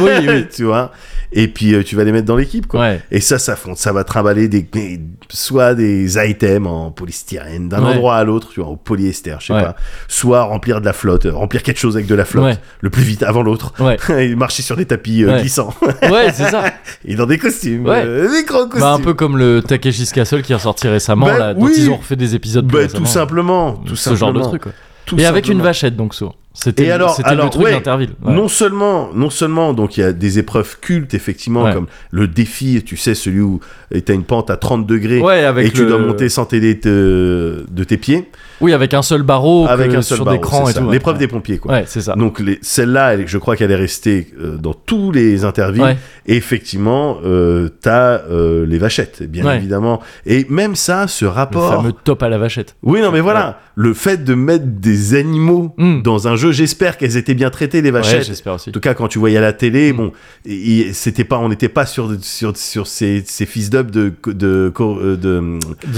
S1: oui, oui.
S2: tu vois. Et puis euh, tu vas les mettre dans l'équipe quoi.
S1: Ouais.
S2: Et ça, ça fonde, ça va trimballer des, des- soit des items en polystyrène d'un
S1: Ouais.
S2: endroit à l'autre, tu vois, au polyester, je sais
S1: Ouais.
S2: pas, soit remplir de la flotte, euh, remplir quelque chose avec de la flotte,
S1: Ouais.
S2: le plus vite avant l'autre,
S1: Ouais.
S2: et marcher sur des tapis euh,
S1: Ouais.
S2: glissants,
S1: Ouais, c'est ça.
S2: et dans des costumes,
S1: Ouais.
S2: euh, des grands costumes.
S1: Bah, un peu comme le Takeshi's Castle qui est sorti récemment,
S2: Bah,
S1: là, dont
S2: oui.
S1: ils ont refait des épisodes.
S2: Bah,
S1: plus
S2: tout
S1: récemment.
S2: simplement, tout
S1: Ce genre de
S2: simplement,
S1: truc. quoi.
S2: tout
S1: Et avec une
S2: simplement.
S1: vachette, donc, so. C'était
S2: Et alors-
S1: c'était
S2: alors,
S1: le truc
S2: ouais.
S1: d'Interville. Ouais.
S2: Non seulement, non seulement, donc il y a des épreuves cultes effectivement,
S1: Ouais.
S2: comme le défi, tu sais, celui où t'as une pente à 30 degrés
S1: Ouais, avec
S2: et tu
S1: le-
S2: dois monter sans t'aider te- de tes pieds,
S1: Oui, avec un seul barreau
S2: avec
S1: Oh, que-
S2: un seul
S1: sur
S2: barreau,
S1: des crans
S2: c'est
S1: et
S2: ça.
S1: tout. ouais.
S2: L'épreuve des pompiers, quoi.
S1: Ouais, c'est ça.
S2: Donc les- celle-là, elle- je crois qu'elle est restée euh, dans tous les interviews.
S1: Ouais.
S2: Et effectivement, euh, t'as euh, les vachettes, bien
S1: Ouais.
S2: évidemment. Et même ça, ce
S1: Le
S2: rapport.
S1: fameux top à la vachette.
S2: Oui, non, mais voilà, le fait de mettre des animaux
S1: Mm.
S2: dans un jeu, j'espère qu'elles étaient bien traitées les
S1: Ouais, Hmm.
S2: vachettes.
S1: j'espère aussi.
S2: en tout cas, quand tu voyais à la télé, bon, et- et c'était pas, on n'était pas sur sur sur ces, ces fils d'up de de, de, de-
S1: De-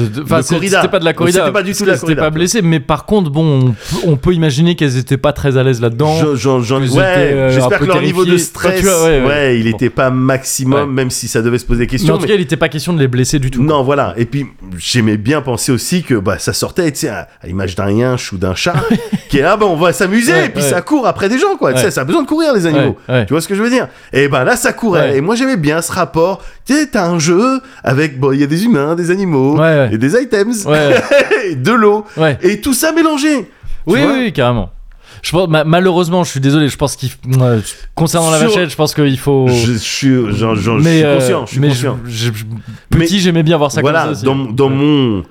S1: de- enfin,
S2: de
S1: c'est-
S2: corrida.
S1: C'était pas de la corrida.
S2: C'était pas du
S1: parce
S2: tout de la
S1: qu'elles étaient
S2: corrida,
S1: pas
S2: tu vois.
S1: blessé, mais par contre, bon, on peut- on peut imaginer qu'elles étaient pas très à l'aise là-dedans.
S2: Je- j'en- j'en-
S1: que
S2: ouais,
S1: j'étais, euh, un
S2: j'espère
S1: peu
S2: que leur niveau de
S1: terrifié. Enfin,
S2: stress,
S1: tu vois, ouais, ouais.
S2: ouais, il
S1: Bon.
S2: était pas maximum,
S1: Ouais.
S2: même si ça devait se poser des
S1: Mais
S2: questions.
S1: en tout cas, il était pas question de les blesser du tout.
S2: Non, voilà. Et puis, j'aimais bien penser aussi que bah, ça sortait, tu sais, à, à l'image d'un yinche ou d'un chat, qui est là, bah, on va s'amuser,
S1: Ouais,
S2: et puis
S1: ouais.
S2: ça court après des gens, quoi. Tu sais,
S1: Ouais.
S2: ça a besoin de courir, les animaux.
S1: Ouais, ouais.
S2: Tu vois ce que je veux dire Et ben là, ça courait.
S1: Ouais.
S2: Et moi, j'aimais bien ce rapport. Tu sais, t'as un jeu avec, bon, il y a des humains, des animaux,
S1: Ouais, ouais.
S2: et des items,
S1: Ouais,
S2: et de l'eau,
S1: ouais.
S2: et tout ça mélangé.
S1: Oui,
S2: vois
S1: oui, oui, carrément. Je pense, ma- malheureusement, je suis désolé. Je pense qu'il, euh, concernant la
S2: Sur-
S1: vachette, je pense qu'il faut.
S2: Je, je suis, j'en- j'en- je
S1: mais,
S2: suis
S1: euh,
S2: conscient, je suis
S1: mais
S2: conscient.
S1: je- je-
S2: Mais-
S1: petit, j'aimais bien voir ça
S2: voilà,
S1: comme ça. aussi. hein.
S2: dans, dans mon.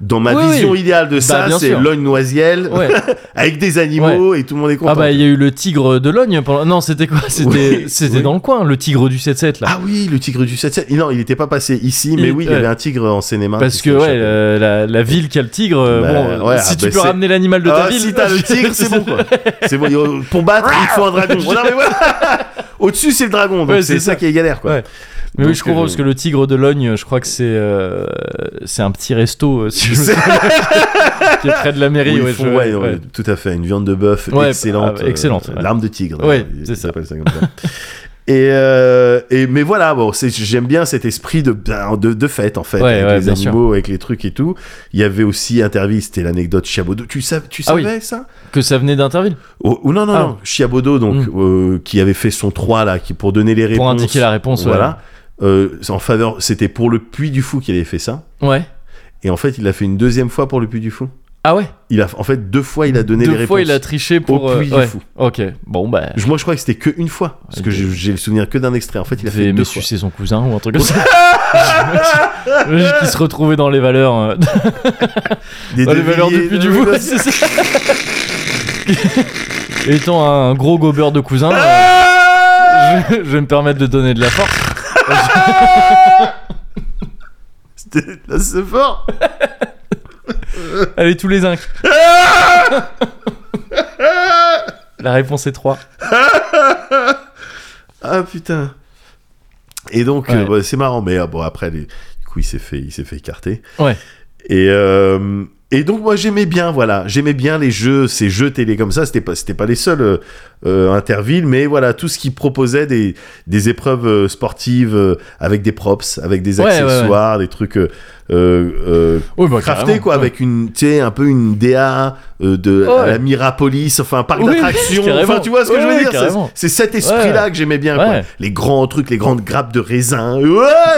S2: Dans ma
S1: Oui,
S2: vision
S1: oui.
S2: idéale de ça,
S1: bien
S2: c'est
S1: sûr.
S2: l'ogne noisiel
S1: Ouais.
S2: avec des animaux et tout le monde est content.
S1: Ah bah il y a eu le tigre de Logne pendant... Non c'était quoi C'était
S2: Oui,
S1: c'était
S2: oui.
S1: dans le coin, le tigre du 7-7 là.
S2: Ah oui, le tigre du 7-7. Non, il n'était pas passé ici, mais
S1: Il-
S2: oui, il y
S1: ouais.
S2: avait un tigre en Seine-et-Marne.
S1: Parce
S2: qui
S1: que ouais,
S2: s'est échappé.
S1: euh, la, la ville qui a le tigre, euh,
S2: Bah,
S1: bon,
S2: ouais,
S1: si
S2: ah,
S1: tu
S2: bah,
S1: peux
S2: c'est-
S1: ramener l'animal de ta
S2: Ah,
S1: ville,
S2: si t'as le tigre, c'est bon quoi. C'est bon. il- Pour battre, il faut un dragon. Non, mais voilà. Au-dessus, c'est le dragon. Donc
S1: Ouais,
S2: c'est
S1: c'est
S2: ça
S1: ça.
S2: qui est galère quoi.
S1: Ouais. Mais oui,
S2: Donc,
S1: je comprends
S2: euh,
S1: parce que le tigre de Logne, je crois que c'est euh, c'est un petit resto euh, si je me
S2: C'est-
S1: souviens bien, qui est près de la
S2: Où
S1: mairie.
S2: ils
S1: ouais,
S2: font-
S1: je- ouais.
S2: ouais, ouais, tout à fait. Une viande de bœuf
S1: Ouais,
S2: excellente.
S1: bah, excellente,
S2: euh,
S1: ouais.
S2: L'arme de tigre.
S1: Ouais,
S2: ils-
S1: c'est
S2: ils
S1: ça.
S2: appellent comme ça. Et, euh, et mais voilà bon c'est- j'aime bien cet esprit de, ben, de de fête en fait
S1: Ouais,
S2: avec
S1: ouais,
S2: les
S1: bien sûr.
S2: animaux avec les trucs et tout il y avait aussi interview c'était l'anecdote Chabaudou tu savais tu
S1: Ah oui.
S2: savais ça
S1: Que ça venait d'Interville
S2: Oh, ou non, non,
S1: Ah.
S2: non. Chiabodo, donc,
S1: Mm.
S2: euh, qui avait fait son 3, là, qui, pour donner les réponses.
S1: pour indiquer la réponse. ouais.
S2: Voilà. Euh, c'est en faveur, c'était pour le Puy du Fou qu'il avait fait ça.
S1: Ouais.
S2: Et en fait, il l'a fait une deuxième fois pour le Puy du Fou.
S1: Ah ouais.
S2: Il a, en fait, deux fois, il a donné
S1: Deux
S2: les
S1: fois
S2: réponses.
S1: il a triché pour.
S2: Au
S1: euh,
S2: Puy du
S1: ouais.
S2: Fou.
S1: Ok. Bon bah.
S2: Je- Moi, je crois que c'était que une fois. Parce que
S1: Ouais,
S2: j'ai j'ai le souvenir que d'un extrait. En fait, il a fait
S1: devait
S2: deux
S1: me
S2: fois.
S1: sucer son cousin ou un truc comme ça. Qui se retrouvait dans les valeurs. euh,
S2: Des
S1: dans Ah, les
S2: deux
S1: valeurs du
S2: milliers
S1: Puy
S2: de
S1: du Fou.
S2: milliers
S1: ouais,
S2: de-
S1: c'est ça. Étant un gros gobeur de cousin, euh,
S2: Ah
S1: je, je vais me permettre de donner de la force.
S2: C'était- là, C'est fort.
S1: Allez, tous les zincs. La réponse est 3.
S2: Ah putain. Et donc
S1: Ouais.
S2: euh, bah, c'est marrant, mais euh, bon après les- du coup il s'est fait il s'est fait écarter.
S1: Ouais.
S2: Et euh, et donc moi j'aimais bien voilà j'aimais bien les jeux ces jeux télé comme ça c'était pas c'était pas les seuls euh, euh, Interville mais voilà tout ce qui proposait des des épreuves euh, sportives euh, avec des props avec des
S1: Ouais, ouais,
S2: accessoires des trucs euh, euh, euh,
S1: Oui, bah,
S2: craftés
S1: carrément.
S2: quoi avec une tu sais un peu une DA euh, de
S1: Ouais.
S2: à la Mirapolis enfin un parc
S1: Oui, oui,
S2: d'attractions
S1: carrément.
S2: enfin tu vois ce que je
S1: Ouais,
S2: veux dire c'est-
S1: carrément.
S2: c'est cet esprit là que j'aimais bien quoi
S1: Ouais.
S2: les grands trucs, les grandes grappes de raisin. Ouais,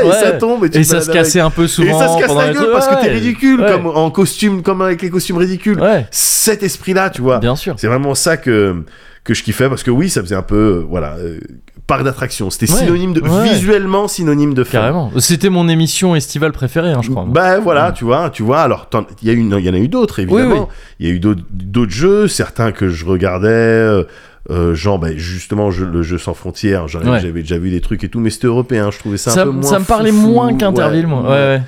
S2: et
S1: Ouais.
S2: ça tombe et tu
S1: Et
S2: te
S1: ça
S2: balades
S1: se cassait un peu
S2: avec.
S1: souvent.
S2: Et ça se casse
S1: pendant
S2: la
S1: les-
S2: gueule parce que t'es
S1: Ouais.
S2: ridicule,
S1: Ouais.
S2: comme en costume, comme avec les costumes ridicules.
S1: Ouais,
S2: Cet esprit-là, tu vois.
S1: bien sûr.
S2: C'est vraiment ça que que je kiffais parce que oui, ça faisait un peu, euh, voilà, euh, parc d'attraction. C'était
S1: Ouais.
S2: synonyme de
S1: Ouais.
S2: visuellement synonyme de fun.
S1: Carrément. C'était mon émission estivale préférée, hein, je crois.
S2: Bah voilà, tu vois, tu vois. Alors, t'en- il y a une, il y en a eu d'autres
S1: Oui, oui.
S2: évidemment. Il y a eu d'autres- d'autres jeux, certains que je regardais, euh, euh, genre ben, justement je- le jeu sans frontières. j'en-
S1: Ouais.
S2: J'avais déjà vu des trucs et tout, mais c'était européen. Je trouvais ça,
S1: ça,
S2: un peu moins.
S1: ça me parlait
S2: foufou.
S1: moins qu'Interville, moi. Ouais, ouais.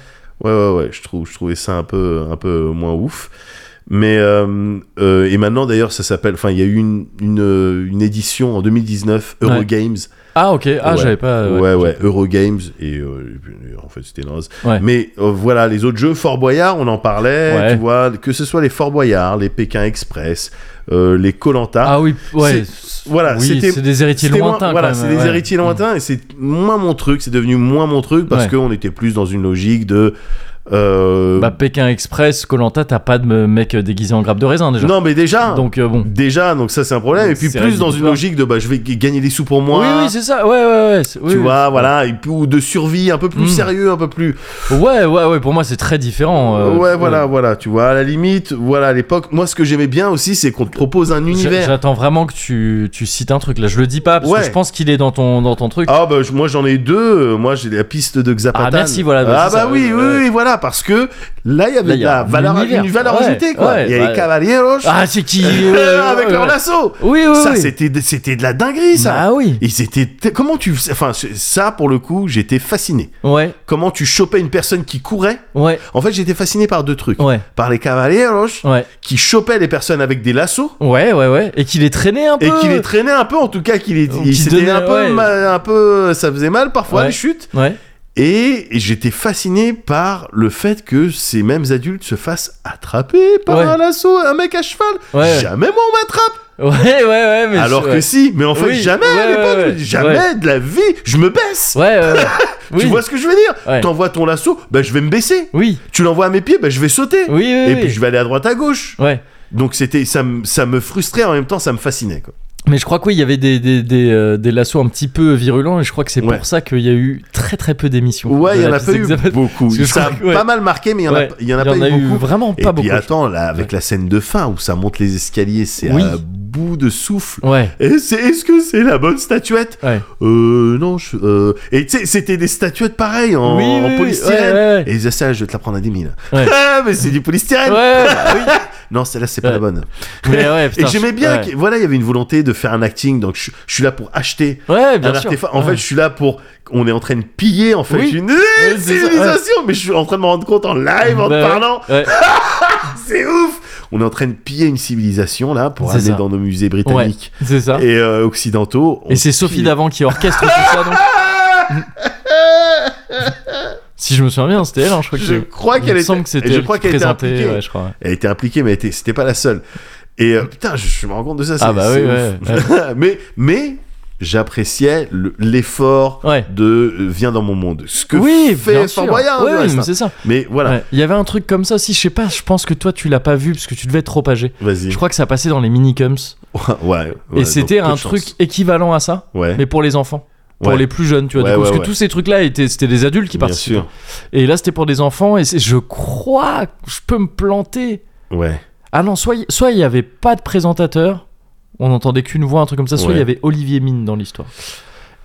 S2: Ouais, ouais, ouais. Je trouve, je trouvais ça un peu, un peu moins ouf. Mais euh, euh, et maintenant d'ailleurs ça s'appelle. Enfin, il y a eu une, une, euh, une édition en 2019
S1: Ouais.
S2: Eurogames.
S1: Ah, ok. Ah,
S2: Ouais.
S1: j'avais pas.
S2: Ouais, ouais, Eurogames et euh, en fait c'était naze.
S1: Ouais.
S2: Mais euh, voilà, les autres jeux Fort Boyard, on en parlait.
S1: Ouais.
S2: Tu vois, que ce soit les Fort Boyard, les Pékin Express, euh, les Colanta.
S1: Ah, oui. Ouais.
S2: voilà,
S1: Oui,
S2: c'était-
S1: c'est des héritiers
S2: C'était moins-
S1: lointains. quand
S2: Voilà,
S1: même,
S2: c'est des
S1: ouais. Mm.
S2: héritiers lointains et c'est moins mon truc, c'est devenu moins mon truc parce
S1: Ouais.
S2: qu'on était plus dans une logique de. euh,
S1: Bah, Pékin Express, Colanta, t'as pas de me- mec déguisé en grappe de raisin déjà.
S2: non, mais déjà.
S1: Donc euh, bon.
S2: Déjà, donc ça c'est un problème. Et puis
S1: C'est
S2: plus dans une
S1: rédhibitoire.
S2: logique de bah, je vais g- gagner des sous pour moi.
S1: Oui, oui, c'est ça. Ouais, ouais, ouais. c'est- oui,
S2: tu
S1: oui.
S2: vois, voilà. Et puis ou de survie un peu plus
S1: Mm.
S2: sérieux, un peu plus.
S1: Ouais, ouais, ouais. Pour moi, c'est très différent. euh,
S2: ouais, voilà, voilà. Tu vois, à la limite, voilà, à l'époque, moi ce que j'aimais bien aussi, c'est qu'on te propose un
S1: J'a-
S2: univers.
S1: J'attends vraiment que tu, tu cites un truc là. Je le dis pas parce
S2: Ouais.
S1: que je pense qu'il est dans ton, dans ton truc.
S2: Ah bah je- moi j'en ai deux. Moi j'ai la piste de Xapatan.
S1: Ah, merci, voilà, bah,
S2: Ah
S1: c'est
S2: bah
S1: ça,
S2: oui,
S1: ouais,
S2: oui,
S1: ouais.
S2: oui, voilà, parce que là il y
S1: Là,
S2: avait
S1: il
S2: de
S1: y a
S2: la
S1: un
S2: valeur,
S1: univers.
S2: une valeur
S1: Ouais,
S2: ajoutée quoi.
S1: ouais,
S2: il y a
S1: bah,
S2: les Cavalieros
S1: Ah, c'est qui ouais, ouais,
S2: avec
S1: ouais,
S2: leur
S1: ouais.
S2: lasso.
S1: Oui, oui,
S2: Ça
S1: oui.
S2: c'était de- c'était de la dinguerie ça.
S1: Ah oui.
S2: Et c'était t- comment tu faisais- enfin c'est- ça pour le coup j'étais fasciné.
S1: Ouais,
S2: Comment tu chopais une personne qui courait
S1: ouais,
S2: En fait j'étais fasciné par deux trucs.
S1: ouais,
S2: Par les cavaleros
S1: ouais.
S2: qui chopaient les personnes avec des lassos
S1: Ouais, ouais, ouais. Et qu'il est traîné un peu.
S2: et qui les traînaient un peu en tout cas qui les
S1: Ou
S2: il
S1: qui
S2: s'était
S1: donnaient-
S2: un peu
S1: ouais.
S2: ma- un peu ça faisait mal parfois
S1: Ouais.
S2: les chutes
S1: Ouais.
S2: et j'étais fasciné par le fait que ces mêmes adultes se fassent attraper par
S1: Ouais.
S2: un lasso un mec à cheval.
S1: Ouais.
S2: Jamais moi on m'attrape.
S1: Ouais, ouais, ouais. Mais
S2: Alors
S1: ouais.
S2: que si, mais en fait
S1: Oui,
S2: jamais
S1: ouais,
S2: à
S1: ouais,
S2: l'époque, je me
S1: ouais.
S2: dis, jamais
S1: Ouais.
S2: de la vie, je me baisse.
S1: Ouais, ouais, ouais. Oui.
S2: Tu vois ce que je veux dire
S1: Ouais.
S2: T'envoies ton lasso, bah je vais me baisser.
S1: Oui,
S2: Tu l'envoies à mes pieds, bah je vais sauter.
S1: oui, oui.
S2: Et
S1: oui.
S2: puis je vais aller à droite à gauche.
S1: Ouais.
S2: Donc c'était ça, me- ça me frustrait en même temps, ça me fascinait quoi.
S1: Mais je crois que oui, il y avait des, des, des, euh, des lassos un petit peu virulents et je crois que c'est
S2: Ouais.
S1: pour ça qu'il y a eu très très peu d'émissions.
S2: Ouais, il
S1: De
S2: y en
S1: la
S2: a pas
S1: piste
S2: eu
S1: d'examen.
S2: beaucoup.
S1: Parce que je
S2: Ça a
S1: crois que- ouais.
S2: pas mal marqué, mais il y en a,
S1: Ouais.
S2: il y en a
S1: Il y
S2: pas
S1: en a
S2: eu
S1: eu
S2: beaucoup.
S1: vraiment
S2: Et
S1: pas beaucoup.
S2: puis
S1: je
S2: attends, là, avec la scène de fin où ça monte les escaliers, c'est
S1: Oui.
S2: à bout de souffle.
S1: crois. Ouais,
S2: Et c'est- Est-ce que c'est la bonne statuette
S1: ouais.
S2: Euh, non, je. euh, Et tu sais, c'était des statuettes pareilles en,
S1: Oui,
S2: en
S1: oui, oui,
S2: polystyrène.
S1: ouais, ouais, ouais.
S2: Et ils disaient, ça, je vais te la prendre à 10 000.
S1: Ouais.
S2: Ah, mais c'est du polystyrène. Ah
S1: Ouais, bah oui.
S2: Non, celle-là, c'est pas
S1: Ouais.
S2: la bonne.
S1: Mais ouais,
S2: Et
S1: putain,
S2: j'aimais bien,
S1: ouais.
S2: que- voilà, il y avait une volonté de faire un acting, donc je, je suis là pour acheter.
S1: Ouais,
S2: Un
S1: bien sûr.
S2: artefact. En
S1: Ouais.
S2: fait, je suis là pour. On est en train de piller, en fait,
S1: Oui.
S2: une
S1: c'est ça,
S2: civilisation, mais je suis en train de me rendre compte en live en te
S1: Bah ouais.
S2: parlant.
S1: Ouais.
S2: C'est ouf On est en train de piller une civilisation, là, pour
S1: C'est
S2: aller
S1: ça.
S2: dans nos musées
S1: Ouais,
S2: britanniques
S1: c'est ça.
S2: et euh, occidentaux. On
S1: Et c'est Sophie
S2: pille.
S1: Davant qui orchestre tout ça, donc. si je me souviens bien, c'était elle, hein, je crois que
S2: Je crois
S1: il
S2: qu'elle
S1: me
S2: était.
S1: semble que c'était
S2: et je
S1: elle
S2: crois
S1: qui
S2: qu'elle était
S1: présentait,
S2: impliquée.
S1: ouais, je crois. ouais.
S2: Elle était impliquée, mais elle était- c'était pas la seule. Et euh, putain, je, je me rends compte de ça.
S1: Ah
S2: c'est-
S1: bah oui,
S2: c'est
S1: ouais,
S2: ouf. mais mais j'appréciais le- l'effort
S1: Ouais.
S2: de euh, Viens dans mon monde. Ce que
S1: oui, bien
S2: fait
S1: sûr.
S2: Fort Boyard,
S1: Ouais,
S2: du
S1: oui,
S2: reste,
S1: mais
S2: hein.
S1: c'est ça.
S2: Mais voilà,
S1: Ouais. Il y avait un truc comme ça aussi, je sais pas, je pense que toi tu l'as pas vu parce que tu devais être trop âgé.
S2: vas-y.
S1: Je crois que ça passait dans les minicums.
S2: ouais,
S1: et c'était un truc équivalent à ça,
S2: Ouais.
S1: mais pour les enfants. Pour
S2: Ouais.
S1: les plus jeunes, tu vois. du
S2: Ouais,
S1: coup, parce
S2: ouais,
S1: que
S2: ouais.
S1: tous ces trucs-là, étaient- c'était des adultes qui
S2: Bien
S1: participaient.
S2: sûr.
S1: Et là, c'était pour des enfants. Et c'est- je crois, que je peux me planter.
S2: Ouais.
S1: Ah non, soit soit il n'y avait pas de présentateur, on n'entendait qu'une voix, un truc comme ça, soit il
S2: Ouais.
S1: y avait Olivier Mine dans l'histoire.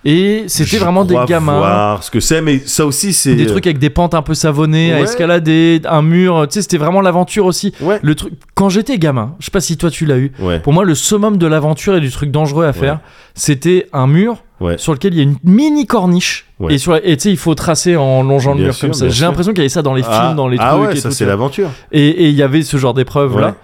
S1: Et c'était
S2: Je
S1: vraiment des
S2: crois
S1: gamins,
S2: voir ce que c'est, mais ça aussi, c'est.
S1: des trucs avec des pentes un peu savonnées, à
S2: Ouais.
S1: escalader, un mur, tu sais, c'était vraiment l'aventure aussi.
S2: euh, Ouais.
S1: Le truc, quand j'étais gamin, je sais pas si toi tu l'as eu,
S2: Ouais.
S1: pour moi le summum de l'aventure et du truc dangereux à faire, c'était un mur
S2: Ouais.
S1: sur lequel il y a une mini corniche.
S2: Ouais.
S1: Et sur la- et tu sais, il faut tracer en longeant le
S2: Bien
S1: mur
S2: sûr,
S1: comme ça.
S2: bien
S1: J'ai
S2: sûr.
S1: l'impression qu'il y avait ça dans les films,
S2: ah,
S1: dans les
S2: ah
S1: trucs.
S2: ouais,
S1: et
S2: ça
S1: tout,
S2: c'est
S1: tu vois.
S2: l'aventure.
S1: Et et il y avait ce genre d'épreuve
S2: Ouais.
S1: là.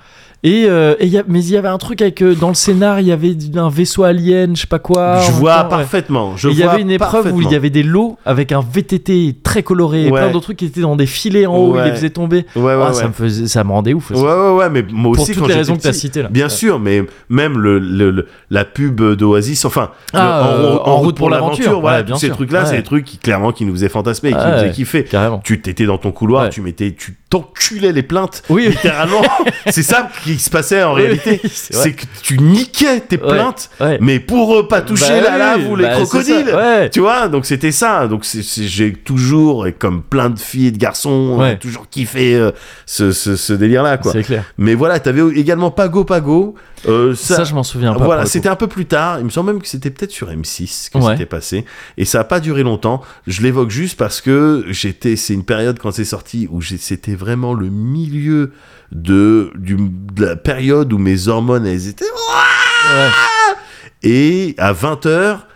S1: Et, euh, et il y a- mais il y avait un truc avec euh, dans le scénar, il y avait un vaisseau alien, je sais pas quoi.
S2: je
S1: Ah, en
S2: vois
S1: même temps, ouais.
S2: parfaitement. Je
S1: Et Il y
S2: vois
S1: avait une épreuve où il y
S2: parfaitement.
S1: avait des lots avec un VTT très coloré et
S2: Ouais.
S1: plein d'autres trucs qui étaient dans des filets en haut, il
S2: Ouais.
S1: les faisait tomber.
S2: Ouais, ouais,
S1: Ah,
S2: ouais.
S1: Ça me faisait, ça me rendait ouf. ça.
S2: Ouais, ouais, ouais, mais moi
S1: Pour
S2: aussi,
S1: toutes
S2: quand
S1: les
S2: j'étais
S1: raisons que t'as
S2: petit,
S1: citées là.
S2: Bien
S1: Ouais.
S2: sûr, mais même le, le- le- la pub d'Oasis, enfin,
S1: Ah,
S2: le-
S1: euh, En route pour l'aventure,
S2: voilà,
S1: ouais, bien
S2: tous ces
S1: sûr.
S2: trucs-là, c'est
S1: Ouais.
S2: des trucs qui clairement qui nous faisaient fantasmer, et qui
S1: Ah,
S2: nous faisaient
S1: ouais.
S2: kiffer.
S1: Carrément.
S2: Tu t'étais dans ton couloir,
S1: Ouais.
S2: tu mettais, tu t'enculais les plaintes.
S1: Oui.
S2: Littéralement, c'est ça qui se passait en
S1: Oui,
S2: réalité.
S1: oui, c'est vrai.
S2: C'est que tu niquais tes
S1: Ouais.
S2: plaintes,
S1: Ouais.
S2: mais pour euh, pas toucher
S1: Bah
S2: la lave
S1: oui,
S2: ou les
S1: bah, c'est ça,
S2: crocodiles.
S1: ouais.
S2: Tu vois, donc c'était ça. Donc c'est- c'est- j'ai toujours, et comme plein de filles et de garçons,
S1: Ouais.
S2: euh, toujours kiffé euh, ce, ce- ce délire-là, quoi.
S1: C'est clair.
S2: Mais voilà, t'avais également Pago Pago. euh,
S1: Ça,
S2: ça,
S1: je m'en souviens pas.
S2: voilà,
S1: pour le coup.
S2: c'était un peu plus tard. Il me semble même que c'était peut-être sur M6 que
S1: Ouais.
S2: c'était passé. Et ça a pas duré longtemps. Je l'évoque juste parce que j'étais, c'est une période quand c'est sorti où j'ai- c'était vraiment le milieu de, du- de la période où mes hormones, elles étaient.
S1: Ouais.
S2: Et à 20h,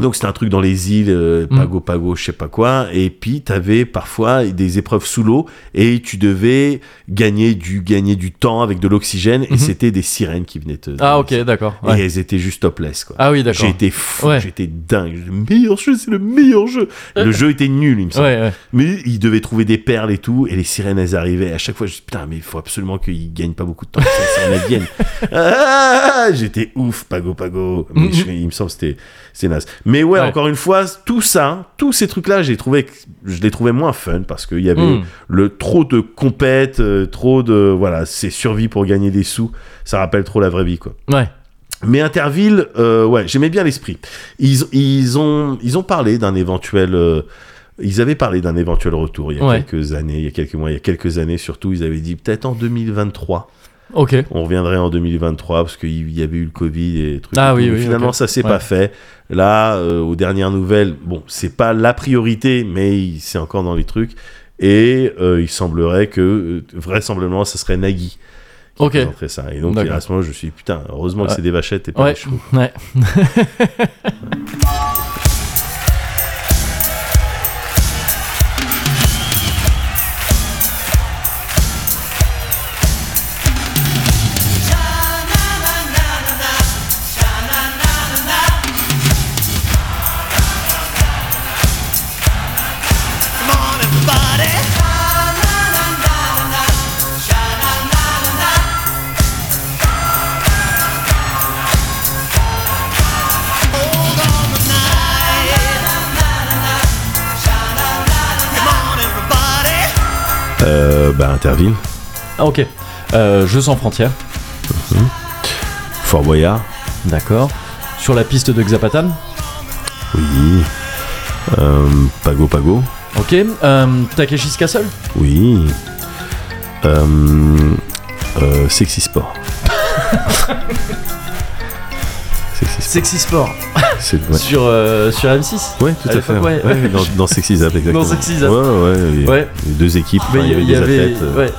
S2: Donc c'était un truc dans les îles, euh,
S1: Mm.
S2: Pago Pago, je sais pas quoi. Et puis t'avais parfois des épreuves sous l'eau et tu devais gagner du gagner du temps avec de l'oxygène. Et
S1: Mhm.
S2: c'était des sirènes qui venaient te.
S1: Ah, ok, d'accord.
S2: Et
S1: ouais.
S2: elles étaient juste topless quoi.
S1: Ah oui,
S2: J'ai
S1: d'accord.
S2: été fou,
S1: Ouais. Euh.
S2: j'étais dingue. Le meilleur jeu, c'est le meilleur jeu. Le jeu était nul, il me semble.
S1: Ouais, ouais.
S2: Mais ils devaient trouver des perles et tout, et les sirènes, elles arrivaient. À chaque fois, je dis putain, mais il faut absolument qu'ils gagnent pas beaucoup de temps. que ces sirènes, elles viennent. Ah, J'étais ouf, pago pago. Mais
S1: Mhm.
S2: je- il me semble que c'était c'était naze. Mais ouais,
S1: Ouais.
S2: encore une fois, tout ça, tous ces trucs-là, j'ai trouvé, que- je les trouvais moins fun parce qu'il y avait
S1: Mm.
S2: le trop de compète, euh, trop de voilà, c'est survie pour gagner des sous. Ça rappelle trop la vraie vie, quoi.
S1: Ouais.
S2: Mais Interville, euh, ouais, j'aimais bien l'esprit. Ils, ils, ont, ils ont parlé d'un éventuel. euh, ils avaient parlé d'un éventuel retour il y a
S1: Ouais.
S2: quelques années, il y a quelques mois, il y a quelques années surtout. Ils avaient dit peut-être en 2023.
S1: Ok.
S2: On reviendrait en 2023 parce qu'il y avait eu le Covid et des trucs.
S1: Ah
S2: et tout.
S1: oui,
S2: Mais
S1: oui,
S2: Finalement,
S1: ok.
S2: ça s'est
S1: Ouais.
S2: pas fait. Là, euh, aux dernières nouvelles, bon, c'est pas la priorité, mais il- c'est encore dans les trucs. Et euh, il semblerait que, euh, vraisemblablement, ça serait Nagui qui
S1: Ok.
S2: présenterait ça. Et donc,
S1: D'accord.
S2: à ce moment, je me suis dit, putain, heureusement que
S1: Ouais.
S2: c'est des vachettes et pas
S1: Ouais.
S2: des chevaux.
S1: Ouais.
S2: Euh, bah, Interville,
S1: Ah, ok. Euh, Jeux sans frontières.
S2: Fort Boyard,
S1: D'accord. Sur la piste de Xapatam.
S2: oui. Euh, Pago Pago,
S1: Ok. Euh, Takeshi's Castle.
S2: oui. Euh, euh, sexy Sport. sexy Sport,
S1: Sexy Sport.
S2: c'est- ouais.
S1: Sur, euh, sur M6.
S2: Ouais, tout
S1: À
S2: à,
S1: l'époque,
S2: fait.
S1: ouais, ouais.
S2: dans, dans Sexy Zap, exactement.
S1: Sexy Zap.
S2: Ouais, ouais. il y a-
S1: Ouais.
S2: les deux équipes,
S1: Mais
S2: enfin,
S1: il y,
S2: des
S1: avait.
S2: athlètes. euh,
S1: Ouais.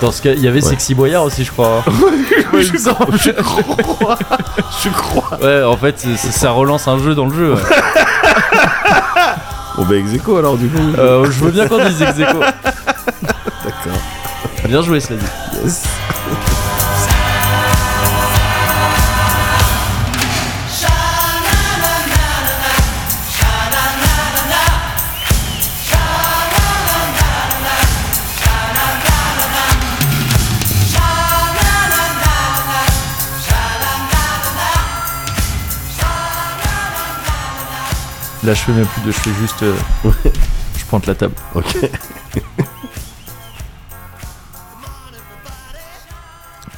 S1: Dans ce cas, il y avait
S2: Ouais.
S1: Sexy Boyard aussi, je crois. Il me semble.
S2: Je crois.
S1: Ouais, en fait, c'est- c'est- ça relance un jeu dans le jeu. ouais.
S2: On va ex aequo, alors, du coup.
S1: Euh, je veux bien qu'on dise ex aequo.
S2: D'accord.
S1: Bien joué, cela dit. Là, je fais même plus de. Je fais juste. euh, je pointe la table.
S2: Ok.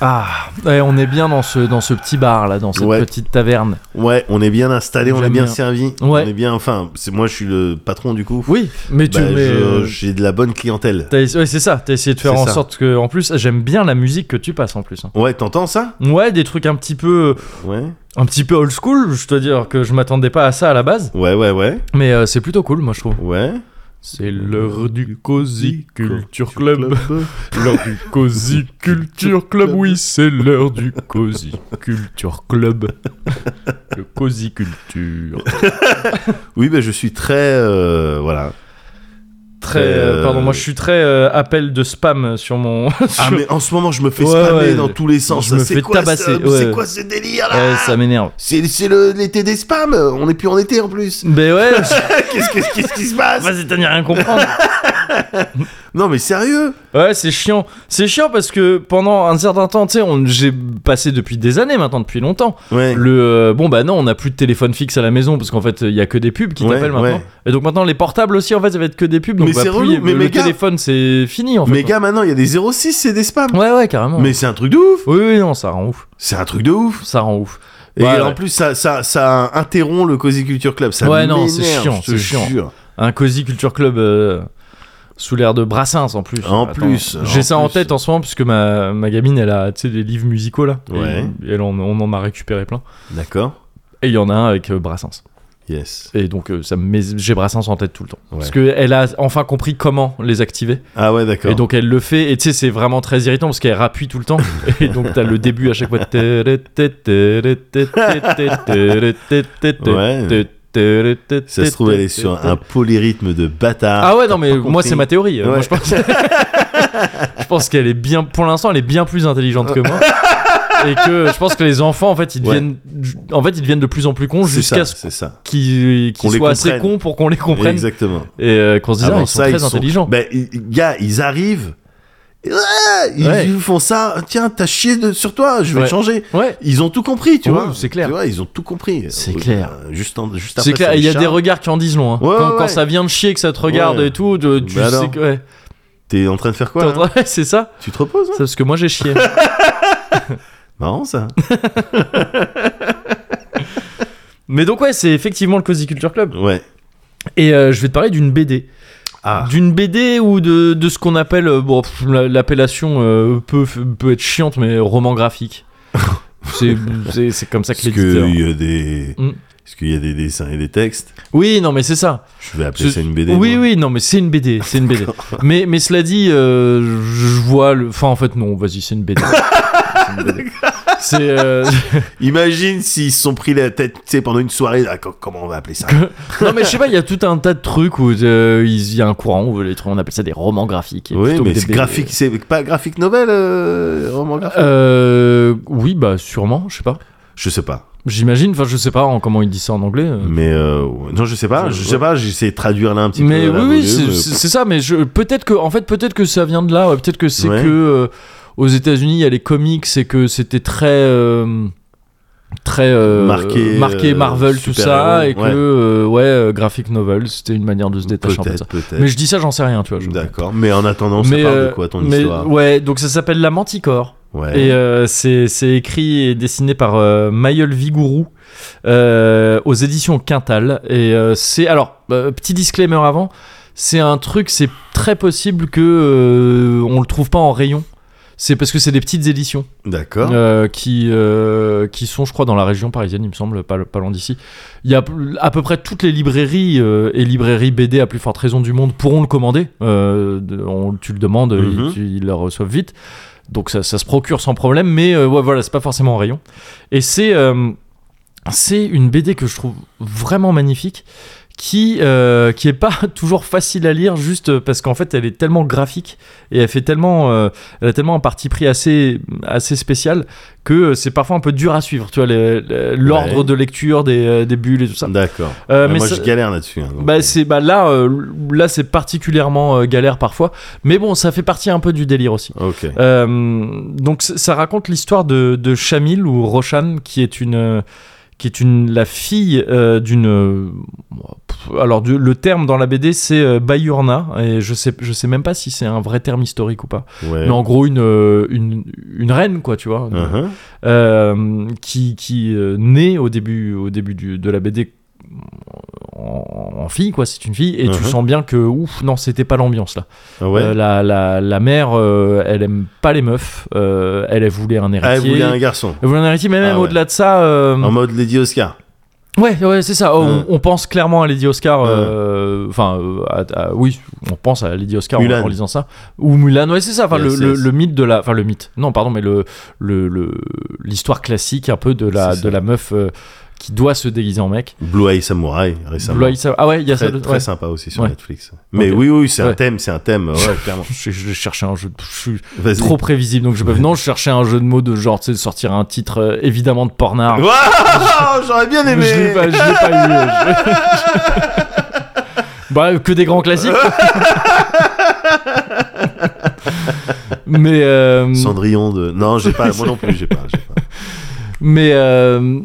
S1: Ah, ouais, on est bien dans ce, dans ce petit bar là, dans cette
S2: Ouais.
S1: petite taverne.
S2: Ouais, on est bien installé, on est
S1: J'aime
S2: bien,
S1: bien.
S2: servi.
S1: Ouais.
S2: On est bien, enfin, c'est moi, je suis le patron, du coup.
S1: Oui, mais tu.
S2: Bah,
S1: mais,
S2: je-
S1: euh,
S2: J'ai de la bonne clientèle.
S1: t'as- ouais, c'est ça, t'as essayé de faire
S2: C'est
S1: en
S2: ça.
S1: sorte que. En plus, j'aime bien la musique que tu passes en plus. hein.
S2: Ouais, t'entends ça
S1: Ouais, des trucs un petit peu.
S2: Ouais.
S1: Un petit peu old school, je dois dire que je m'attendais pas à ça à la base.
S2: Ouais, ouais, ouais.
S1: Mais euh, c'est plutôt cool, moi je trouve.
S2: Ouais.
S1: C'est l'heure du Cozy Culture
S2: Club.
S1: L'heure du Cozy Culture Club, oui, c'est l'heure du Cozy Culture Club. Le Cozy Culture.
S2: Oui, ben je suis très. euh, voilà.
S1: Très, euh,
S2: Euh,
S1: pardon, moi je suis très euh, appel de spam sur mon.
S2: Ah,
S1: sur-
S2: mais en ce moment, je me fais
S1: Ouais,
S2: spammer
S1: ouais,
S2: dans
S1: je-
S2: tous les sens.
S1: je
S2: ça,
S1: me
S2: c'est
S1: fais
S2: quoi
S1: tabasser,
S2: ça
S1: ouais.
S2: C'est quoi ce délire
S1: Eh,
S2: là
S1: ça m'énerve.
S2: C'est c'est le- l'été des spams. On est plus en été en plus.
S1: Mais ouais,
S2: Qu'est-ce qu'est-ce- qu'est-ce qui se passe
S1: vas-y, t'as ni rien comprendre.
S2: Non, mais sérieux
S1: Ouais, c'est chiant. C'est chiant parce que pendant un certain temps, tu sais, on- j'ai passé depuis des années maintenant, depuis longtemps.
S2: Ouais.
S1: Le euh, bon, bah non, on n'a plus de téléphone fixe à la maison parce qu'en fait, il y a que des pubs qui
S2: Ouais,
S1: t'appellent maintenant.
S2: ouais.
S1: Et donc maintenant, les portables aussi, en fait, ça va être que des pubs. Donc
S2: Mais
S1: bah,
S2: c'est
S1: plus
S2: relou,
S1: il-
S2: mais
S1: le
S2: mes gars-
S1: téléphone, c'est fini en fait.
S2: Mais gars, maintenant, il y a des 06, c'est des spams.
S1: Ouais, ouais, carrément.
S2: Mais c'est un truc de ouf.
S1: Oui, oui, non, ça rend ouf.
S2: C'est un truc de ouf.
S1: Ça rend ouf.
S2: Et
S1: Ouais,
S2: en
S1: ouais.
S2: plus, ça, ça, ça interrompt le Cozy Culture Club. Ça
S1: Ouais, non, c'est
S2: m'énerve,
S1: chiant,
S2: je te
S1: c'est chiant.
S2: jure.
S1: Un Cozy Culture Club euh, sous l'air de Brassens en plus.
S2: En plus,
S1: J'ai
S2: en
S1: ça en
S2: plus.
S1: tête en ce moment puisque ma, ma gamine elle a tu sais, des livres musicaux là. Et-
S2: Ouais.
S1: Et, elle en- on en a récupéré plein.
S2: D'accord.
S1: Et il y en a un avec euh, Brassens.
S2: Yes.
S1: Et donc euh, ça me met- j'ai Brassens en tête tout le temps.
S2: Ouais.
S1: Parce qu'elle a enfin compris comment les activer.
S2: Ah ouais, d'accord.
S1: Et donc elle le fait. Et tu sais, c'est vraiment très irritant parce qu'elle rappuie tout le temps. et donc t'as le début à chaque fois.
S2: Ouais.
S1: Ça
S2: Ça se trouve, elle est sur un polyrythme de bâtard.
S1: Ah ouais, non,
S2: T'as
S1: mais
S2: pas
S1: moi,
S2: compris.
S1: c'est ma théorie. Euh, Moi,
S2: Ouais.
S1: je pense, je pense qu'elle est bien, pour l'instant, elle est bien plus intelligente que moi. Et que je pense que les enfants, en fait, ils
S2: Ouais.
S1: deviennent, en fait, ils deviennent de plus en plus cons
S2: C'est ça,
S1: jusqu'à ce
S2: C'est ça.
S1: qu'ils qu'ils
S2: Qu'on les
S1: soient assez
S2: comprenne.
S1: cons pour qu'on les comprenne.
S2: Exactement.
S1: Et euh, qu'on se dise, ah,
S2: Avant
S1: ils sont
S2: ça,
S1: très intelligents.
S2: Ben, ils- gars, ils arrivent. et ouais, ils
S1: Ouais.
S2: ils font ça. Tiens, t'as chié de- sur toi, je vais
S1: Ouais.
S2: changer.
S1: Ouais.
S2: Ils ont tout compris, tu
S1: Ouais,
S2: vois.
S1: c'est clair.
S2: Tu vois, ils ont tout compris.
S1: C'est
S2: Euh,
S1: clair.
S2: Juste, en- juste
S1: C'est
S2: après,
S1: clair, et il y a
S2: Richard.
S1: des regards qui en disent long. hein.
S2: Ouais,
S1: quand,
S2: ouais,
S1: quand
S2: ouais.
S1: ça vient de chier, que ça te regarde
S2: Ouais.
S1: et tout, tu, tu
S2: Bah
S1: sais
S2: alors.
S1: que. Ouais.
S2: T'es en train de faire quoi
S1: T'es en
S2: là
S1: train- c'est ça
S2: Tu te reposes là
S1: C'est parce que moi j'ai chié.
S2: Marrant ça.
S1: Mais donc, ouais, c'est effectivement le Cozy Culture Club.
S2: Ouais.
S1: Et euh, je vais te parler d'une BD.
S2: Ah.
S1: d'une BD ou de, de ce qu'on appelle euh, bon pff, la- l'appellation euh, peut peut être chiante mais roman graphique c'est c'est- c'est comme ça que
S2: Est-ce
S1: l'éditeur
S2: qu'il y a des.
S1: Hmm.
S2: Est-ce qu'il y a des dessins et des textes
S1: oui non mais c'est ça
S2: Je vais appeler
S1: Ce-
S2: ça une BD.
S1: oui
S2: moi.
S1: oui non mais c'est une BD c'est une BD mais mais cela dit euh, je vois le enfin en fait non vas-y c'est une BD C'est une BD. c'est euh,
S2: Imagine s'ils se sont pris la tête, tu sais, pendant une soirée. ah, co- comment on va appeler ça
S1: non mais je sais pas il y a tout un tas de trucs où euh, il y a un courant où les trucs- on appelle ça des romans graphiques et
S2: Oui,
S1: plutôt que
S2: mais
S1: des euh.
S2: c'est
S1: BD.
S2: graphique, c'est pas graphique novel, euh, roman graphique.
S1: Euh, oui bah sûrement je sais pas
S2: Je sais pas.
S1: J'imagine, enfin je sais pas en- comment ils disent ça en anglais. euh.
S2: Mais euh, ouais. non, je sais pas.
S1: Je-
S2: Je
S1: ouais.
S2: sais pas. J'essaie de traduire là un petit
S1: Mais
S2: peu. à la euh,
S1: oui, oui,
S2: volée,
S1: c'est
S2: mais-
S1: c'est- c'est ça. Mais je, peut-être que, en fait, peut-être que ça vient de là. ouais, peut-être que c'est
S2: Ouais.
S1: que euh, aux États-Unis, il y a les comics et que c'était très euh, très euh,
S2: Marqué,
S1: marqué
S2: euh,
S1: Marvel tout ça
S2: super-héros,
S1: et que
S2: ouais.
S1: euh, ouais euh, graphic novel, c'était une manière de se détacher un peu de ça.
S2: Peut-être, peut-être.
S1: Mais je dis ça, j'en sais rien, tu vois. je-
S2: D'accord. Mais en attendant, ça
S1: mais
S2: parle de
S1: euh,
S2: quoi ton
S1: mais,
S2: histoire
S1: Ouais, donc ça s'appelle La Manticore.
S2: Ouais.
S1: Et euh, c'est c'est écrit et dessiné par euh, Mayol Vigourou euh, aux éditions Quintal. Et euh, c'est. Alors, euh, petit disclaimer avant, c'est un truc, c'est très possible que euh, on le trouve pas en rayon. C'est parce que c'est des petites éditions
S2: D'accord.
S1: euh, qui, euh, qui sont, je crois, dans la région parisienne, il me semble, pas, pas loin d'ici. Il y a à peu près toutes les librairies euh, et librairies BD à plus forte raison du monde pourront le commander. Euh, de- on, tu le demandes,
S2: Mhm.
S1: ils, tu- ils le reçoivent vite. Donc ça, ça se procure sans problème, mais euh, ouais, voilà, c'est pas forcément en rayon. Et c'est euh, c'est une BD que je trouve vraiment magnifique. Qui, euh, qui est pas toujours facile à lire juste parce qu'en fait elle est tellement graphique et elle fait tellement euh, elle a tellement un parti pris assez assez spécial que euh, c'est parfois un peu dur à suivre tu vois les- les- l'ordre
S2: Ouais.
S1: de lecture des, euh, des bulles et tout ça
S2: D'accord.
S1: Euh,
S2: Mais
S1: mais
S2: moi,
S1: ça-
S2: je galère là-dessus. hein, donc,
S1: bah,
S2: euh,
S1: c'est bah là euh, là c'est particulièrement euh, galère parfois mais bon ça fait partie un peu du délire aussi
S2: Ok.
S1: euh, donc c- ça raconte l'histoire de, de Shamil ou Roshan qui est une euh, qui est une la fille euh, d'une euh, pff, alors du- le terme dans la BD c'est euh, Bayurna et je sais je sais même pas si c'est un vrai terme historique ou pas
S2: Ouais.
S1: mais en gros une euh, une, une reine quoi tu vois
S2: Uh-huh.
S1: euh, qui, qui euh, naît au début, au début du- de la BD en, en fille, quoi, c'est une fille, et tu
S2: Mhm.
S1: sens bien que, ouf, non, c'était pas l'ambiance là.
S2: Ah Ouais.
S1: Euh, la, la, la mère, euh, elle aime pas les meufs, euh, elle, elle voulait un héritier.
S2: Ah, elle voulait un garçon.
S1: Elle voulait un héritier, mais même
S2: Ah ouais.
S1: au-delà de ça. euh,
S2: En mode Lady Oscar.
S1: Ouais, ouais, c'est ça. On,
S2: Ouais.
S1: on pense clairement à Lady Oscar.
S2: Ouais.
S1: euh, Enfin, euh, à- à- oui, on pense à Lady Oscar en-
S2: Mulan.
S1: en, lisant ça. Ou Mulan, ouais, c'est ça. Enfin, le,
S2: Yes,
S1: le-
S2: yes.
S1: le mythe de la. Enfin, le mythe. Non, pardon, mais le le- le- l'histoire classique un peu de la
S2: C'est ça.
S1: de la meuf euh, qui doit se déguiser en mec.
S2: Blue Eye Samurai récemment.
S1: Blue Eye Sav- Ah ouais, il y a ça.
S2: Très,
S1: de-
S2: très
S1: ouais.
S2: sympa aussi sur
S1: Ouais.
S2: Netflix. Mais
S1: Ok.
S2: oui, oui, c'est un
S1: Ouais.
S2: thème, c'est un thème. euh, Ouais, clairement.
S1: Je, je cherchais un jeu. De... Je suis
S2: Vas-y.
S1: trop prévisible, donc je peux. Non, je cherchais un jeu de mots de genre, tu sais, de sortir un titre euh, évidemment de pornard.
S2: Waouh, J'aurais bien
S1: Je
S2: aimé.
S1: l'ai pas, je l'ai pas eu. euh, je- bah, que des grands classiques. mais euh,
S2: Cendrillon de. Non, j'ai pas. Moi non plus, j'ai pas. j'ai pas.
S1: mais euh,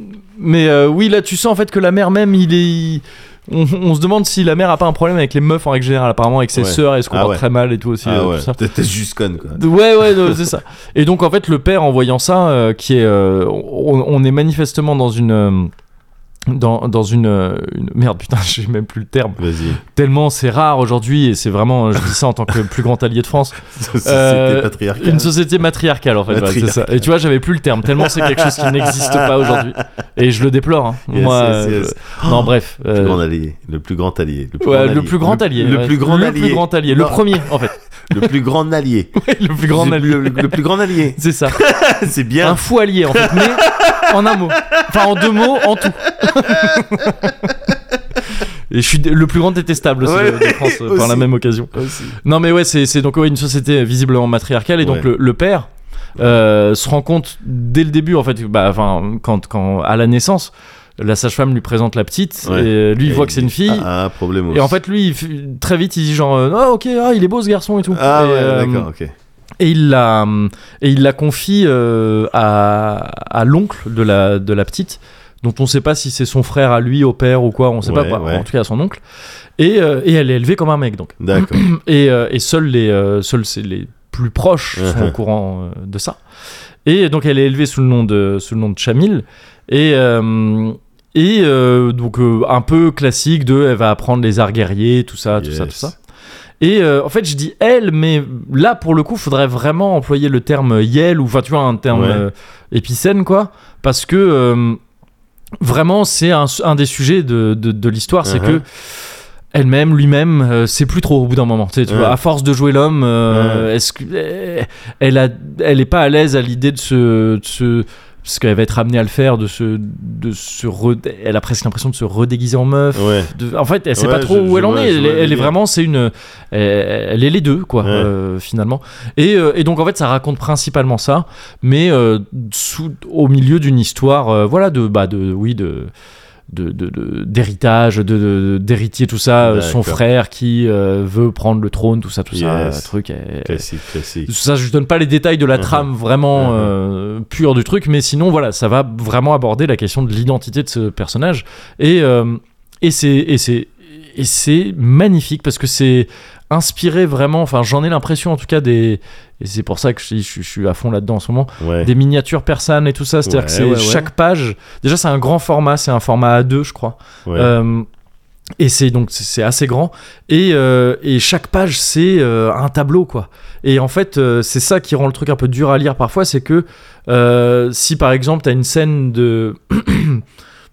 S1: mais euh, oui, là tu sens en fait que la mère même, il est. On, on se demande si la mère a pas un problème avec les meufs en règle générale, apparemment avec ses
S2: Ouais.
S1: sœurs, elle se
S2: Ah
S1: comporte
S2: ouais.
S1: très mal et tout aussi.
S2: Ah
S1: euh,
S2: ouais.
S1: tout ça.
S2: T'es t'es juste conne quoi.
S1: Ouais, ouais, non, c'est ça. Et donc, en fait, le père, en voyant ça, euh, qui est. euh, on, on est manifestement dans une. euh, dans, dans une, euh, une- Merde, putain, j'ai même plus le terme.
S2: Vas-y.
S1: Tellement c'est rare aujourd'hui, et c'est vraiment. Je dis ça en tant que plus grand allié de France. Euh,
S2: C'était patriarcal.
S1: Une société matriarcale, en fait. ouais, c'est ça. Et tu vois, j'avais plus le terme. Tellement c'est quelque chose qui n'existe pas aujourd'hui. Et je le déplore. hein.
S2: Yes,
S1: Moi.
S2: yes,
S1: euh,
S2: yes. Oh,
S1: je- Non, bref.
S2: Le
S1: euh,
S2: plus grand allié. Le plus grand allié. Le plus,
S1: ouais,
S2: grand,
S1: le
S2: allié.
S1: plus grand allié.
S2: Le,
S1: ouais.
S2: plus grand
S1: le
S2: allié.
S1: plus grand allié. Le
S2: Non.
S1: premier, en fait.
S2: Le plus grand allié.
S1: le plus grand
S2: Le-
S1: allié.
S2: Le, le plus grand allié. Ah,
S1: C'est ça.
S2: C'est
S1: un
S2: bien.
S1: fou allié en fait, mais en un mot. Enfin, en deux mots, en tout. Et je suis le plus grand détestable aussi
S2: Ouais,
S1: de, de France euh, par la
S2: aussi.
S1: même occasion. Non, mais ouais, c'est c'est donc ouais, une société euh, visiblement matriarcale et donc
S2: Ouais.
S1: le, le père. euh, se rend compte dès le début en fait bah, enfin quand, quand à la naissance la sage-femme lui présente la petite
S2: Ouais.
S1: et euh, lui il
S2: Et
S1: voit que c'est une fille
S2: Ah, ah, problème
S1: et en fait lui il f- très vite il dit genre euh, ah ok ah, il est beau ce garçon et tout
S2: Ah,
S1: et,
S2: ouais,
S1: euh,
S2: d'accord, ok.
S1: et il la et il la confie euh, à, à l'oncle de la de la petite dont on ne sait pas si c'est son frère à lui au père ou quoi on sait
S2: Ouais,
S1: pas
S2: ouais.
S1: en tout cas à son oncle et, euh, et elle est élevée comme un mec donc
S2: D'accord.
S1: et, euh, et seuls les, euh, seuls c'est les plus proches sont
S2: Uh-huh.
S1: au courant euh, de ça. Et donc elle est élevée sous le nom de, sous le nom de Chamil. Et, euh, et euh, donc euh, un peu classique de elle va apprendre les arts guerriers, tout ça, tout ça, tout
S2: Yes.
S1: ça. Et euh, en fait, je dis elle, mais là pour le coup, faudrait vraiment employer le terme yel ou enfin tu vois un terme
S2: Ouais.
S1: euh, épicène quoi, parce que euh, vraiment c'est un, un des sujets de, de, de l'histoire, c'est
S2: Uh-huh.
S1: que elle-même, lui-même, euh, c'est plus trop au bout d'un moment. Tu sais, tu
S2: Ouais.
S1: vois, à force de jouer l'homme, euh, est-ce que euh, elle a, elle est pas à l'aise à l'idée de se, de se- parce qu'elle va être amenée à le faire, de se, de se, re- elle a presque l'impression de se redéguiser en meuf.
S2: Ouais.
S1: De- en fait, elle sait
S2: Ouais,
S1: pas trop
S2: je-
S1: où
S2: je
S1: elle en
S2: vois-
S1: est.
S2: je
S1: Elle,
S2: vois
S1: est- elle est
S2: l'idée.
S1: vraiment, c'est une, elle, elle est les deux quoi,
S2: Ouais.
S1: euh, finalement. Et, euh, et donc en fait, ça raconte principalement ça, mais euh, sous, au milieu d'une histoire, euh, voilà, de, bah, de, oui, de de- de- de- d'héritage, de, de- d'héritier, tout ça, euh, son
S2: D'accord.
S1: frère qui euh, veut prendre le trône, tout ça, tout ça,
S2: Yes.
S1: euh, truc. elle-
S2: Classique, classique.
S1: ça, je donne pas les détails de la
S2: Mhm.
S1: trame vraiment
S2: Mhm.
S1: euh, pure du truc, mais sinon, voilà, ça va vraiment aborder la question de l'identité de ce personnage. Et, euh, et c'est et c'est et c'est magnifique parce que c'est inspiré vraiment. Enfin, j'en ai l'impression en tout cas des. Et c'est pour ça que je, je- je suis à fond là-dedans en ce moment.
S2: Ouais.
S1: Des miniatures persanes et tout ça. C'est-à-dire
S2: Ouais,
S1: que c'est
S2: ouais, ouais.
S1: chaque page. Déjà, c'est un grand format. C'est un format A2, je crois.
S2: ouais.
S1: Euh, et c'est donc c'est- c'est assez grand et, euh, et chaque page c'est euh, un tableau quoi. Et en fait euh, c'est ça qui rend le truc un peu dur à lire parfois, c'est que euh, si par exemple t'as une scène de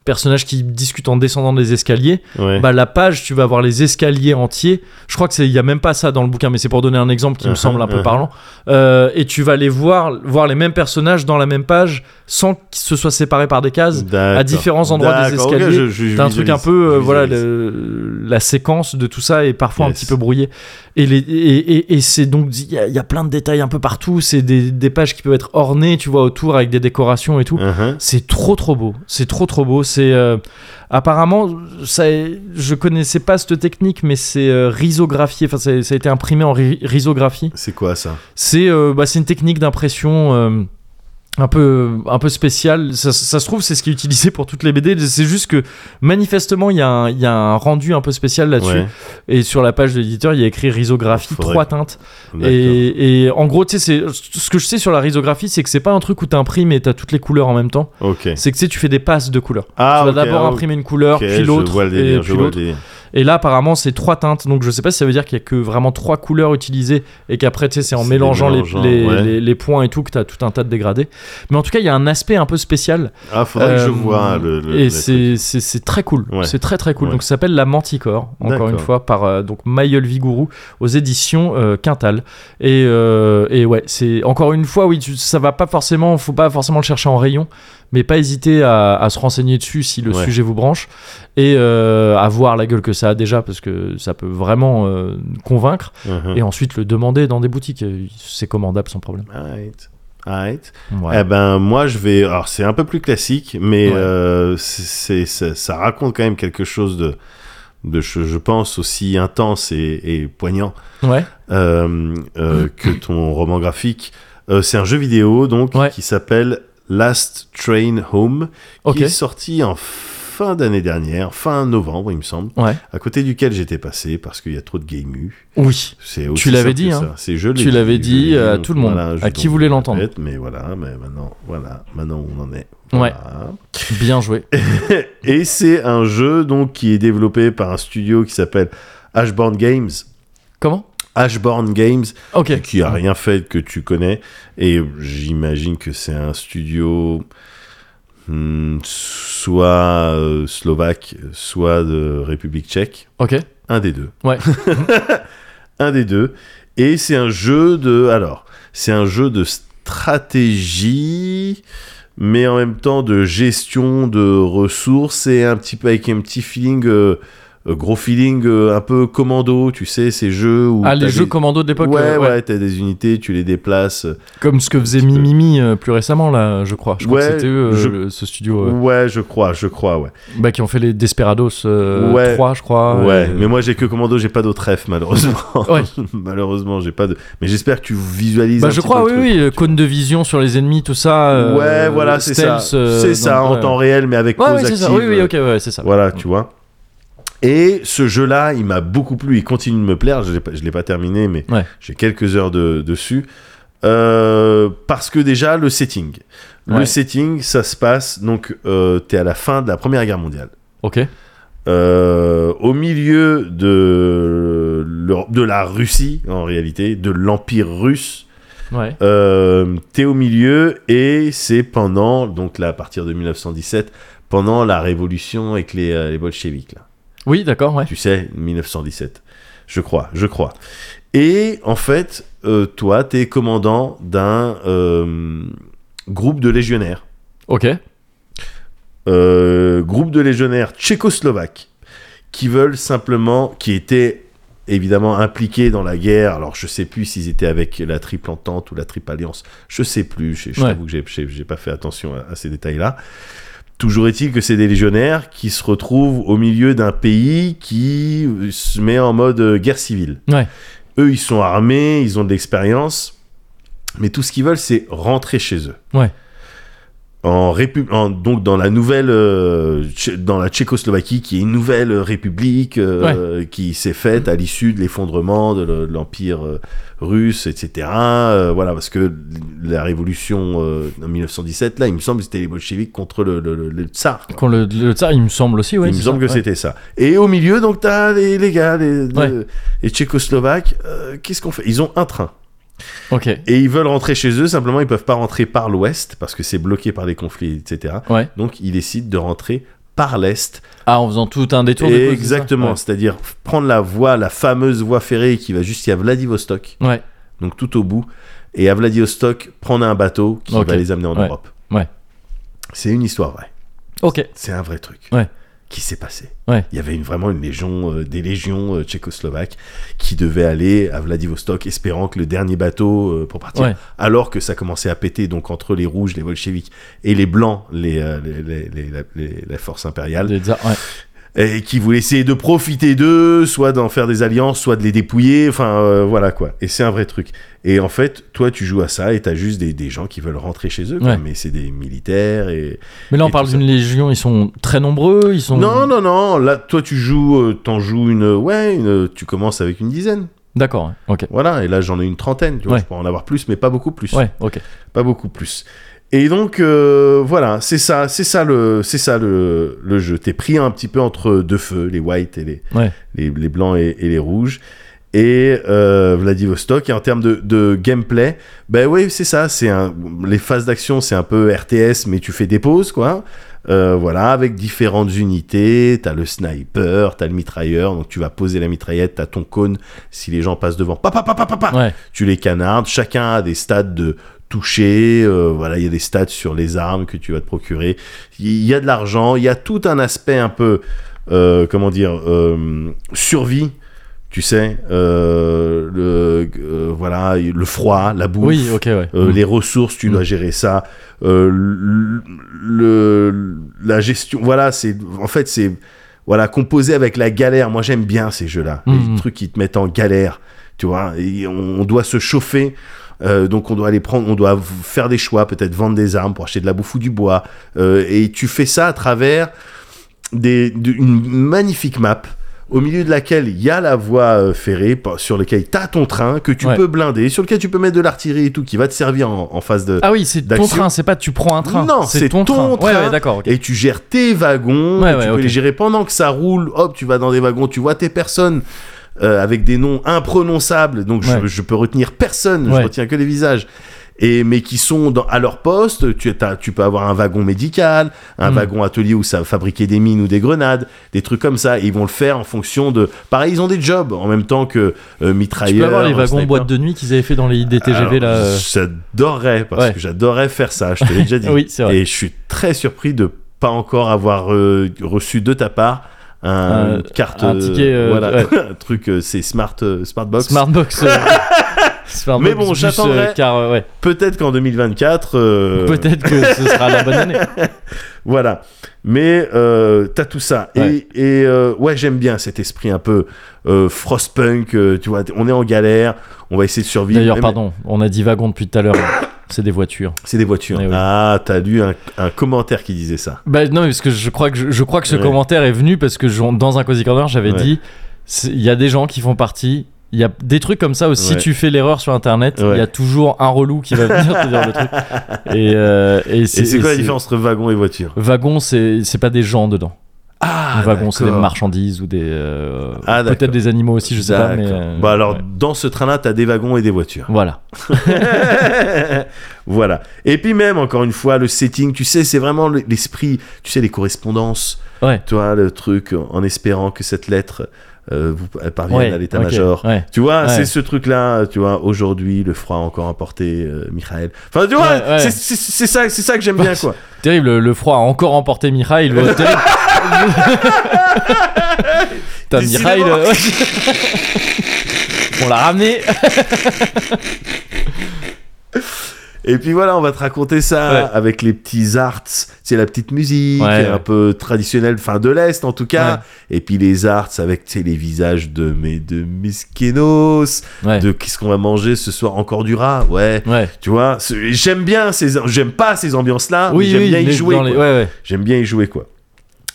S1: personnages qui discutent en descendant des escaliers,
S2: ouais.
S1: bah la page tu vas avoir les escaliers entiers. Je crois que c'est il y a même pas ça dans le bouquin, mais c'est pour donner un exemple qui me
S2: Uh-huh,
S1: semble un peu
S2: uh-huh.
S1: parlant. Euh, et tu vas les voir voir les mêmes personnages dans la même page sans qu'ils se soient séparés par des cases
S2: D'accord.
S1: à différents endroits des
S2: D'accord, ok,
S1: escaliers.
S2: je- je- je
S1: T'as un truc
S2: visualise,
S1: un peu, euh,
S2: je
S1: voilà,
S2: visualise.
S1: le- la séquence de tout ça est parfois un
S2: Yes.
S1: petit peu brouillée. Et, les- et, et- et c'est donc, il y, a- il y a plein de détails un peu partout. C'est des, des pages qui peuvent être ornées, tu vois, autour avec des décorations et tout.
S2: Uh-huh.
S1: C'est trop trop beau, c'est trop trop beau. C'est euh, apparemment, ça, est- je connaissais pas cette technique, mais c'est euh, risographié. Enfin, ça, ça a été imprimé en ri- risographie.
S2: C'est quoi ça
S1: C'est euh, bah, c'est une technique d'impression euh, un peu un peu spéciale. Ça, ça se trouve, c'est ce qui est utilisé pour toutes les BD. C'est juste que manifestement, il y, a un- il y a un rendu un peu spécial là-dessus.
S2: Ouais.
S1: Et sur la page de l'éditeur, il y a écrit risographie
S2: Faudrait-
S1: trois teintes.
S2: D'accord.
S1: Et, et en gros, tu sais, c'est- ce que je sais sur la risographie, c'est que c'est pas un truc où t'imprimes et t'as toutes les couleurs en même temps.
S2: Ok.
S1: C'est que tu sais, tu fais des passes de couleurs.
S2: Ah,
S1: tu vas
S2: ok,
S1: d'abord
S2: ah,
S1: imprimer une couleur,
S2: ok,
S1: puis l'autre,
S2: Je vois le
S1: et
S2: délire,
S1: puis
S2: je vois le
S1: l'autre.
S2: délire.
S1: Et là, apparemment, c'est trois teintes. Donc, je sais pas si ça veut dire qu'il y a que vraiment trois couleurs utilisées et qu'après, tu sais, c'est en
S2: C'est
S1: mélangeant les,
S2: mélangeant,
S1: les,
S2: ouais.
S1: les- les points et tout que t'as tout un tas de dégradés. Mais en tout cas, il y a un aspect un peu spécial.
S2: Ah, faudrait que
S1: Euh,
S2: je vois le. le-
S1: et
S2: le truc.
S1: c'est- c'est c'est très cool.
S2: Ouais.
S1: C'est très très cool.
S2: Ouais.
S1: Donc, ça s'appelle La Manticore, encore
S2: D'accord.
S1: une fois, par euh, donc Mayol Vigourou aux éditions euh, Quintal. Et, euh, et ouais, c'est encore une fois, oui, tu- ça va pas forcément, faut pas forcément le chercher en rayon, mais pas hésiter à, à se renseigner dessus si le
S2: Ouais.
S1: sujet vous branche et euh, à voir la gueule que ça a déjà parce que ça peut vraiment euh, convaincre
S2: Uh-huh.
S1: et ensuite le demander dans des boutiques, euh, c'est commandable sans problème.
S2: Alright. Alright.
S1: Ouais.
S2: Eh ben moi je vais alors c'est un peu plus classique mais
S1: Ouais.
S2: euh, c'est, c'est- ça, ça raconte quand même quelque chose de de je, je pense aussi intense et, et poignant
S1: Ouais.
S2: euh, euh, que ton roman graphique. Euh, c'est un jeu vidéo donc
S1: Ouais.
S2: qui s'appelle Last Train Home
S1: Ok.
S2: qui est sorti en fin d'année dernière, fin novembre il me semble,
S1: Ouais.
S2: à côté duquel j'étais passé parce qu'il y a trop de gamus.
S1: Oui.
S2: C'est
S1: Tu l'avais dit, hein.
S2: C'est je l'ai
S1: Tu l'avais
S2: je l'ai
S1: dit à tout le monde,
S2: je-
S1: à qui
S2: donc,
S1: voulait
S2: je le
S1: l'entendre.
S2: répète, Mais voilà, mais maintenant, voilà, maintenant on en est.
S1: Ouais.
S2: Voilà.
S1: Bien joué.
S2: Et c'est un jeu donc qui est développé par un studio qui s'appelle Ashborn Games.
S1: Comment
S2: Ashborn Games,
S1: Ok.
S2: qui a rien fait que tu connais, et j'imagine que c'est un studio hmm, soit euh, slovaque, soit de République tchèque,
S1: Ok.
S2: un des deux.
S1: Ouais.
S2: un des deux. Et c'est un jeu de. Alors, c'est un jeu de stratégie, mais en même temps de gestion de ressources et un petit peu avec un petit feeling euh, euh, gros feeling euh, un peu commando, tu sais, ces jeux où.
S1: Ah,
S2: t'as
S1: les jeux
S2: des-
S1: commando de l'époque,
S2: Ouais,
S1: euh, ouais.
S2: ouais, t'as des unités, tu les déplaces.
S1: comme ce que faisait
S2: petit peu.
S1: Mimimi euh, plus récemment, là, je crois. Je crois
S2: Ouais,
S1: que c'était eux, euh,
S2: je-
S1: le- ce studio, euh,
S2: Ouais, je crois, je crois, ouais.
S1: bah, qui ont fait les Desperados euh,
S2: Ouais.
S1: 3, je crois. euh.
S2: ouais,
S1: et-
S2: mais moi j'ai que Commando, j'ai pas d'autres F malheureusement.
S1: Ouais.
S2: malheureusement, j'ai pas de. Mais j'espère que tu visualises.
S1: Bah,
S2: un
S1: je
S2: petit
S1: crois,
S2: peu
S1: oui,
S2: le
S1: oui, euh, cône de vision sur les ennemis, tout ça.
S2: truc.
S1: euh,
S2: ouais, voilà, c'est ça.
S1: stealth, euh,
S2: c'est
S1: dans-
S2: ça, en
S1: ouais.
S2: temps réel, euh. mais avec
S1: Ouais,
S2: pause
S1: ouais, c'est ça.
S2: active.
S1: Oui, oui, ok, ouais, c'est ça.
S2: Voilà, tu vois. Et ce jeu-là, il m'a beaucoup plu, il continue de me plaire. Je l'ai pas- je l'ai pas terminé, mais
S1: Ouais.
S2: j'ai quelques heures de- dessus. Euh, parce que déjà, le setting. Le
S1: Ouais.
S2: setting, ça se passe, donc, tu t'es à la fin de la Première Guerre mondiale.
S1: Ok.
S2: Euh, au milieu de, l'Europe- de la Russie, en réalité, de l'Empire russe.
S1: Ouais.
S2: Euh, T'es au milieu et c'est pendant, donc là, à partir de 1917, pendant la révolution avec les, euh, les bolcheviks, là.
S1: Oui, d'accord, ouais.
S2: Tu sais, 1917. Je crois, je crois. Et en fait, euh, toi, t'es commandant d'un euh, groupe de légionnaires.
S1: Ok.
S2: Euh, groupe de légionnaires tchécoslovaques qui veulent simplement, qui étaient évidemment impliqués dans la guerre. Alors je sais plus s'ils étaient avec la triple entente ou la triple alliance. Je sais plus. Je, je
S1: Ouais.
S2: t'avoue que j'ai- j'ai j'ai pas fait attention à, à ces détails-là. Toujours est-il que c'est des légionnaires qui se retrouvent au milieu d'un pays qui se met en mode euh, guerre civile.
S1: Ouais.
S2: Eux, ils sont armés, ils ont de l'expérience, mais tout ce qu'ils veulent, c'est rentrer chez eux.
S1: Ouais.
S2: En répu- en- donc dans la nouvelle, euh, Tché- dans la Tchécoslovaquie, qui est une nouvelle république euh, qui s'est faite à l'issue de l'effondrement de le- de l'empire euh, russe, etc. Euh, voilà, parce que la révolution euh, en 1917, là, il me semble, que c'était les bolcheviks contre le, le, le- le tsar. quoi.
S1: Quand le, le tsar, il me semble aussi, ouais.
S2: il me
S1: c'est
S2: semble
S1: ça,
S2: que
S1: ouais.
S2: c'était ça. Et au milieu, donc, t'as les, les gars, les,
S1: Ouais.
S2: les- les Tchécoslovaques. euh, Qu'est-ce qu'on fait Ils ont un train.
S1: Ok.
S2: Et ils veulent rentrer chez eux, simplement, ils peuvent pas rentrer par l'ouest, parce que c'est bloqué par les conflits, etc.
S1: Ouais.
S2: Donc, ils décident de rentrer par l'est.
S1: Ah, en faisant tout un détour. du coup, c'est ça
S2: Exactement. C'est-à-dire prendre la voie, la fameuse voie ferrée qui va jusqu'à Vladivostok,
S1: Ouais. Ouais.
S2: donc tout au bout. Et à Vladivostok, prendre un bateau qui
S1: Ok.
S2: va les amener en
S1: Ouais.
S2: Europe.
S1: Ouais.
S2: C'est une histoire vraie.
S1: Ok.
S2: C'est un vrai truc.
S1: Ouais.
S2: Qui s'est passé.
S1: Ouais.
S2: Il y avait une- vraiment une légion, euh, des légions euh, tchécoslovaques qui devaient aller à Vladivostok espérant que le dernier bateau euh, pour partir.
S1: Ouais.
S2: Alors que ça commençait à péter, donc entre les rouges, les bolcheviks, et les blancs, les, euh, les, les- les- la- les- la force impériale,
S1: Des tsars, ouais.
S2: et qui voulaient essayer de profiter d'eux, soit d'en faire des alliances, soit de les dépouiller, enfin euh, voilà quoi. Et c'est un vrai truc. Et en fait, toi tu joues à ça et t'as juste des, des gens qui veulent rentrer chez eux, quoi.
S1: Ouais.
S2: mais c'est des militaires et,
S1: Mais là, on
S2: Et
S1: parle
S2: tout ça.
S1: d'une légion, ils sont très nombreux, ils sont.
S2: Non, non, non. Là, toi, tu joues, euh, t'en joues une, ouais, une- tu commences avec une dizaine.
S1: D'accord, ouais. ok.
S2: Voilà. Et là, j'en ai une trentaine. Tu vois,
S1: Ouais.
S2: je pourrais en avoir plus, mais pas beaucoup plus.
S1: Ouais, ok.
S2: Pas beaucoup plus. Et donc, euh, voilà, c'est ça, c'est ça le, c'est ça le, le jeu. T'es pris un petit peu entre deux feux, les whites et les,
S1: Ouais.
S2: les, les blancs et, et les rouges. Et euh, Vladivostok. Et en termes de, de gameplay, ben oui, c'est ça. C'est un, les phases d'action, c'est un peu RTS, mais tu fais des pauses, quoi. Euh, voilà, avec différentes unités. T'as le sniper, t'as le mitrailleur. Donc tu vas poser la mitraillette, t'as ton cône. Si les gens passent devant, papa, papa, papa,
S1: Ouais,
S2: tu les canardes. Chacun a des stades de toucher. euh, voilà, il y a des stats sur les armes que tu vas te procurer. Il y a de l'argent. Il y a tout un aspect un peu, euh, comment dire, euh, survie. Tu sais, euh, le euh, voilà, le froid, la bouffe.
S1: oui, ok, ouais.
S2: Euh,
S1: Mm.
S2: les ressources, tu dois gérer ça. Euh, l- le, la gestion, voilà, c'est en fait c'est voilà composé avec la galère. Moi j'aime bien ces jeux-là,
S1: Mhm.
S2: les trucs qui te mettent en galère, tu vois. Et on, on doit se chauffer. euh, donc on doit aller prendre, on doit v- faire des choix, peut-être vendre des armes pour acheter de la bouffe ou du bois. Euh, et tu fais ça à travers des, de- une magnifique map au milieu de laquelle il y a la voie euh, ferrée par- sur laquelle tu as ton train que tu
S1: Ouais.
S2: peux blinder, sur lequel tu peux mettre de l'artillerie et tout qui va te servir en, en face de...
S1: Ah oui, c'est ton
S2: d'action.
S1: train, c'est pas tu prends un train.
S2: Non, c'est ton
S1: Ouais,
S2: train.
S1: ouais, d'accord, ok.
S2: Et tu gères tes wagons,
S1: Ouais,
S2: et tu
S1: ouais,
S2: peux
S1: ok.
S2: les gérer pendant que ça roule, hop, tu vas dans des wagons, tu vois tes personnes euh, avec des noms imprononçables, donc je-
S1: Ouais.
S2: je, peux retenir personne,
S1: Ouais.
S2: je retiens que les visages. Et, mais qui sont dans, à leur poste, tu, t'as- tu peux avoir un wagon médical, un
S1: Mm.
S2: wagon atelier où ça va fabriquer des mines ou des grenades, des trucs comme ça. Et ils vont le faire en fonction de. Pareil, ils ont des jobs en même temps que euh, mitrailleurs.
S1: Tu peux avoir les wagons
S2: sniper.
S1: boîte de nuit qu'ils avaient fait dans les IDTGV
S2: Alors,
S1: là. euh,
S2: J'adorerais, parce
S1: Ouais.
S2: que j'adorerais faire ça, je te l'ai déjà dit.
S1: Oui, c'est vrai.
S2: Et je suis très surpris de pas encore avoir euh, reçu de ta part un
S1: Euh,
S2: carte,
S1: un ticket, euh,
S2: voilà,
S1: ouais.
S2: un truc, euh, c'est smart, euh, smartbox.
S1: Smartbox. euh, Smartbox
S2: Mais bon,
S1: bus,
S2: j'attendrai.
S1: euh, car euh, ouais,
S2: Peut-être qu'en 2024, euh,
S1: peut-être que ce sera la bonne année.
S2: Voilà. Mais euh, t'as tout ça.
S1: Ouais.
S2: Et, et, euh, ouais, j'aime bien cet esprit un peu euh, frostpunk. euh, tu vois, on est en galère, on va essayer de survivre.
S1: D'ailleurs,
S2: Même-
S1: pardon, on a dit wagon depuis tout à l'heure. C'est des voitures.
S2: C'est des voitures.
S1: Eh oui.
S2: Ah, t'as lu un, un commentaire qui disait ça.
S1: Bah non, mais parce que je crois que je, je crois que ce
S2: Ouais.
S1: commentaire est venu parce que je- dans un Cozy Corner, j'avais
S2: Ouais.
S1: dit c'est- il y a des gens qui font partie. Il y a des trucs comme ça où si
S2: Ouais.
S1: tu fais l'erreur sur internet, il
S2: Ouais.
S1: y a toujours un relou qui va venir te dire le truc. Et, euh, et
S2: Et c'est
S1: et
S2: quoi la différence entre wagon et voiture
S1: Wagon, c'est c'est pas des gens dedans.
S2: Ah,
S1: wagon, c'est des
S2: d'accord.
S1: marchandises ou des. euh,
S2: Ah, d'accord.
S1: Peut-être des animaux aussi, je sais pas. Mais,
S2: D'accord.
S1: euh,
S2: bah alors,
S1: ouais.
S2: dans ce train-là, t'as des wagons et des voitures.
S1: Voilà.
S2: voilà. Et puis même, encore une fois, le setting, tu sais, c'est vraiment l'esprit, tu sais, les correspondances.
S1: Ouais.
S2: Tu vois, le truc, en espérant que cette lettre euh, vous elle parvienne
S1: Ouais,
S2: à l'état-major.
S1: ok, ouais.
S2: Tu vois,
S1: Ouais.
S2: c'est ce truc-là, tu vois, aujourd'hui, le froid a encore emporté euh, Michael. Enfin, tu vois,
S1: Ouais, ouais.
S2: c'est- c'est c'est ça, c'est ça que j'aime bien, quoi.
S1: Terrible, le- le froid a encore emporté Mikhail. euh, terrible. Putain,
S2: Décidément.
S1: Mikhail. euh, On l'a ramené.
S2: Et puis voilà, on va te raconter ça
S1: Ouais.
S2: avec les petits arts, c'est la petite musique,
S1: Ouais,
S2: un
S1: ouais.
S2: peu traditionnelle, fin de l'Est en tout cas. Et puis les arts avec, tu sais, les visages de, mais de miskenos,
S1: Ouais.
S2: de qu'est-ce qu'on va manger ce soir, encore du rat, ouais.
S1: Ouais.
S2: Tu vois, c'est- j'aime bien ces, j'aime pas ces ambiances-là, Ah, mais
S1: Oui,
S2: j'aime
S1: oui,
S2: bien y
S1: les-
S2: jouer.
S1: dans les-
S2: quoi.
S1: ouais, ouais.
S2: J'aime bien y jouer, quoi.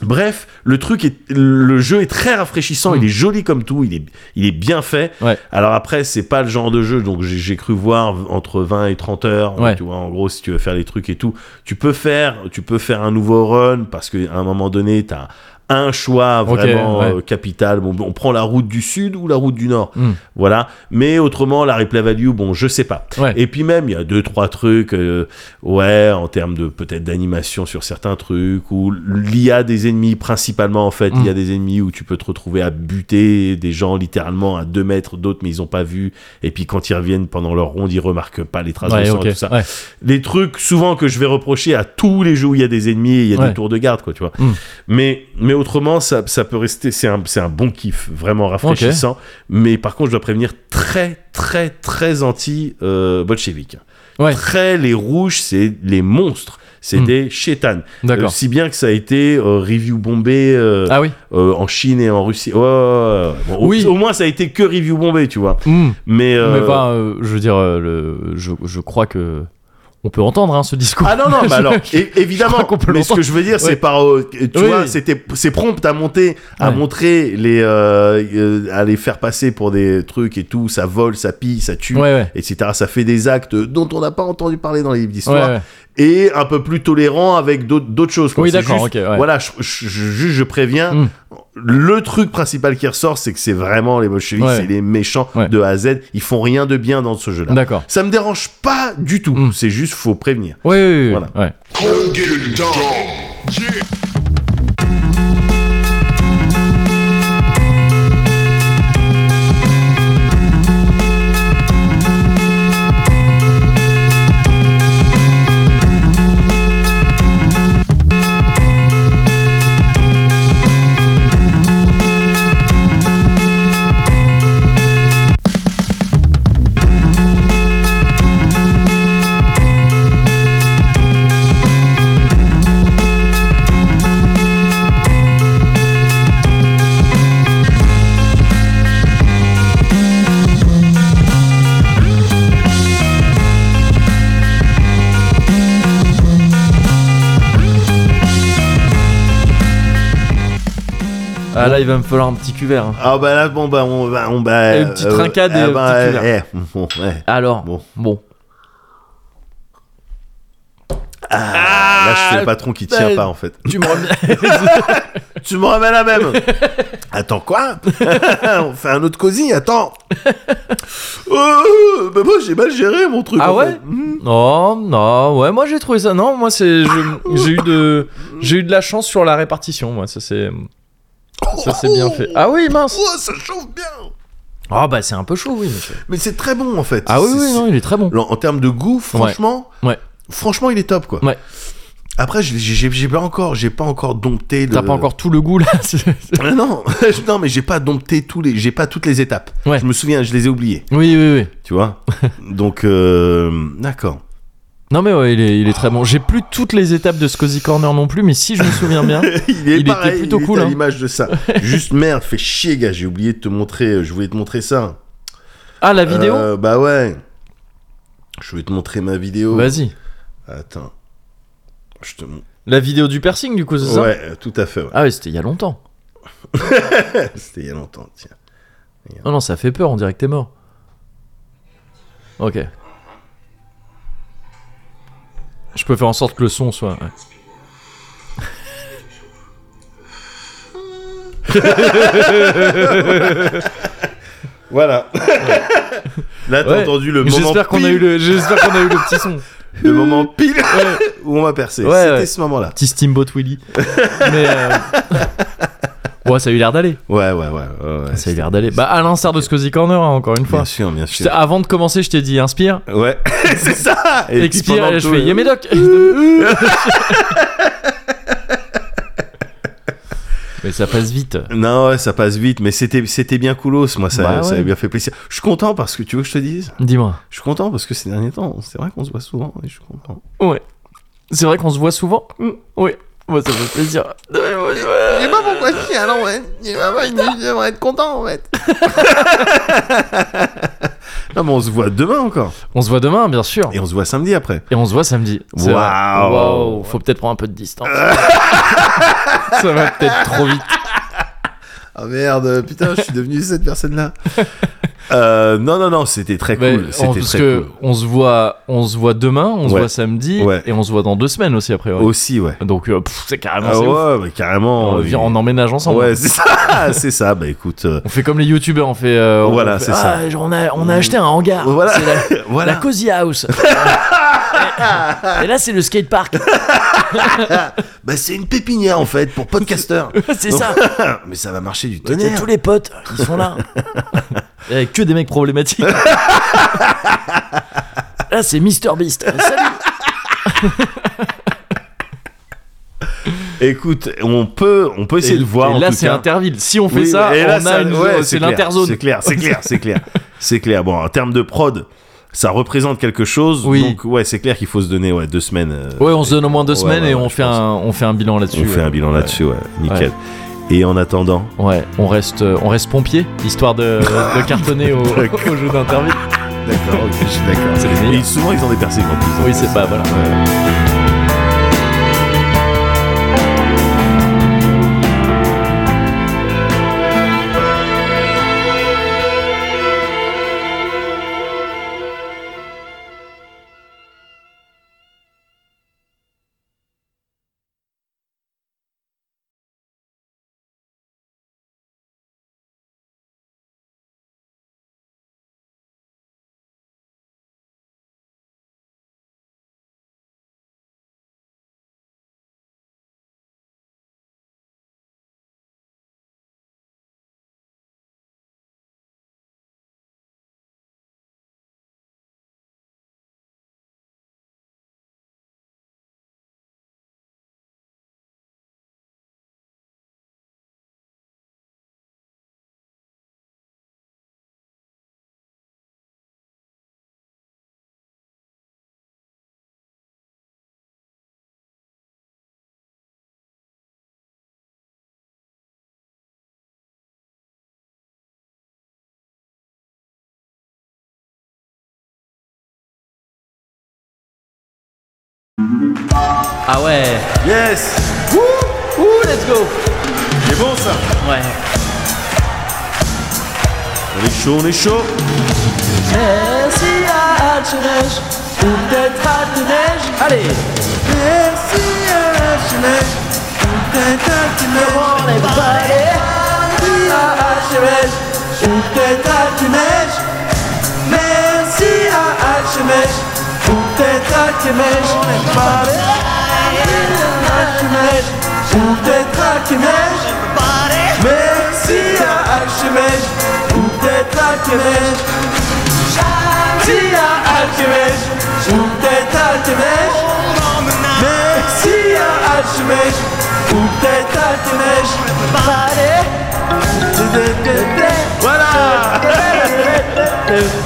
S2: Bref, le truc est, le jeu est très rafraîchissant,
S1: Mm.
S2: il est joli comme tout, il est, il est bien fait.
S1: Ouais.
S2: Alors après, c'est pas le genre de jeu, donc j'ai j'ai cru voir entre 20 et 30 heures,
S1: Ouais.
S2: tu vois, en gros, si tu veux faire les trucs et tout, tu peux faire, tu peux faire un nouveau run parce qu'à un moment donné, t'as un choix
S1: Ok,
S2: vraiment
S1: ouais.
S2: euh, capital. Bon, on prend la route du sud ou la route du nord,
S1: Mm.
S2: voilà. Mais autrement, la replay value, bon, je sais pas.
S1: Ouais.
S2: Et puis même, il y a deux trois trucs, euh, ouais, en termes de peut-être d'animation sur certains trucs ou l'IA des ennemis principalement en fait.
S1: Mm.
S2: Il y a des ennemis où tu peux te retrouver à buter des gens littéralement à deux mètres d'autres, mais ils ont pas vu. Et puis quand ils reviennent pendant leur ronde, ils remarquent pas les traces de
S1: Ouais,
S2: sang
S1: ok.
S2: et tout ça.
S1: Ouais.
S2: Les trucs souvent que je vais reprocher à tous les jeux où il y a des ennemis, et il y a
S1: Ouais.
S2: des tours de garde quoi, tu vois.
S1: Mm.
S2: Mais mais autrement, ça, ça peut rester. C'est un c'est un bon kiff, vraiment rafraîchissant. Mais par contre, je dois prévenir très très très anti euh, bolchevique.
S1: Ouais.
S2: Très les rouges, c'est les monstres. C'est
S1: Mm.
S2: des chétanes. Euh,
S1: D'accord.
S2: si bien que ça a été euh, review bombé euh,
S1: Ah oui.
S2: euh, en Chine et en Russie. Ouais, ouais, ouais, ouais. Bon, au-
S1: Oui.
S2: Au, moins, ça a été que review bombé, tu vois.
S1: Mm.
S2: Mais, euh,
S1: Mais pas, euh, je veux dire, euh, le, je, je crois que on peut entendre hein, ce discours.
S2: Ah non, non, bah alors, é- évidemment,
S1: crois qu'on peut
S2: mais ce
S1: l'entendre.
S2: que je veux dire,
S1: Ouais.
S2: c'est par. euh, tu
S1: Oui,
S2: vois,
S1: oui.
S2: c'était, c'est prompt à monter, à
S1: Ouais.
S2: montrer, les, euh, euh, à les faire passer pour des trucs et tout. Ça vole, ça pille, ça tue,
S1: Ouais, ouais.
S2: etc. Ça fait des actes dont on n'a pas entendu parler dans les livres
S1: Ouais,
S2: d'histoire.
S1: ouais.
S2: et un peu plus tolérant avec d'autres d'autres choses. quoi.
S1: Oui,
S2: C'est
S1: d'accord,
S2: juste-
S1: ok, ouais.
S2: Voilà, je, je- je- juste je préviens.
S1: Mm.
S2: Le truc principal qui ressort, c'est que c'est vraiment les bolcheviks,
S1: Ouais.
S2: c'est les méchants
S1: Ouais.
S2: de A à Z. Ils font rien de bien dans ce jeu-là.
S1: D'accord.
S2: Ça me dérange pas du tout.
S1: Mm.
S2: C'est juste faut prévenir.
S1: Oui, oui, oui.
S2: Voilà.
S1: ouais. Ah là, il va me falloir un petit cuvert. hein.
S2: Ah bah là, bon bah on va, on bah.
S1: Et une petite trincade et
S2: ah
S1: un
S2: bah,
S1: petit
S2: euh,
S1: cuvert.
S2: eh, bon, ouais.
S1: Alors,
S2: Bon.
S1: bon.
S2: Ah, Là, je fais le patron qui tient
S1: bah,
S2: pas en fait.
S1: Ah, Tu me remets.
S2: Tu me remets la même. attends quoi On fait un autre cosy. Attends. Euh, bah moi j'ai mal géré mon truc.
S1: ah
S2: en
S1: ouais
S2: fait.
S1: Non, non, ouais, moi j'ai trouvé ça. Non, moi c'est. je- J'ai eu, de... j'ai eu de la chance sur la répartition, moi, ça c'est. Ça c'est bien fait. Ah oui, mince
S2: Oh, ça chauffe bien
S1: Ah bah c'est un peu chaud, oui. mais c'est-
S2: Mais c'est très bon en fait.
S1: Ah oui,
S2: C'est-
S1: oui, non, il est très bon.
S2: c'est- En, en termes de goût, franchement,
S1: Ouais.
S2: franchement, il est top quoi.
S1: Ouais.
S2: Après, je- j'ai j'ai- j'ai pas encore, j'ai pas encore dompté. le-
S1: T'as pas encore tout le goût là c'est- c'est-
S2: Ah non, non, mais j'ai pas dompté tous les, j'ai pas toutes les étapes.
S1: Ouais.
S2: Je me souviens, je les ai oubliées.
S1: Oui, oui, oui.
S2: Tu vois. Donc, euh, d'accord.
S1: Non, mais ouais, il est, il est très bon. J'ai plus toutes les étapes de ce Cozy Corner non plus, mais si je me souviens bien.
S2: il est
S1: Il était
S2: pareil,
S1: plutôt
S2: il est
S1: cool,
S2: à
S1: hein.
S2: l'image de ça. Juste merde, fais chier, gars. J'ai oublié de te montrer. euh, Je voulais te montrer ça.
S1: Ah, la vidéo
S2: Euh, Bah ouais. Je vais te montrer ma vidéo.
S1: Vas-y.
S2: Attends. Je te montre.
S1: La vidéo du piercing, du coup, c'est ça
S2: Ouais, euh, tout à fait. ouais.
S1: Ah, ouais, c'était il y a longtemps. Ah.
S2: C'était il y a longtemps. Tiens.
S1: Non, non, ça fait peur, on dirait que t'es mort. Ok. Je peux faire en sorte que le son soit. ouais.
S2: Voilà. Là, t'as
S1: Ouais.
S2: entendu le moment.
S1: J'espère qu'on a, eu
S2: pile-
S1: le... j'espère qu'on a eu le petit son.
S2: le moment pile où on m'a percé.
S1: Ouais,
S2: C'était
S1: ouais.
S2: ce moment-là.
S1: Petit Steamboat Willy. Mais. euh, Ouais, ça a eu l'air d'aller.
S2: Ouais, ouais, ouais. ouais, ouais.
S1: Ça a eu l'air d'aller. Bah, à l'instar de ce Cozy Corner, hein, encore une fois.
S2: Bien sûr, bien
S1: Je
S2: sûr.
S1: t'ai- Avant de commencer, je t'ai dit inspire,
S2: Ouais, c'est ça. Et puis
S1: expire,
S2: pendant euh,
S1: et je
S2: tout euh,
S1: fais
S2: le-
S1: Yémédoc. Mais ça passe vite.
S2: Non, ouais, ça passe vite, mais c'était c'était bien coolos, moi ça
S1: Bah
S2: ça
S1: ouais.
S2: a bien fait plaisir. Je suis content parce que tu veux que je te dise,
S1: Dis-moi.
S2: je suis content parce que ces derniers temps, c'est vrai qu'on se voit souvent et je suis content.
S1: Ouais. C'est vrai qu'on se voit souvent Oui. Moi, ça me fait plaisir.
S2: Je sais pas pourquoi je suis alors ouais, je devrais être content en fait. non, mais on se voit demain encore
S1: On se voit demain, bien sûr.
S2: et on se voit samedi après.
S1: Et on se voit samedi. C'est vrai.
S2: Waouh.
S1: Waouh, Faut peut-être prendre un peu de distance. ça va peut-être trop vite.
S2: Ah merde, putain, je suis devenu cette personne là. euh, non non non, c'était très
S1: Mais
S2: cool,
S1: on,
S2: c'était
S1: parce
S2: très
S1: que
S2: cool.
S1: on se voit, on se voit demain, on se
S2: Ouais.
S1: voit samedi,
S2: Ouais.
S1: et on se voit dans deux semaines aussi après.
S2: Aussi ouais.
S1: Donc euh, pff, c'est carrément
S2: Ah
S1: c'est ouf.
S2: ouais, mais carrément.
S1: On, vient,
S2: il-
S1: on emménage ensemble.
S2: Ouais, c'est ça, c'est ça. Bah écoute, euh,
S1: On fait comme les youtubeurs, on fait. euh, on
S2: Voilà,
S1: fait,
S2: c'est
S1: ah, genre, On a, on a acheté un hangar.
S2: Voilà.
S1: C'est la,
S2: voilà.
S1: la cozy house. et, et là, c'est le skatepark.
S2: Bah c'est une pépinière en fait pour podcasteurs.
S1: c'est ça.
S2: Mais ça va marcher du
S1: Et
S2: tonnerre.
S1: tous les potes, ils sont là. Et avec que des mecs problématiques. là, c'est Mister Beast. Salut.
S2: Écoute, on peut, on peut essayer de voir.
S1: Et
S2: en
S1: là,
S2: tout
S1: c'est
S2: cas.
S1: Interville. Si on fait
S2: Oui,
S1: ça,
S2: et là,
S1: on
S2: ça-
S1: a une.
S2: ouais,
S1: c'est
S2: clair,
S1: l'interzone.
S2: C'est clair, c'est clair, c'est clair, c'est clair. Bon, en termes de prod, ça représente quelque chose.
S1: Oui.
S2: Donc ouais, c'est clair qu'il faut se donner ouais deux semaines. euh,
S1: Ouais, on se donne au moins deux
S2: Ouais,
S1: semaines
S2: ouais,
S1: et
S2: ouais,
S1: on
S2: je
S1: fait,
S2: pense.
S1: un, on fait un bilan là-dessus.
S2: on fait
S1: ouais.
S2: un bilan là-dessus, ouais, nickel. Et en attendant,
S1: Ouais, on reste, euh, on reste pompier, histoire de, de cartonner au, au jeu d'interview.
S2: d'accord, je suis d'accord.
S1: C'est les meilleurs.
S2: Et souvent ils ont des percées en plus. hein.
S1: Oui, c'est pas, voilà. Ah ouais,
S2: Yes,
S1: ouh, let's go
S2: c'est bon ça.
S1: Ouais.
S2: On est chaud, on est chaud.
S1: Merci à Hacheneige, ou peut-être Hacheneige. Allez Merci à Hacheneige, ou peut-être Hacheneige. Come on everybody Merci à Hacheneige, ou peut-être Hacheneige. Merci à Hacheneige, ou peut-être Hacheneige. Come on everybody Hacheneige, ou peut-être Hacheneige. Merci à Hacheneige, ou peut-être Hacheneige. Merci à Alchemège, ou peut-être Alchemège. Merci
S6: tu mèches Ou peut-être à tes mèches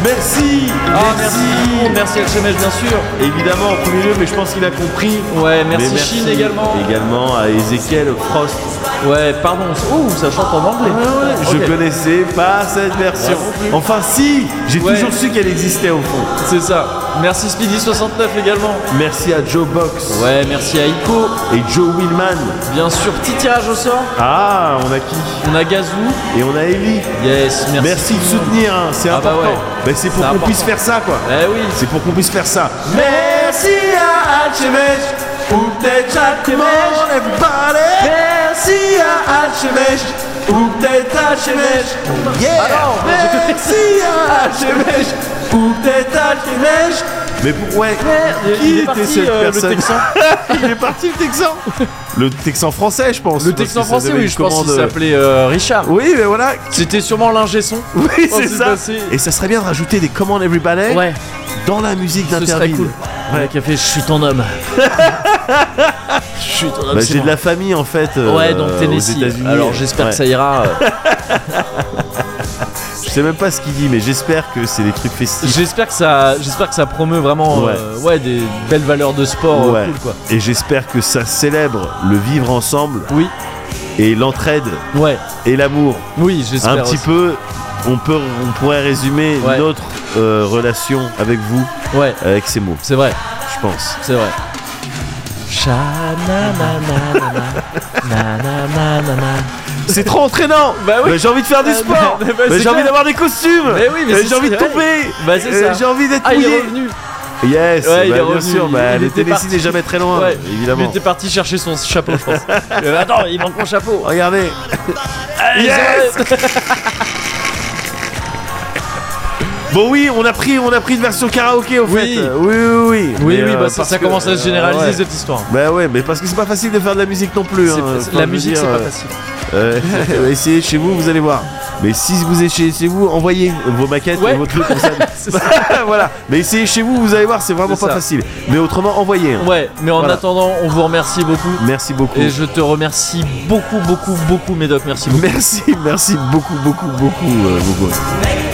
S2: Merci
S1: Ah, merci, tout le monde, merci HMH, bien sûr.
S2: Évidemment, en premier lieu, mais je pense qu'il a compris.
S1: Ouais,
S2: Mais
S1: merci, Chine également.
S2: Également à Ezekiel Frost.
S1: Ouais, pardon. Ouh, ça chante en anglais.
S2: Je
S1: Ok.
S2: connaissais pas cette version. Enfin, si J'ai
S1: Ouais.
S2: toujours su qu'elle existait au fond.
S1: C'est ça. Merci Speedy69 également.
S2: Merci à Joe Box
S1: Ouais, merci à Ico.
S2: et Joe Willman.
S1: Bien sûr, petit tirage au sort.
S2: Ah, on a qui
S1: On a Gazou.
S2: Et on a Ellie.
S1: Yes, merci.
S2: Merci, de soutenir, hein, c'est
S1: Ah bah
S2: important.
S1: ouais.
S2: Bah, c'est pour
S1: C'est
S2: qu'on
S1: important.
S2: puisse faire ça, quoi.
S1: Eh oui.
S2: C'est pour qu'on puisse faire ça.
S6: Merci à Alchemèche Ou peut-être à tes mèches Merci à Alchemèche Ou peut-être à Alchemèche Yeah Merci à
S2: hein.
S6: Alchemèche Ou peut-être à Alchemèche
S2: Mais pour- ouais,
S1: Il-
S2: qui
S1: il est
S2: était
S1: parti,
S2: cette
S1: euh, le
S2: personne
S1: Texan.
S2: Il est parti le Texan. Le Texan français, je pense.
S1: Le
S2: parce
S1: Texan
S2: que ça
S1: français,
S2: devait
S1: oui,
S2: une
S1: je pense qu'il
S2: commande-
S1: s'appelait euh, Richard.
S2: Oui, mais voilà.
S1: C'était sûrement l'ingé son.
S2: Oui,
S1: Oh,
S2: c'est
S1: c'est
S2: ça.
S1: passé.
S2: Et ça serait bien de rajouter des commandes everybody
S1: Ouais,
S2: dans la musique
S1: ce serait
S2: d'Interdit.
S1: cool. Ouais, café, je suis ton homme. Je suis ton homme.
S2: Bah,
S1: c'est
S2: j'ai
S1: moi.
S2: de la famille en fait euh,
S1: Ouais, donc
S2: aux
S1: Tennessee.
S2: États-Unis.
S1: Alors j'espère
S2: Ouais.
S1: que ça ira. euh,
S2: Je sais même pas ce qu'il dit, mais j'espère que c'est des trucs festifs.
S1: J'espère que ça, j'espère que ça promeut vraiment,
S2: Ouais.
S1: euh, ouais, des belles valeurs de sport, euh,
S2: Ouais.
S1: cool quoi.
S2: Et j'espère que ça célèbre le vivre ensemble
S1: Oui,
S2: et l'entraide
S1: ouais,
S2: et l'amour.
S1: oui, j'espère.
S2: Un petit
S1: aussi.
S2: peu, on peut, on pourrait résumer
S1: Ouais.
S2: notre euh, relation avec vous
S1: Ouais,
S2: avec ces mots,
S1: c'est vrai,
S2: je pense.
S1: c'est vrai. Cha na na na na na na na na na.
S2: C'est trop entraînant.
S1: Bah oui.
S2: Mais j'ai envie de faire du
S1: Bah,
S2: sport.
S1: bah, bah,
S2: Mais
S1: c'est
S2: j'ai envie
S1: clair.
S2: d'avoir des costumes.
S1: Mais oui, mais
S2: Mais
S1: c'est-
S2: j'ai envie de
S1: c'est
S2: tomber.
S1: vrai. Bah, c'est
S2: Euh,
S1: ça.
S2: J'ai envie d'être
S1: Ah, il
S2: mouillé.
S1: est revenu.
S2: Yes.
S1: Ouais, il
S2: bah,
S1: est
S2: bien
S1: revenu.
S2: sûr. Bah,
S1: Il
S2: le
S1: était
S2: Tennessee
S1: parti.
S2: n'est jamais très loin,
S1: Ouais. Il
S2: évidemment.
S1: était parti chercher son chapeau, je pense. Euh, attends, il manque mon chapeau. Eh,
S2: Regardez. Ah,
S1: Yes
S2: Bon oui, on a pris, on a pris une version karaoké au
S1: Oui.
S2: fait. Oui, oui, oui.
S1: Oui,
S2: Mais,
S1: oui,
S2: euh,
S1: bah ça,
S2: parce
S1: ça
S2: que-
S1: commence à se généraliser
S2: euh, ouais.
S1: cette histoire.
S2: Bah ouais, mais parce que c'est pas facile de faire de la musique non plus.
S1: C'est-
S2: hein.
S1: c'est-
S2: Enfin, je
S1: la
S2: veux
S1: musique,
S2: dire,
S1: c'est pas
S2: euh,
S1: facile.
S2: Euh, essayez chez vous, vous allez voir. Mais si vous êtes chez, chez vous, envoyez vos maquettes
S1: Ouais.
S2: et vos trucs comme ça.
S1: C'est ça.
S2: voilà. Mais essayez chez vous, vous allez voir, c'est vraiment
S1: C'est
S2: pas
S1: ça.
S2: facile. Mais autrement, envoyez. hein.
S1: Ouais, mais en
S2: Voilà.
S1: attendant, on vous remercie beaucoup.
S2: Merci beaucoup.
S1: Et je te remercie beaucoup, beaucoup, beaucoup, Médoc. Merci beaucoup.
S2: Merci, merci beaucoup, beaucoup, beaucoup, euh, beaucoup.
S7: Make